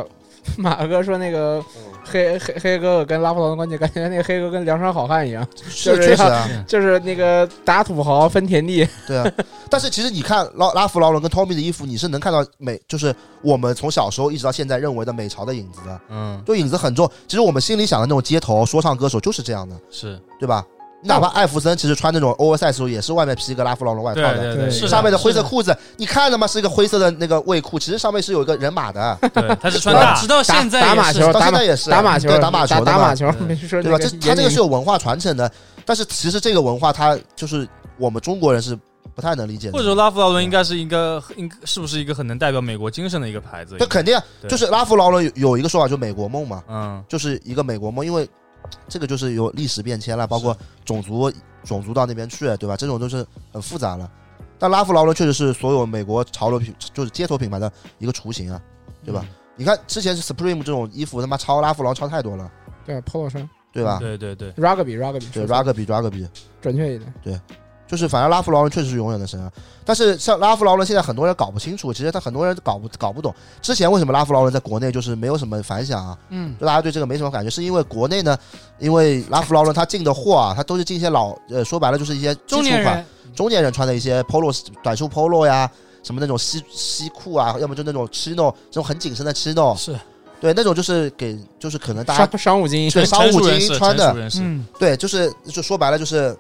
S3: 嗯
S4: 马哥说那个
S2: 嗯
S4: 黑黑黑哥哥跟拉夫劳的关系，感觉那个黑哥跟梁山好汉 一样，
S2: 是
S4: 就是
S2: 确实啊，
S4: 就是那个打土豪分田 地。
S2: 对啊。但是其实你看拉拉夫劳伦跟 Tommy 的衣服，你是能看到美，就是我们从小时候一直到现在认为的美潮的影子的，
S5: 嗯
S2: 就影子很重。其实我们心里想的那种街头说唱歌手就是这样的，
S5: 是，
S2: 对吧？你哪怕艾弗森其实穿那种 oversize 的时候，也是外面披一个拉夫劳伦外套
S5: 对
S2: 的。
S5: 对
S4: 对
S5: 是的
S2: 上面的灰色
S3: 是的
S2: 裤子，你看他妈是一个灰色的那个卫裤，其实上面是有一个人马的，
S5: 对，他是穿
S2: 对吧
S5: 大
S3: 直，嗯到
S4: 打
S3: 现在
S4: 打
S3: 也
S4: 马
S3: 是
S2: 到
S4: 球，打
S2: 现
S4: 马
S2: 在也是啊
S4: 打马球，
S2: 对打马球
S4: 打
S2: 的
S4: 打
S2: 嘛
S4: 马球
S5: 对，
S4: 没说
S2: 对
S4: 那
S2: 吧？
S4: 个
S2: 这
S4: 严
S2: 他这个
S4: 宁
S2: 是有文化传承的，但是其实这个文化它就是我们中国人是不太能理解的。
S5: 或者说拉夫劳伦应该是一个应是不是一个很能代表美国精神的一个牌子？
S2: 这肯定啊
S5: 对
S2: 就是拉夫劳伦有有一个说法，就美国梦嘛，
S5: 嗯
S2: 就是一个美国梦，因为这个就是有历史变迁了，包括种族种族到那边去，对吧？这种都是很复杂了。但拉夫劳伦确实是所有美国潮流品，就是街头品牌的一个雏形啊，对吧？你看之前是 Supreme 这种衣服，他妈抄拉夫劳伦抄太多了，
S4: 对 polo 衫
S2: 对吧？
S5: 对对对，
S4: ，rugby rugby
S2: 对，rugby rugby，
S4: 准确一点。
S2: 就是反正拉夫劳伦确实是永远的神啊。但是像拉夫劳伦现在很多人搞不清楚，其实他很多人搞不搞不懂之前为什么拉夫劳伦在国内就是没有什么反响啊，
S3: 嗯，
S2: 就大家对这个没什么感觉，是因为国内呢，因为拉夫劳伦他进的货啊，他都是进一些老呃，说白了就是一些基
S3: 中
S2: 础
S3: 年
S2: 款
S3: 人，
S2: 中年人穿的一些 polo 短袖 polo 呀，什么那种西西裤啊，要么就那种 chino 这种很紧身的 chino，
S3: 是，
S2: 对，那种就是给就是可能大家
S4: 商商务精英
S2: 对商务精英穿的，
S3: 嗯，
S2: 对，就是就说白了就是嘖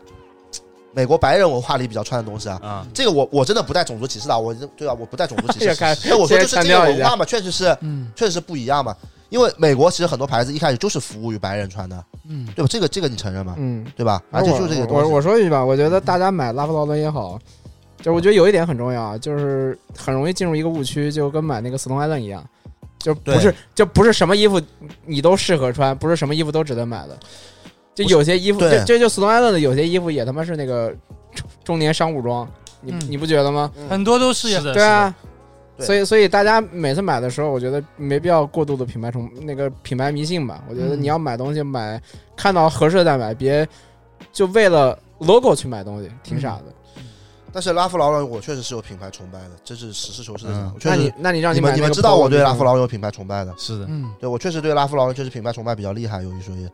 S2: 美国白人文化里比较穿的东西啊。
S5: 啊，
S2: 这个我我真的不带种族歧视的啊，我对啊，我不带种族歧
S4: 哎呀
S2: 视
S4: 看。
S2: 那我说就是
S4: 先强
S2: 这个
S4: 调一
S2: 文
S4: 下
S2: 化嘛，确实是
S3: 嗯
S2: 确实是不一样嘛。因为美国其实很多牌子一开始就是服务于白人穿的，
S3: 嗯，
S2: 对吧？这个这个你承认吗？
S4: 嗯，
S2: 对吧？而且啊就这些
S4: 我
S2: 东
S4: 我
S2: 西，
S4: 我说一句吧，我觉得大家买拉夫劳伦也好，就是我觉得有一点很重要啊，就是很容易进入一个误区，就跟买那个 Stone Island 一样，就不
S2: 对
S4: 是就不是什么衣服你都适合穿，不是什么衣服都值得买的。就有些衣服，
S2: 对
S4: 就就就 Stone Island 的有些衣服也他妈是那个中中年商务装，你、
S3: 嗯
S4: 你不觉得吗？
S3: 很多都是呀
S5: 是，的，
S4: 对啊。
S2: 对
S4: 所以，所以大家每次买的时候，我觉得没必要过度的品牌崇那个品牌迷信吧。我觉得
S3: 嗯
S4: 你要买东西买，看到合适的再买，别就为了 logo 去买东西，
S2: 嗯
S4: 挺傻的。
S2: 但是拉夫劳伦我确实是有品牌崇拜的，这是实事求是的
S5: 嗯
S2: 讲。我确
S4: 那
S2: 实
S4: 你那你让
S2: 你
S4: 买
S2: 们
S4: 那
S2: 你
S4: 个
S2: 们知道我对
S4: Polo
S2: 拉夫劳伦有品牌崇拜的，
S5: 是的，
S3: 嗯
S2: 对我确实对拉夫劳伦确实品牌崇拜比较厉害，有一说一。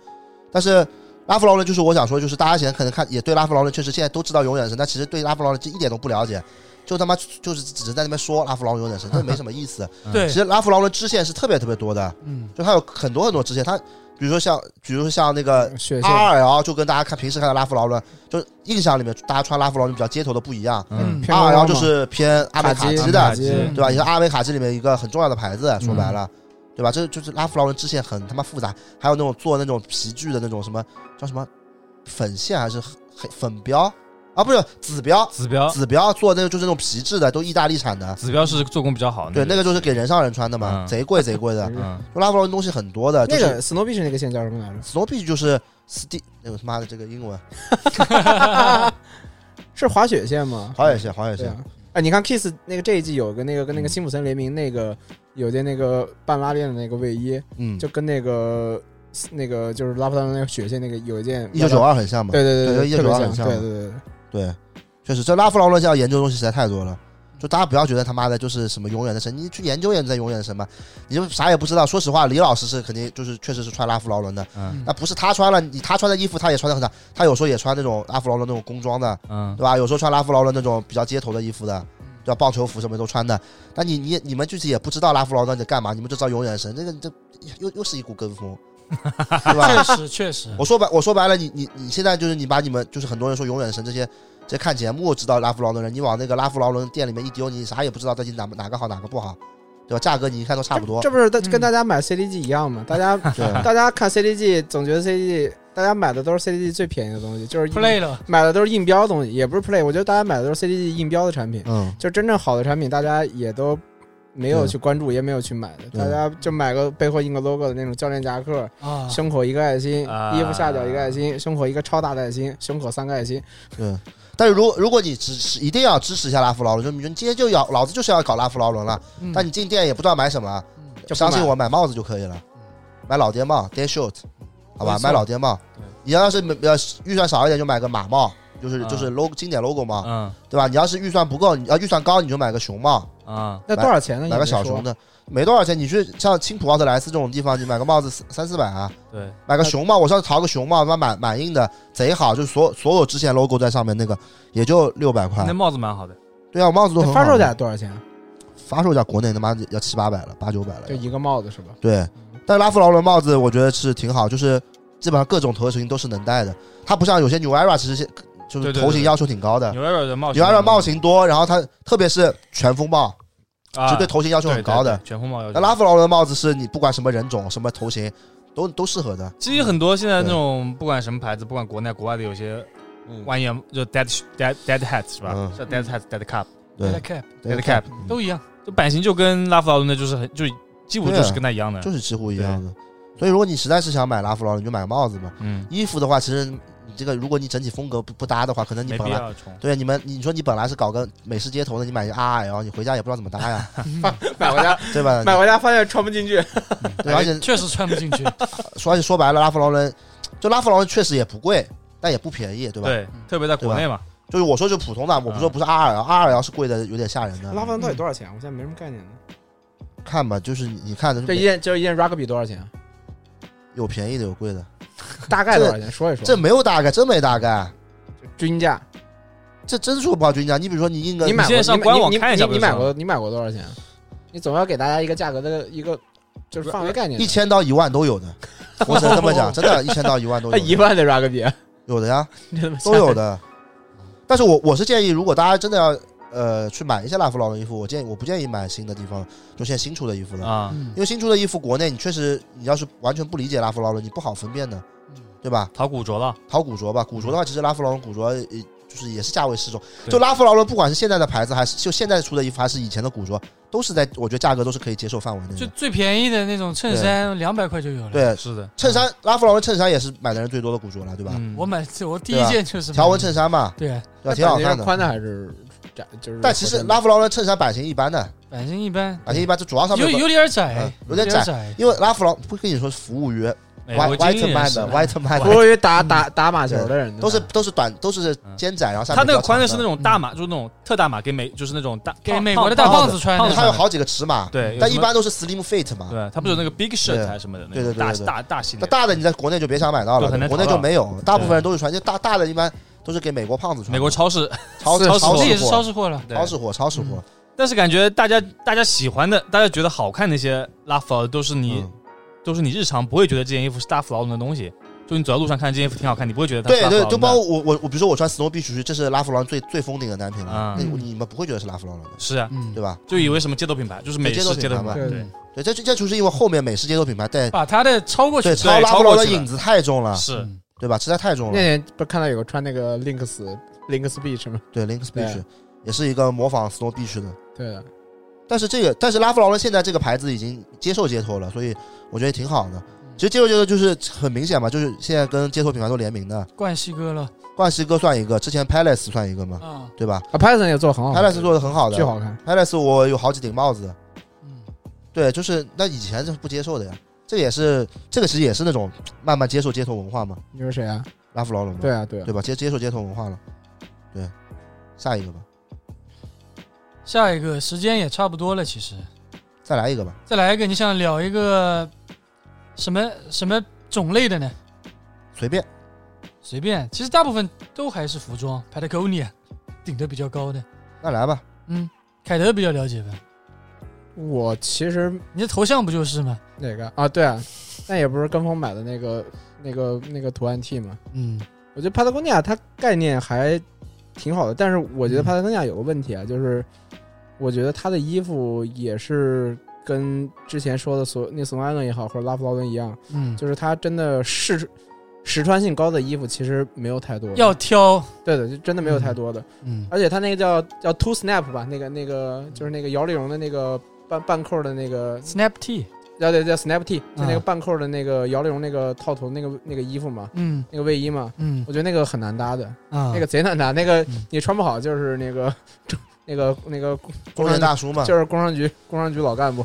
S2: 但是拉夫劳伦就是我想说，就是大家以前可能看也对拉夫劳伦确实现在都知道永远神，但其实对拉夫劳伦这一点都不了解，就他妈就是只是在那边说拉夫劳伦永远神，这没什么意思。
S3: 对
S2: 其，实拉夫劳伦支线是特别特别多的，
S3: 嗯
S2: 就它有很多很多支线，它比如说像比如说像那个
S4: 嗯血线
S2: R L，就跟大家看平时看到拉夫劳伦，就印象里面大家穿拉夫劳伦比较街头的不一样。
S5: 嗯，
S4: 偏
S2: R
S4: 高
S2: L
S4: 嘛
S2: 啊就是偏阿美
S4: 卡
S2: 卡
S4: 基
S2: 基的
S5: 阿美，卡基
S2: 对
S4: 嗯
S2: 吧？也是阿美卡基里面一个很重要的牌子，说白了，对吧？这就是拉夫劳伦支线很他妈复杂，还有那种做那种皮具的那种什么叫什么粉线还是黑粉标啊？不是紫标，
S5: 指标
S2: 紫标做那个就是那种皮质的，都意大利产的，
S5: 指标是做工比较好，
S2: 对，那个就是给人上人穿的嘛，
S5: 嗯
S2: 贼贵贼贵的。
S5: 嗯，
S2: 拉夫劳伦东西很多的，就
S4: 那
S2: 是
S4: 个 Snow Beach 那个线叫什么来
S2: Snow Beach 就是 Ste，那个他妈的这个英文
S4: 着？ 是滑雪线吗？
S2: 滑雪线，滑雪
S4: 对
S2: 线
S4: 啊。。哎，你看 Kiss 那个这一季有个那个跟那
S2: 嗯
S4: 个辛普森联名那个有件那个半拉链的那个卫衣，
S2: 嗯，
S4: 就跟那个那个就是拉夫劳伦那个雪线那个有一件
S2: 一九九，二很像嘛，
S4: 对对
S2: 对
S4: 对，
S2: 1992
S4: 特别
S2: 很像
S4: 对对对，对
S2: 对，确实，这拉夫劳伦现在研究的东西实在太多了。就大家不要觉得他妈的就是什么永远的神，你去研究研究在永远的神吧，你就啥也不知道。说实话，李老师是肯定就是确实是穿拉夫劳伦的，
S5: 嗯
S2: 那不是他穿了，你他穿的衣服他也穿的很少，他有时候也穿那种拉夫劳伦那种工装的，
S5: 嗯
S2: 对吧？有时候穿拉夫劳伦那种比较街头的衣服的，对吧？棒球服什么都穿的。但你你你们具体也不知道拉夫劳伦在干嘛，你们就知道永远的神，这个这又又是一股跟风，对 吧？
S3: 确实确实，
S2: 我说白，我说白了，你你你现在就是你把你们就是很多人说永远神这些这些看节目知道拉夫劳伦人，你往那个拉夫劳伦店里面一丢，你啥也不知道到底哪哪个好哪个不好，对吧？价格你一看都差不多
S4: 这，不是大
S3: 嗯
S4: 跟大家买 CDG 一样吗？大家
S2: 对
S4: 大家看 CDG 总觉得 CDG，大家买的都是 CDG 最便宜的东西，就是
S3: play 了，
S4: 买的都是印标的东西，也不是 Play。我觉得大家买的都是 CDG 印标的产品，
S2: 嗯，
S4: 就真正好的产品，大家也都没有
S2: 对
S4: 去关注，也没有去买的。
S2: 对
S4: 大家就买个背后印个 logo 的那种教练夹克，
S3: 啊，
S4: 胸口一个爱心，
S5: 啊
S4: 衣服下角一个爱心，胸口一个超大的爱心，胸口三个爱心。
S2: 对。但是如果如果你只是一定要支持一下拉夫劳伦，就你今天就要老子就是要搞拉夫劳伦了，
S3: 嗯
S2: 但你进店也不知道买什么，
S3: 嗯
S4: 就不
S2: 相信
S4: 买嗯
S2: 我买帽子就可以了，买老爹帽 day shirt，好吧
S4: 没，错
S2: 买老爹帽
S4: 对。
S2: 你要是没呃预算少一点，就买个马帽，
S4: 嗯
S2: 就是就是
S5: 啊
S2: logo 经典 logo 帽，
S5: 嗯
S2: 对吧？你要是预算不够，你要呃预算高，你就买个熊帽，
S5: 啊，
S4: 那多少钱呢？
S2: 买个小熊
S4: 熊的，
S2: 的，没多少钱。你去像青浦奥啊特莱斯这种地方，你买个帽子三三四百啊，
S5: 对，
S2: 买个熊帽，我上次淘个熊帽，他妈满满印的贼好，就是所所有之前 logo 在上面那个也就六百块
S5: 那。帽子蛮好的，
S2: 对啊，我帽子都很
S4: 那
S2: 好
S4: 发
S2: 的
S4: 售价多少钱？
S2: 发售价国内他妈要七八百了，八九百了
S4: 就。一个帽子是吧？
S2: 对，
S5: 嗯
S2: 但拉夫劳伦帽子我觉得是挺好，就是基本上各种头型都是能戴的。它不像有些 New Era 其实是就
S5: 对
S2: 是
S5: 对
S2: 头
S5: 对
S2: 型
S5: 对
S2: 要求挺高的
S5: 牛耳的帽
S2: ，New Era 帽型多，然后它特别是全风帽，
S5: 啊
S2: 就对头型要求
S5: 对
S2: 很高的
S5: 对。对全风帽要求
S2: 那拉夫劳伦帽子是你不管什么人种、什么头型，都都适合的。
S5: 其实很多现在那种不管什么牌子，不管国内国外的有些弯眼就 dead dead dead hat 是吧
S2: 嗯？
S5: 叫 dead hat dead
S3: 带
S5: cap
S2: 对嗯
S3: cap
S5: dead cap，
S3: 都一样，
S5: 就版型就跟拉夫劳伦的就是很就基本就是跟他一样的
S2: 啊就，是几乎一样的。所以如果你实在是想买拉夫劳伦，你就买个帽子嘛。
S5: 嗯，
S2: 衣服的话，其实你这个如果你整体风格不不搭的话，可能你
S5: 没
S2: 本
S5: 必
S2: 来
S5: 要冲。
S2: 对啊你们，你说你本来是搞个美式街头的，你买一个 R L，你回家也不知道怎么搭呀，
S4: 买回 家，
S2: 对 吧？
S4: 买回家发现穿不进去。
S2: 对，而且
S3: 确实穿不进去，
S2: 说而且说嗯白了，拉夫劳伦就拉夫劳伦确实也不贵，但也不便宜，对吧？
S5: 对，特别在国内嘛，
S2: 就是我说是普通的，我
S5: 嗯
S2: 不说不是 R L R L 是贵的，有点吓人的。
S4: 拉饭到底多少钱？我 现在没什么概念呢。
S2: 看吧，就是你你看的
S4: 这一
S2: 是
S4: 件就是一件 rugby 多少钱啊？
S2: 有便宜的，有贵的，
S4: 大概多少钱？说一说。
S2: 这没有大概，真没大概，
S4: 均价，
S2: 这真说不好均价。你比如说你印个
S4: 你买过？
S5: 现在上
S4: 你
S5: 官网
S4: 你
S5: 看一下
S4: 你
S5: 不
S4: 你
S5: 就知
S4: 买
S5: 道
S4: 过？你买过多少钱啊？你总要给大家一个价格的一个就是范围概念
S2: 一。千到一万都有 的，我只能这么讲，真的，一千到一万都有
S4: 啊， 一
S2: 的，
S4: 万的 rugby
S2: 有的呀，
S4: 你他妈
S2: 都有 的。但是我我是建议，如果大家真的要呃去买一些拉夫劳的衣服，我建议我不建议买新的地方，就现在新出的衣服了。
S5: 啊，
S3: 嗯
S2: 因为新出的衣服，国内你确实，你要是完全不理解拉夫劳伦，你不好分辨的，
S4: 嗯
S2: 对吧？
S5: 淘古着了，
S2: 淘古着吧，古着的话，其实拉夫劳伦古着呃就是也是价位适中。
S5: 对
S2: 就拉夫劳伦，不管是现在的牌子，还是就现在出的衣服，还是以前的古着，都是在我觉得价格都是可以接受范围内
S3: 就
S2: 的。
S3: 最便宜的那种衬衫，两百块就有了。，
S2: 对，
S5: 是的，
S2: 衬衫拉夫劳伦衬衫也是买的人最多的古着了，对吧？
S5: 嗯
S3: 我买这我第
S2: 对
S3: 一
S2: 吧
S3: 件就是
S2: 条纹
S3: 买
S2: 衬衫嘛，
S3: 对，
S2: 对吧？挺好看的。
S4: 宽的还是窄？就是
S2: 但其实
S4: 拉
S2: 拉夫劳伦衬衫版型一般的，
S3: 版型一般，
S2: 版型一般，就主要上面
S3: 有
S2: 有个
S3: 有点窄
S2: 嗯，有点窄
S3: 窄。
S2: 因为拉夫劳不跟你说是服务员
S5: 美
S2: ，white
S5: 国精
S2: white
S5: 英也
S2: man
S5: 是
S2: 的 white man 的
S4: 服务于打打打马球的人
S2: 嗯都是都是短都是肩窄，然后下
S5: 嗯他
S2: 面
S5: 那个宽的
S2: 的嗯
S5: 是那种大码，就是那种特大码，给美就是那种大
S3: 给
S5: 胖
S3: 美国的大胖子穿的
S5: 胖
S2: 它
S5: 子穿
S2: 有
S5: 的
S2: 好几个尺码，
S5: 对，有
S2: 但
S5: 什
S2: 一
S5: 么
S2: 般都是 slim fit 嘛。
S5: 对，它不是有那个 big shirt
S2: 对
S5: 还是什么的，那
S2: 对对
S5: 种
S2: 对
S5: 大
S2: 对对
S5: 大大型
S2: 那
S5: 的，
S2: 大的你在国内就别想买到
S5: 对很
S2: 了，
S5: 难
S2: 国内
S5: 淘到
S2: 就没有，大部分人都是穿，就大大的一般都是给美国胖子穿的。
S5: 美国超市，
S2: 超
S5: 超市
S2: 超
S3: 这
S2: 市
S3: 也是超
S2: 货，
S3: 市货了。
S5: 对
S2: 超市货，超市货。
S5: 但是感觉大家大家喜欢的，大家觉得好看的那些拉夫劳都是你
S2: 嗯
S5: 都是你日常不会觉得这件衣服是拉夫劳伦的东西，就你走在路上看这件衣服挺好看，你不会觉得它是
S2: 对
S5: 拉夫劳
S2: 对，
S5: 伦的
S2: 就包括我我我，比如说我穿 Snow Beach 去，这是拉夫劳伦最最封顶的单品了，
S5: 啊
S2: 那
S3: 嗯
S2: 你们不会觉得是拉夫劳伦的，
S5: 是啊，
S3: 嗯
S2: 对，吧？
S5: 就以为什么街头品牌，就是美
S2: 街头
S5: 式
S2: 品
S5: 街头
S2: 牌
S5: 品
S2: 嘛
S5: 牌，
S4: 对
S5: 对，
S2: 对，这这这就是因为后面美式街头品牌带
S3: 把它的超过去
S2: 对
S5: 啊对
S2: 超拉夫劳伦
S5: 超过去
S2: 的
S5: 了
S2: 影子太重了，
S5: 是
S3: 嗯
S2: 对吧？实在太重
S4: 那
S2: 了。
S4: 天不是看到有个穿那个 Links Links Beach 吗？
S2: 对，Links
S4: 对
S2: Beach 也是一个模仿 Snow Beach 的，
S4: 对的，
S2: 但是这个，但是拉夫劳伦现在这个牌子已经接受街头了，所以我觉得挺好的。其实接受街头就是很明显嘛，就是现在跟街头品牌都联名的，
S3: 冠希哥了
S2: 冠希哥算一个，之前 Palace 算一个嘛，
S3: 啊，
S2: 对吧
S4: 啊，Python 也做得很好看
S2: ？Palace 做的很好
S4: 巨
S2: 的
S4: 好看。
S2: ，Palace 我有好几顶帽子，
S3: 嗯，
S2: 对，就是那以前是不接受的呀，这也是这个其实也是那种慢慢接受街头文化嘛，
S4: 你说谁啊？
S2: 拉夫劳伦嘛，
S4: 对啊，对啊，
S2: 对吧？接接受街头文化了，对，下一个吧，
S3: 下一个时间也差不多了，其实
S2: 再来一个吧，
S3: 再来一个，你想聊一个什么什么种类的呢？
S2: 随便，
S3: 随便，其实大部分都还是服装，Patagonia 顶的比较高的，
S2: 那来吧，
S3: 嗯，凯德比较了解吧？
S4: 我其实
S3: 你的头像不就是吗？
S4: 哪个啊？对啊，但也不是跟风买的那个那个那个图案 T 嘛。
S3: 嗯，
S4: 我觉得帕塔哥尼亚它概念还挺好的，但是我觉得
S3: 嗯
S4: 帕塔哥尼亚有个问题啊，就是我觉得它的衣服也是跟之前说的所那索安伦也好，或者拉夫劳伦一样，
S3: 嗯，
S4: 就是它真的是实穿性高的衣服其实没有太多，
S3: 要挑，
S4: 对的，就真的没有太多的。
S3: 嗯
S4: 而且它那个叫叫 two snap 吧，那个那个就是那个摇粒绒的那个半半扣的那个
S3: ，Snap T，
S4: 叫对叫 snap T，就那个
S3: 啊
S4: 半扣的那个摇粒绒那个套头那个那个衣服嘛，
S3: 嗯
S4: 那个卫衣嘛，
S3: 嗯
S4: 我觉得那个很难搭的。
S3: 啊，
S4: 那个贼难打，那个
S3: 嗯
S4: 你穿不好就是那个 那个那个
S2: 中年大叔嘛，
S4: 就是工商局工商局老干部，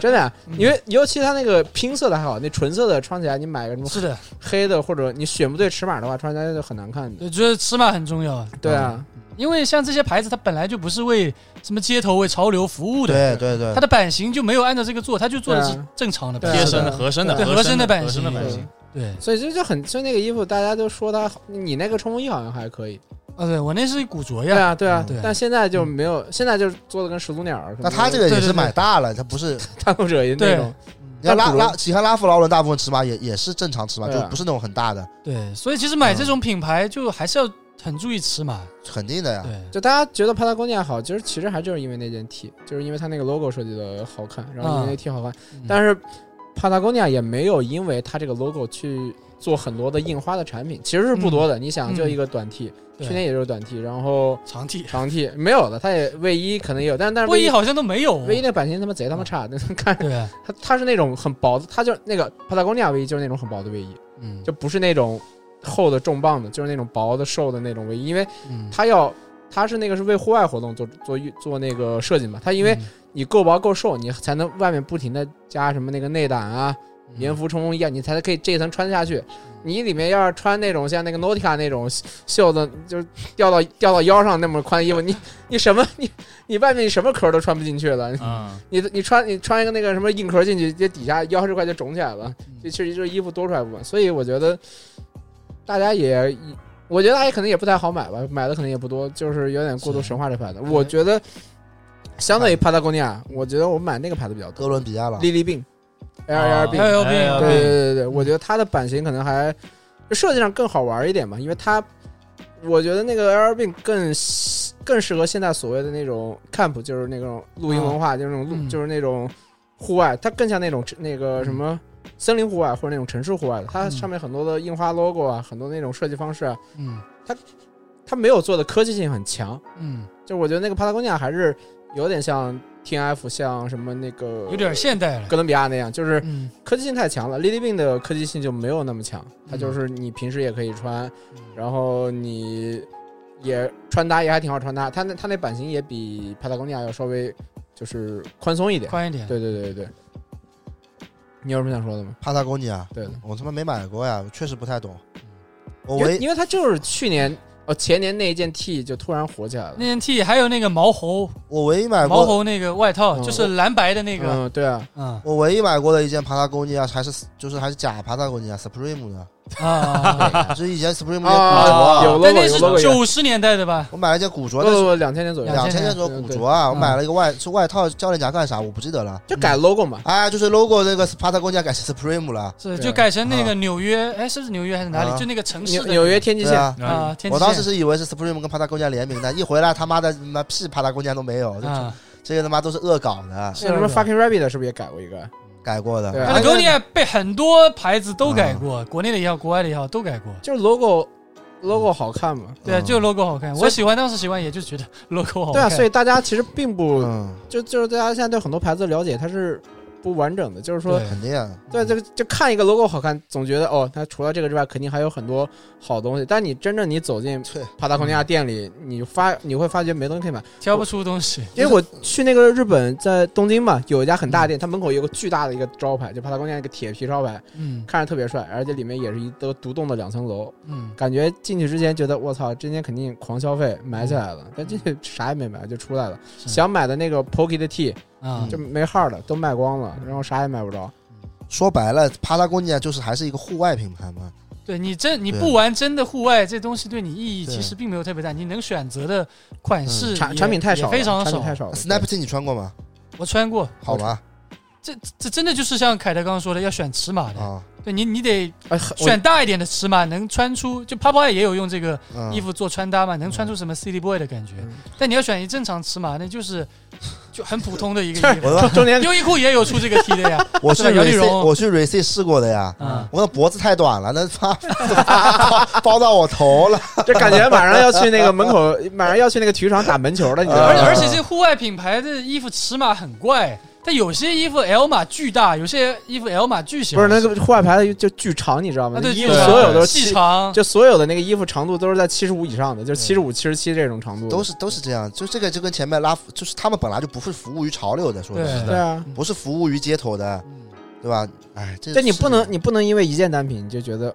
S4: 真的，啊因为尤其他那个拼色的还好，那纯色的穿起来你买个什么
S3: 是的，
S4: 黑的或者你选不对尺码的话，穿起来就很难看的。
S3: 我觉得尺码很重要，
S4: 对啊，
S3: 因为像这些牌子，它本来就不是为什么街头为潮流服务的，
S2: 对对对
S3: 它，的版型就没有按照这个做，它就做的
S4: 对
S3: 是
S4: 啊
S3: 正常的
S4: 对啊
S3: 版
S5: 贴
S3: 型
S5: 身
S4: 是
S5: 的
S4: 的
S5: 合身的
S4: 对
S3: 合身的版
S5: 合身的
S3: 型
S5: 版型
S4: 对，
S3: 对，
S4: 所以就就很就那个衣服，大家都说它好，你那个冲锋衣好像还可以。
S3: 啊，对我那是古着
S4: 对
S3: 呀，
S4: 啊，对啊
S3: 嗯对，嗯
S4: 但现在就没有，现在就是做的跟始祖鸟儿。
S2: 那他这个也是买大了，他不是
S4: 探路者一那
S3: 对
S4: 种，
S2: 你看拉
S4: 但古人
S2: 拉，喜欢拉夫劳伦，大部分尺码也也是正常尺码，
S4: 对
S2: 就
S4: 啊
S2: 不是那种很大的，
S3: 对，所以其实买
S4: 嗯
S3: 这种品牌就还是要很注意尺码，
S2: 肯定的呀。
S3: 对，
S4: 就大家觉得帕塔哥尼亚好，其实其实还就是因为那件 T，就是因为它那个 logo 设计的好看，然后因为那 T 好看。
S3: 嗯
S4: 但是帕塔哥尼亚也没有因为它这个 logo 去做很多的印花的产品，其实是不多的。你想，就一个短 T，、
S3: 嗯对
S4: 去年也就是短 T，然后
S3: 长 T
S4: 长 T 没有的，它也卫衣可能也有，但但是
S3: 卫衣
S4: 衣。
S3: 好嗯像都没有，
S4: 卫衣那版型他妈贼他妈差， 那看着
S3: 对啊，
S4: 它它是那种很薄的，它就那个帕塔哥尼亚卫衣就是那种很薄的卫衣，
S3: 嗯，
S4: 就不是那种厚的重磅的，就是那种薄的瘦的那种卫衣，因为
S3: 嗯，
S4: 他要他是那个是为户外活动做做运做那个设计嘛，他因为
S3: 嗯
S4: 你够薄够瘦，你才能外面不停的加什么那个内胆啊，
S3: 嗯
S4: 棉服冲锋衣啊，你才可以这一层穿下去。你里面要是穿那种像那个 Nautica 那种袖子，就是掉到掉到腰上那么宽的衣服，你你什么你你外面你什么壳都穿不进去了。
S5: 嗯，
S4: 你你穿你穿一个那个什么硬壳进去，这底下腰这块就肿起来了。这确实就是衣服多出来部分，所以我觉得大家也，我觉得大家可能也不太好买吧，买的可能也不多，就是有点过度神话这牌子。我觉得相对于帕塔哥尼亚，我觉得我买那个牌子比较多，
S2: 哥伦比亚了，
S4: 莉莉病，L L
S3: 啊
S4: B，
S3: LLB
S4: 对
S5: LLB
S4: 对对对，我觉得它的版型可能还就设计上更好玩一点吧，因为它。我觉得那个 L R 病更更适合现在所谓的那种 camp，就是那种露营文化，就是那种露，
S3: 嗯
S4: 就是那种户外，它更像那种那个什么森林户外或者那种城市户外的。它
S3: 嗯
S4: 上面很多的印花 logo 啊，很多那种设计方式啊，
S3: 嗯
S4: 它没有做的科技性很强。
S3: 嗯，
S4: 就我觉得那个帕塔哥尼亚还是有点像 T N F，像什么那个
S3: 有点现代了
S4: 哥。伦比亚那样，就是
S3: 嗯，
S4: 科技性太强了。Lily Bean 的科技性就没有那么强，它
S3: 嗯
S4: 就是你平时也可以穿，
S3: 嗯
S4: 然后你也穿搭也还挺好穿搭，它那它那版型也比帕塔哥尼亚要稍微就是宽松一点。
S3: 宽一点。
S4: 对对对对对，你有什么想说的吗？
S2: 帕塔哥尼亚，
S4: 对的，
S2: 我他妈没买过呀，确实不太懂。我
S4: 因为
S2: 唯
S4: 因为它就是去年哦前年那一件 T 就突然火起来了
S3: 那。件 T 还有那个毛猴
S2: 我唯一买
S3: 毛
S2: 过，
S3: 猴那个外套，
S4: 哎嗯
S3: 就是蓝白的那个。
S4: 嗯，对啊，
S3: 嗯
S2: 我唯一买过的一件帕塔哥尼亚还是就是还是假帕塔哥尼亚 Supreme 的，
S3: 啊啊，啊啊
S2: 就是以前 Supreme 的古
S4: 啊，
S2: 着，
S4: 有
S3: 但
S4: logo
S3: 那
S4: 有
S3: 是
S4: logo 有
S3: 九十年代的吧？
S2: 我买了一件古着，但是
S4: ，logo 两千年左右，
S2: 两千
S3: 2000
S2: 年
S3: 年
S2: 时候古
S4: 对嗯
S2: 着啊，
S3: 对
S2: 我买了一个外是外套教练夹干啥我不记得了，
S4: 就
S3: 嗯
S4: 改 logo 嘛，
S2: 哎，就是 logo 那个帕塔哥尼亚改成 Supreme 了，
S3: 是，
S4: 对
S3: 就改成那
S2: 啊
S3: 个纽约，哎，是不是纽约还是哪
S2: 啊
S3: 里？就那个城市
S4: 纽
S3: 的
S4: 纽约嗯天际
S2: 对
S4: 线，
S2: 啊。
S5: 啊，
S3: 啊，天
S2: 我
S3: 际
S2: 当时
S3: 线。
S2: 是以为是 Supreme 跟帕塔哥尼亚联名的，一回来他妈的他妈屁帕塔哥尼亚都没有，这
S3: 啊，
S2: 这个他妈都是恶搞的，
S4: 那什么 fucking rabbit 的是不是也改过一个？
S2: 改过的。哎
S4: 对啊
S3: 帕塔哥尼亚被很多牌子都改过，国内的也好，国外的也好，都改过。
S4: 就是 logo logo 好看嘛。
S3: 对，啊
S2: 嗯
S3: 就 logo 好看。
S4: 所以
S3: 我喜欢，当时喜欢，也就觉得 logo 好看。
S4: 对啊，所以大家其实并不
S2: 嗯，
S4: 就就是大家现在对很多牌子了解它是不完整的，就是说
S3: 对
S2: 肯定啊。
S4: 对这个就看一个 logo 好看，总觉得哦，它除了这个之外肯定还有很多好东西。但你真正你走进
S2: 对，
S4: 帕塔空尼亚店里，你发你会发觉没东西可以买，
S3: 挑不出东西。
S4: 因为我去那个日本在东京嘛，有一家很大的店，它门口有个巨大的一个招牌，就帕塔空尼亚一个铁皮招牌，
S3: 嗯
S4: 看着特别帅，而且里面也是一个独栋的两层楼，
S3: 嗯，
S4: 感觉进去之前觉得我操，今天肯定狂消费，买起来了，但进去啥也没买就出来了。
S3: 嗯是
S4: 想买的那个 Pocky 的 T
S3: 啊
S4: 就没号了，都卖
S3: 嗯
S4: 光了，然后啥也买不着。
S2: 说白了，帕塔哥尼亚就是还是一个户外品牌嘛。
S3: 对你真你
S2: 对
S3: 不玩真的户外，这东西对你意义
S2: 对
S3: 其实并没有特别大。你能选择的款式也、
S4: 嗯产产品太
S3: 也
S4: 少了，
S3: 非常
S4: 产
S3: 少
S4: 品。太少了。对
S2: Snapchat 你穿过吗？
S3: 我穿过，
S2: 好吧，
S3: 这这真的就是像凯德刚刚说的，要选尺码的。
S2: 啊，
S3: 对你你得
S4: 哎，很
S3: 选大一点的尺码，能穿出就 p a p a 也有用这个
S2: 嗯
S3: 衣服做穿搭嘛，能穿出什么 City Boy 的感觉。
S4: 啊嗯
S3: 但你要选一正常尺码，那就是就很普通的 一个衣服。
S2: 我
S4: 我 中间
S3: 优衣库也有出这个 T 的呀，
S2: 我去
S3: 是吧摇粒
S2: Rece
S3: 绒
S2: 我去 Rece 试过的呀。
S3: 啊、
S2: 我的脖子太短了，那他妈包 到我头了。
S4: 这感觉马上要去那个门口， 马上要去那个体育场打门球了，你知道
S3: 而
S4: 吗？
S3: 而且这户外品牌的衣服尺码很怪，但有些衣服 L 码巨大，有些衣服 L 码巨小。
S4: 不是那个户外牌的就巨长，你知道吗
S3: 啊，？对，
S4: 衣服
S5: 对
S4: 所有都是
S3: 细
S4: 七，
S3: 长，
S4: 就所有的那个衣服长度都是在七十五以上的，就是七十五、七十七这种长度的，
S2: 都是都是这样，就这个就跟前面拉，就是他们本来就不是服务于潮流的，说
S3: 对
S2: 的
S3: 嗯
S4: 对啊。
S2: 不是服务于街头的，对吧？哎，这
S4: 这你
S2: 是
S4: 不能，你不能因为一件单品你就觉得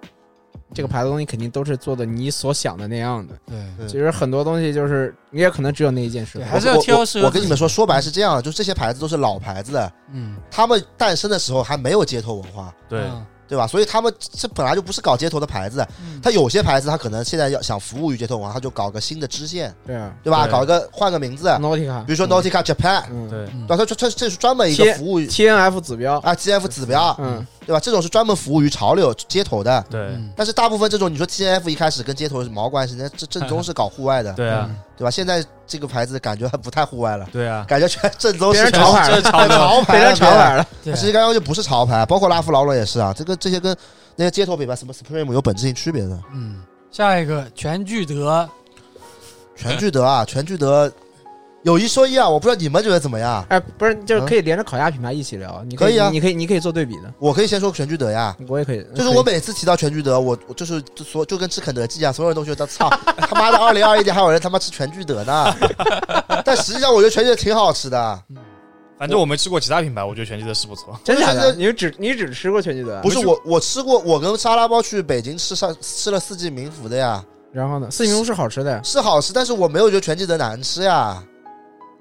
S4: 这个牌子东西肯定都是做的你所想的那样的。
S3: 对
S2: 对
S4: 其实很多东西就是你也可能只有那一件适
S3: 对，
S4: 合
S3: 还。是要
S2: 我
S3: 挑
S2: 我
S3: 适合
S2: 我我跟你
S3: 自己
S2: 们说，说白是这样的，就这些牌子都是老牌子的，
S3: 嗯，
S2: 他们诞生的时候还没有街头文化，
S5: 对，
S3: 嗯
S2: 对吧？所以他们这本来就不是搞街头的牌子，
S3: 嗯
S2: 他有些牌子他可能现在要想服务于街头文化，他就搞个新的支线，
S4: 对啊
S2: 对吧？
S5: 对
S2: 搞一个换个名字，
S4: ，Nautica，
S2: 啊比如说 Nautica Japan，
S4: 嗯
S5: 对，
S3: 嗯
S2: 对吧？他这这这是专门一个
S4: 贴
S2: 服务于
S4: ，TNF 指标，
S2: 啊 GF 指标，
S4: 嗯，
S2: 对吧？这种是专门服务于潮流街头的。
S5: 对，
S3: 嗯
S2: 但是大部分这种，你说 T F 一开始跟街头是毛关系？那正正宗是搞户外的，
S5: 对啊，
S2: 对吧？现在这个牌子感觉不太户外了，
S5: 对啊，
S2: 感觉全正宗
S4: 别
S2: 是
S4: 人潮牌了，
S5: 这是潮流，
S2: 潮
S4: 别
S2: 牌了，
S4: 人潮牌了，
S3: 对
S2: 其实刚刚就不是潮牌，包括拉夫劳伦也是啊，这个这些跟那些街头品牌什么 Supreme 有本质性区别的。
S3: 嗯，下一个全聚德，
S2: 全聚德啊，全聚德有一说一啊，我不知道你们觉得怎么样？
S4: 哎，不是，就是可以连着烤鸭品牌一起聊，你
S2: 嗯可以啊
S4: 你可以，你可以做对比的，
S2: 我可以先说全聚德呀。
S4: 我也可以，
S2: 就是
S4: 嗯可以
S2: 我每次提到全聚德，我我就是就所就跟吃肯德基一样，所有人都觉得操 他妈的，二
S4: 嗯
S2: 零二一年还有人他妈吃全聚德呢。但实际上，我觉得全聚德挺好吃的，啊
S5: 反正我没吃过其他品牌，我觉得全聚德是不错。
S4: 真假
S2: 不是
S4: 的？啊
S2: 是
S4: 你只你只吃过全聚德？
S2: 不是，我，我吃过，我跟沙拉包去北京吃上吃了四季民福的呀，
S4: 然后呢？四季民福是好吃的呀，
S2: 是好吃，但是我没有觉得全聚德难吃呀。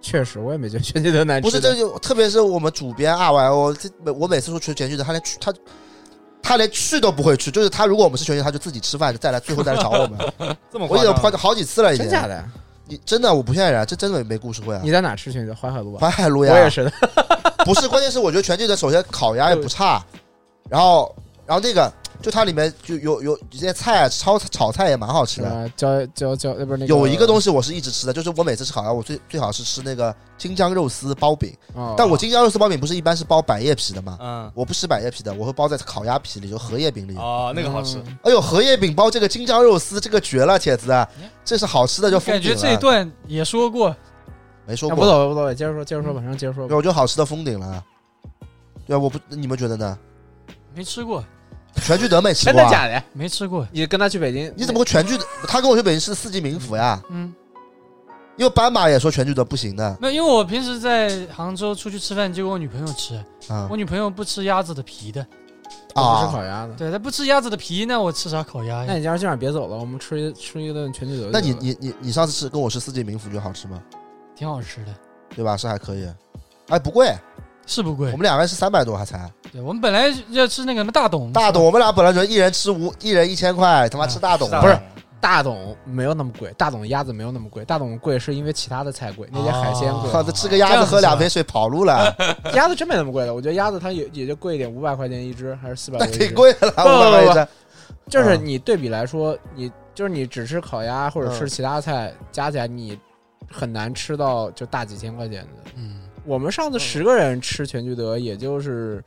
S4: 确实我也没觉得全聚德难吃
S2: 不是，
S4: 的。
S2: 这就特别是我们主编 R Y O，这每我每次说去全聚德，他连去他他连去都不会去，就是他如果我们是全聚德，他就自己吃饭，就再来最后再来找我们。
S5: 这么
S2: 我已
S5: 夸
S2: 经
S5: 张
S2: 夸？好几次了，已经。
S4: 真假的？呀？
S2: 你真的我不骗人，这真的没故事会啊
S4: 你。在哪吃全聚德？淮海路吧。啊
S2: 淮海路
S4: 我
S2: 呀，
S4: 也是的，
S2: 不是，关键是我觉得全聚德首先烤鸭也不差，然后然后那个就它里面就有有一些菜啊，炒炒菜也蛮好吃
S4: 是
S2: 的。
S4: 吧？焦焦焦嗯呃那不是那个
S2: 有一个东
S4: 西，
S2: 西我是一直吃的，就是我每次吃烤鸭，我最最好是吃那个京酱肉丝包饼。
S4: 哦
S2: 但我京酱肉丝包饼不是一般是包百叶皮的吗？
S5: 嗯，
S2: 我不吃百叶皮的，我会包在烤鸭皮里，就荷叶饼里。
S5: 哦，那个好吃。
S2: 哎呦，荷叶饼包这个京酱肉丝，这个绝了，铁子，
S4: 嗯
S2: 这是好吃的就
S3: 感
S2: 封顶
S3: 觉
S2: 了。
S3: 这一段也说过，
S2: 没说
S4: 啊
S2: 过，
S4: 无所谓无所谓，接着说接着说吧，然后接着说
S2: 对，
S4: 吧。
S2: 我觉得好吃的封顶了。对啊，我不，你们觉得呢？
S3: 没吃过，
S2: 全聚德没吃
S4: 真
S2: 过、
S4: 的
S2: 啊，
S4: 哎假的呀？
S3: 没吃过。
S4: 你跟他去北京，
S2: 你怎么会全聚德？他跟我去北京吃四季民福呀，
S3: 嗯，
S2: 因为斑马也说全聚德不行的
S3: 没有，因为我平时在杭州出去吃饭，就跟我女朋友吃，
S2: 啊
S3: 我女朋友不吃鸭子的皮的，
S4: 我不吃
S2: 啊！
S4: 烤鸭的？
S3: 对她不吃鸭子的皮，那我吃啥烤鸭
S4: 那
S3: 呀？
S4: 你今儿今晚别走了，我们吃一吃一顿全聚德就行了。
S2: 那你你你你上次吃跟我吃四季民福觉得好吃吗？
S3: 挺好吃的，
S2: 对吧？是还可以，哎不贵，
S3: 是不
S2: 我
S3: 贵
S2: 们。两个人是三百多还才
S3: 对我们本来要吃那个什么大董，
S2: 大董，我们俩本来觉得一人吃五一人一千块，他妈吃大董
S5: 大
S4: 不是啊
S5: 董
S4: 大董没有那么贵，大董鸭子没有那么贵，大董贵是因为其他的菜贵，那些海鲜
S2: 靠，
S4: 贵，
S2: 这吃个鸭子喝两杯水跑路
S5: 哎
S2: 了，
S4: 鸭子真没那么贵的。我觉得鸭子它也也就贵一点，五百块钱一只还是四百
S2: 那
S4: 多一只，
S2: 挺贵的了，
S4: 不
S2: 五百块钱。
S4: 就是
S2: 嗯
S4: 你对比来说，你就是你只吃烤鸭或者吃
S2: 嗯
S4: 其他菜，加起来你很难吃到就大几千块钱的。
S3: 嗯，
S4: 我们上次十个人吃全聚德，也就是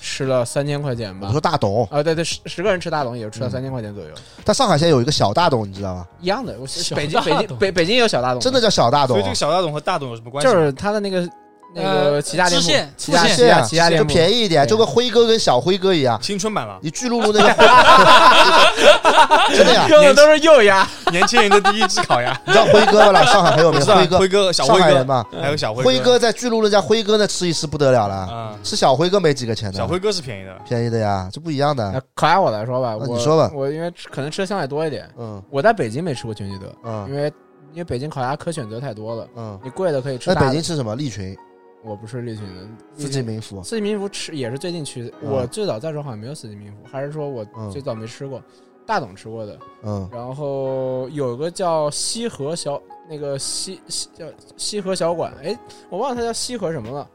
S4: 吃了三千块钱
S2: 我
S4: 吧
S2: 们。说大董，
S4: 啊，对对，十十个人吃大董也就吃了
S2: 嗯
S4: 三千块钱左右，
S2: 但上海现在有一个小大董，你知道吗？
S4: 一样的。我
S3: 小
S4: 北京
S3: 大
S4: 北京
S3: 董
S4: 北北京也有小大董，
S2: 真的叫小大
S5: 哦所
S2: 董
S5: 以这，个小大董和大董有什么关系？
S4: 就是他的那个那个
S3: 呃
S4: 旗下店
S3: 支
S4: 铺
S3: 线，
S4: 旗下
S3: 支
S2: 线
S5: 啊
S2: 啊
S4: 旗下旗下店
S2: 就
S4: 铺，
S2: 便宜一点，
S4: 对
S2: 就跟辉哥跟小辉哥一样。
S5: 青春版了，
S2: 你巨鹿路那个， 真的呀？
S4: 用的都是幼鸭。
S5: 年轻人的第一只
S2: 。
S5: 烤鸭
S2: 你知道辉哥吧？上海很有名
S5: 知
S2: 的
S5: 道
S2: 辉哥
S5: 辉，哥、小
S2: 上
S5: 辉
S2: 海人
S5: 哥，
S2: 嘛。
S5: 还有小辉
S2: 辉哥在巨鹿那家辉哥那吃一吃不得了了，
S5: 啊，
S2: 吃小辉哥没几个钱的，
S5: 小辉哥是便宜的。
S2: 便宜的呀，这不一样的。
S4: 那烤鸭我来说吧，
S2: 啊
S4: 我
S2: 你说吧
S4: 我因为吃可能吃的相对多一点，
S2: 嗯
S4: 我在北京没吃过全聚德，因
S2: 嗯
S4: 为因为北京烤鸭可选择太多了，
S2: 嗯。
S4: 你贵的可以吃
S2: 那
S4: 大的。
S2: 北京吃什么？利群、
S4: 我不吃利群的，
S2: 四季民福。
S4: 四季民福吃也是最近去的。
S2: 嗯
S4: 我最早在时候好像没有四季民福，还是说我最早没吃过，大董吃过的。
S2: 嗯，
S4: 然后有个叫西河小那个西西叫西河小馆，哎，我忘了它叫西河什么了。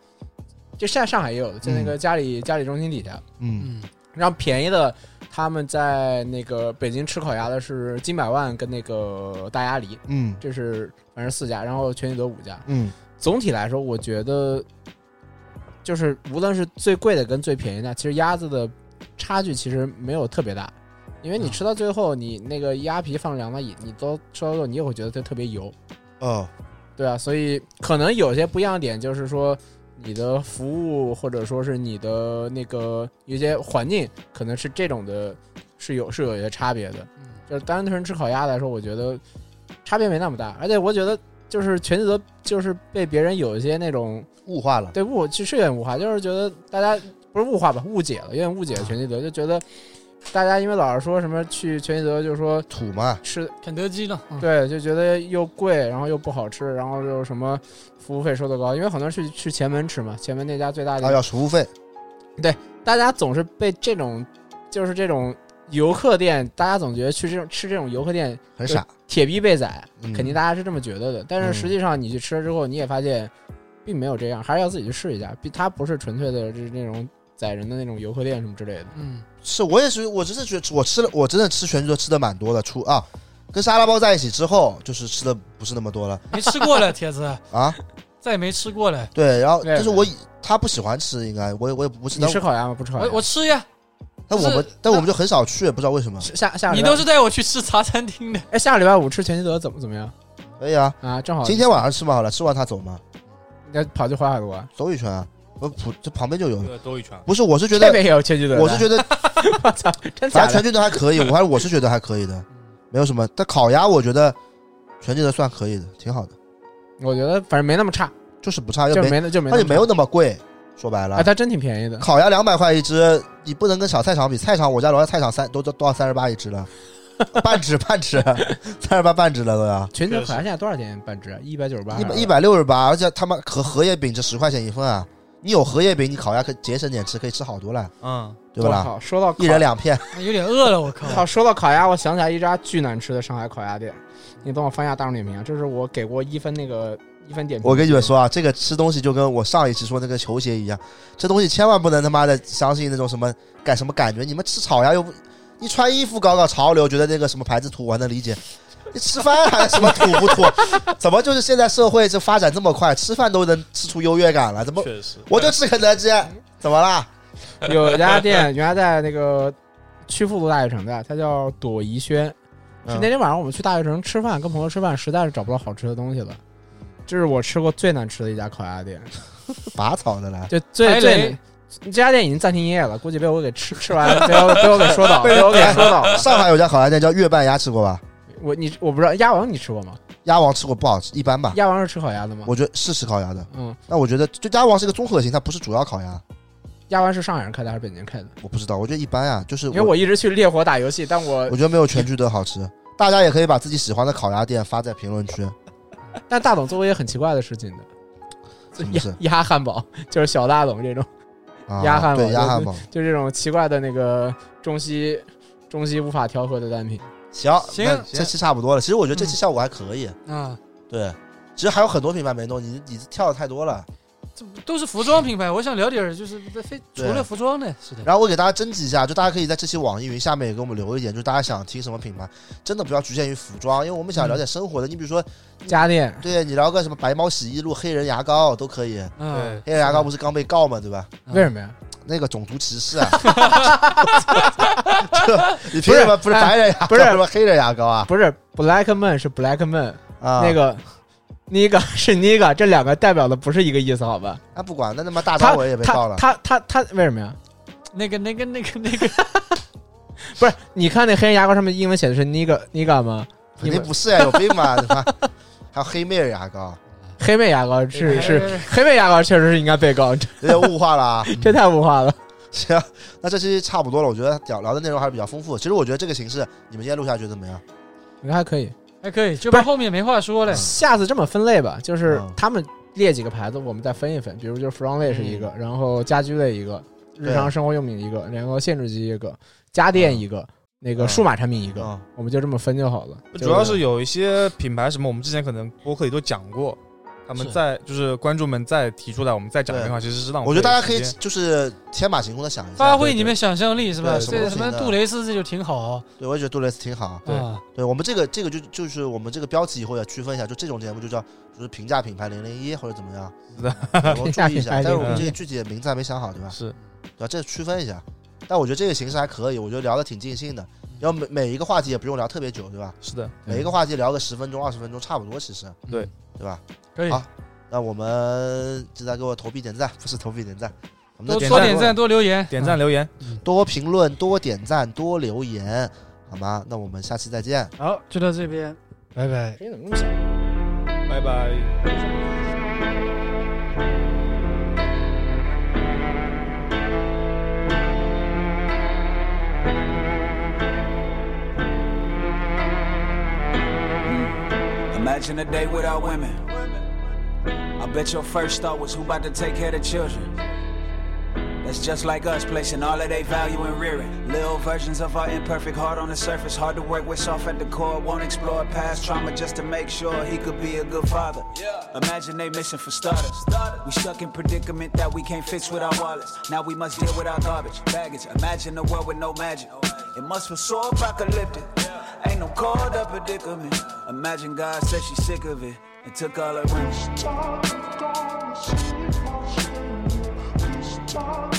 S4: 就现在上海也有的，在那个嘉里嘉里中心底下。
S2: 嗯，
S3: 嗯，
S4: 然后便宜的，他们在那个北京吃烤鸭的是金百万跟那个大鸭梨，
S2: 嗯
S4: 这是反正四家，然后全聚德五家。
S2: 嗯
S4: 总体来说，我觉得就是无论是最贵的跟最便宜的，其实鸭子的差距其实没有特别大，因为你吃到最后，你那个鸭皮放凉了，你你都吃到最后，你也会觉得它特别油，
S2: 哦，
S4: 对啊，所以可能有些不一样的点就是说。你的服务或者说是你的那个有些环境，可能是这种的，是有是有一些差别的。
S3: 嗯
S4: 就是单纯吃烤鸭来说，我觉得差别没那么大，而且我觉得就是全聚德就是被别人有一些那种
S2: 物化了。
S4: 对误，其实有点物化，就是觉得大家不是物化吧，误解了，有点误
S2: 嗯
S4: 解了全聚德，就觉得大家因为老是说什么去全聚德，就说
S2: 土嘛，
S4: 吃，
S3: 肯德基呢？嗯
S4: 对，就觉得又贵，然后又不好吃，然后又什么服务费收的高，因为很多人去去前门吃嘛，前门那家最大
S2: 啊，
S4: 的，
S2: 要服务费。
S4: 大家总是被这种就是这种游客店，大家总觉得去这种吃这种游客店
S2: 很傻，
S4: 铁逼被宰，
S2: 嗯
S4: 肯定大家是这么觉得的。但是实际上你去吃了之后，你也发现并没有这样，还是要自己去试一下。毕它不是纯粹的就是那种宰人的那种游客店什么之类的。
S3: 嗯，
S2: 是我也是，我只是觉得我吃了，我真的吃全聚德吃的蛮多的。除啊，跟沙拉包在一起之后，就是吃的不是那么多了
S3: 没吃过了，铁子，
S2: 啊。
S3: 再也没吃过了。
S2: 对，然后
S4: 对
S2: 但是我以他不喜欢吃，应该我也我也不知
S4: 你
S2: 道。
S4: 吃烤鸭吗？不吃烤
S3: 我
S4: 鸭。
S3: 我吃呀，
S2: 但我们但我们就很少去，不知道为什么。
S4: 下下个
S3: 你
S4: 礼拜
S3: 都是带我去吃茶餐厅的。
S4: 哎，下个礼拜五吃全聚德怎么怎么样
S2: 可以啊，
S4: 啊？正好
S2: 今天晚上吃嘛好了，吃完他走嘛，
S4: 你要跑去淮海路啊？
S2: 走一圈啊。我普这旁边就有，
S5: 呃兜一圈。
S2: 不是，我是觉
S4: 这
S2: 得
S4: 边也有全聚德的，
S2: 我是觉得
S4: 我操，真
S2: 反
S4: 假
S2: 正全
S4: 的？
S2: 聚德还可以，我还我是觉得还可以
S4: 嗯
S2: 的，没有什么。但烤鸭我觉得全聚德算可以的，挺好的。
S4: 我觉得反正没那么差，
S2: 就是不差，又
S4: 就
S2: 没
S4: 没那就没
S2: 而且
S4: 么
S2: 没有那么贵。说白了，
S4: 啊，它真挺便宜的。
S2: 烤鸭两百块一只，你不能跟小菜场比。菜场我家楼下菜场三都都都要三十八一只 了，半只半只， 三十八半只了都要。
S4: 全球
S5: 确实
S4: 烤鸭现在多少钱半只？一百九十八，啊
S2: 一百一百六十八，而且他妈和荷叶饼这十块钱一份啊！你有荷叶饼，你烤鸭可以节省点吃，可以吃好多了，
S5: 嗯，
S2: 对吧
S4: 我
S2: 啦？
S4: 靠说到烤
S2: 一人两片，
S3: 有点饿了，我靠！
S4: 靠，哦说到烤鸭，我想起来一家巨难吃的上海烤鸭店，你等我翻一下大众点评啊，这是我给过一分那个一分点评。
S2: 我跟你们，说啊，这个吃东西就跟我上一期说那个球鞋一样，这东西千万不能他妈的相信那种什么感什么感觉。你们吃炒鸭又不，你穿衣服搞搞潮流，觉得那个什么牌子土我还能理解，你吃饭还什么土不土？ 怎么就是现在社会这发展这么快，吃饭都能吃出优越感了？怎么
S5: 嗯确实，
S2: 我就吃肯德基？ 怎么啦？
S4: 有一家店原来在那个曲阜路大悦城的，它叫朵颐轩，是那
S2: 嗯
S4: 天晚上我们去大悦城吃饭，跟朋友吃饭，实在是找不到好吃的东西了。这是我吃过最难吃的一家烤鸭店，
S2: 拔草的啦。
S4: 就最
S3: 排
S4: 最
S3: 雷
S4: 这家店已经暂停营业了，估计被我给吃吃完了，被我被我给说倒，被我给说倒了。
S2: 上海有家烤鸭店叫月半鸭，吃过吧？
S4: 我你我不知道鸭王你吃过吗？
S2: 鸭王吃过不好吃，一般吧。
S4: 鸭王是吃烤鸭的吗？
S2: 啊我觉得是吃烤鸭的，
S4: 嗯，
S2: 但我觉得就鸭王是个综合型，它不是主要烤鸭，
S4: 鸭王是上海人开的还是北京开的？
S2: 我不知道，我觉得一般啊，就是
S4: 因为
S2: 我
S4: 我一直去烈火打游戏，但我
S2: 我觉得没有全聚德好吃。大家也可以把自己喜欢的烤鸭店发在评论区，
S4: 但大董做过一些很奇怪的事情的，
S2: 是不
S4: 鸭
S2: 是？
S4: 鸭汉堡就是小大董这种，
S2: 啊，
S4: 鸭汉堡
S2: 对鸭汉堡，
S4: 就这种奇怪的那个中西中西无法调和的单品。
S2: 行，
S3: 行
S2: 那
S3: 行
S2: 这期差不多了。其实我觉得这期效果还可以，
S3: 啊，
S2: 对。其实还有很多品牌没弄，你你跳的太多了。
S3: 这都是服装品牌，我想聊点儿就是非除
S2: 对
S3: 了服装的，是的，
S2: 然后我给大家征集一下，就大家可以在这期网易云下面也给我们留一点，就大家想听什么品牌，真的不要局限于服装，因为我们想聊点生活的。你比如说，
S4: 家电
S2: 对你聊个什么白猫洗衣露、黑人牙膏都可以。
S3: 嗯，
S2: 黑人牙膏不是刚被告嘛，对吧？
S3: 嗯
S4: 为什么呀？
S2: 那个种族歧视 啊！这你凭什么不是白人牙膏，
S4: 不是
S2: 什么黑人牙膏啊？
S4: 啊不是 Black Man 是 Black Man，、
S2: 啊，
S4: 那个 Niga 是 Niga，这两个代表的不是一个意思，好吧？
S2: 那不管，那他妈大
S4: 他
S2: 张伟也被告
S4: 他
S2: 了。
S4: 他他他为什么呀？
S3: 那个那个那个那个，
S4: 不是，你看那黑人牙膏上面英文写的是 Niga Niga 吗？
S2: 肯定不是呀，有病吧？他妈还有黑妹儿牙膏，
S4: 黑妹牙膏是是
S3: 哎
S4: 黑妹牙膏，确实是应该被告，这
S2: 有点物化了啊。
S4: 这太物化了。
S2: 行，那这期差不多了，我觉得聊聊的内容还是比较丰富。其实我觉得这个形式，你们今天录下去怎么样？
S4: 你看还可以，
S3: 还哎可以，就
S4: 不是嗯
S3: 怕后面没话说了。
S4: 下次这么分类吧，就是
S2: 嗯
S4: 他们列几个牌子，我们再分一分，比如就是服装类是一个，然后家居类一个，
S2: 嗯
S4: 日
S2: 对
S4: 常生活用品一个，然后限制级一个，家电一个，那个
S2: 嗯
S4: 数码产品一个，
S2: 嗯，
S4: 我们就这么分就好了。
S5: 主要
S4: 就是
S5: 有一些品牌什么，我们之前可能播客里都讲过，他们
S3: 是
S5: 再就是观众们再提出来，我们再讲
S2: 对
S5: 的话，其实是让
S2: 我觉得大家可以
S5: 时间
S2: 就是天马行空的想一下，
S3: 发挥你们想象力是吧？
S2: 对
S3: 这
S2: 什
S3: 什
S2: 么都行
S3: 么
S2: 的
S3: 杜蕾斯这就挺好
S2: 对。对，我也觉得杜蕾斯挺好。
S3: 啊，
S2: 对我们这个这个就就是我们这个标题以后要区分一下，就这种节目就叫就是评价品牌零零一或者怎么样，
S5: 是的
S2: 对 我们注意一
S4: 评价品
S2: 下。
S4: 牌
S2: 但是我们
S5: 001
S2: 这个具体的名字还没想好，对吧？
S5: 是
S2: 对吧？这区分一下。但我觉得这个形式还可以，我觉得聊的挺尽兴的。然后每每一个话题也不用聊特别久，对吧？
S5: 是的，
S2: 每一个话题聊个十分钟、二十分钟差不多，其实
S5: 对
S2: 对吧？
S3: 可以
S2: 好，那我们记得给我投币点赞，不是投币点赞，我们
S3: 多
S2: 的
S5: 点
S3: 多
S5: 赞
S3: 点赞，多留言，
S5: 点
S2: 嗯
S5: 赞留言，
S2: 多评论、多点赞、多留言，好吗？那我们下期再见。
S3: 嗯。好，就到这边，拜拜。
S4: 哎，怎么那么小？
S5: 拜拜。
S6: Imagine a day without women. I bet your first thought was who about to take care of the children. That's just like us, placing all of their value in rearing. Little versions of our imperfect heart on the surface, hard to work with, soft at the core. Won't explore past trauma just to make sure he could be a good father. Imagine they missing for starters. We stuck in predicament that we can't fix with our wallets. Now we must deal with our garbage, baggage. Imagine a world with no magic. It must feel so apocalyptic. Ain't no called up predicament. Imagine God said she's sick of it and took all her rings.
S7: Stop, stop, stop, stop, stop,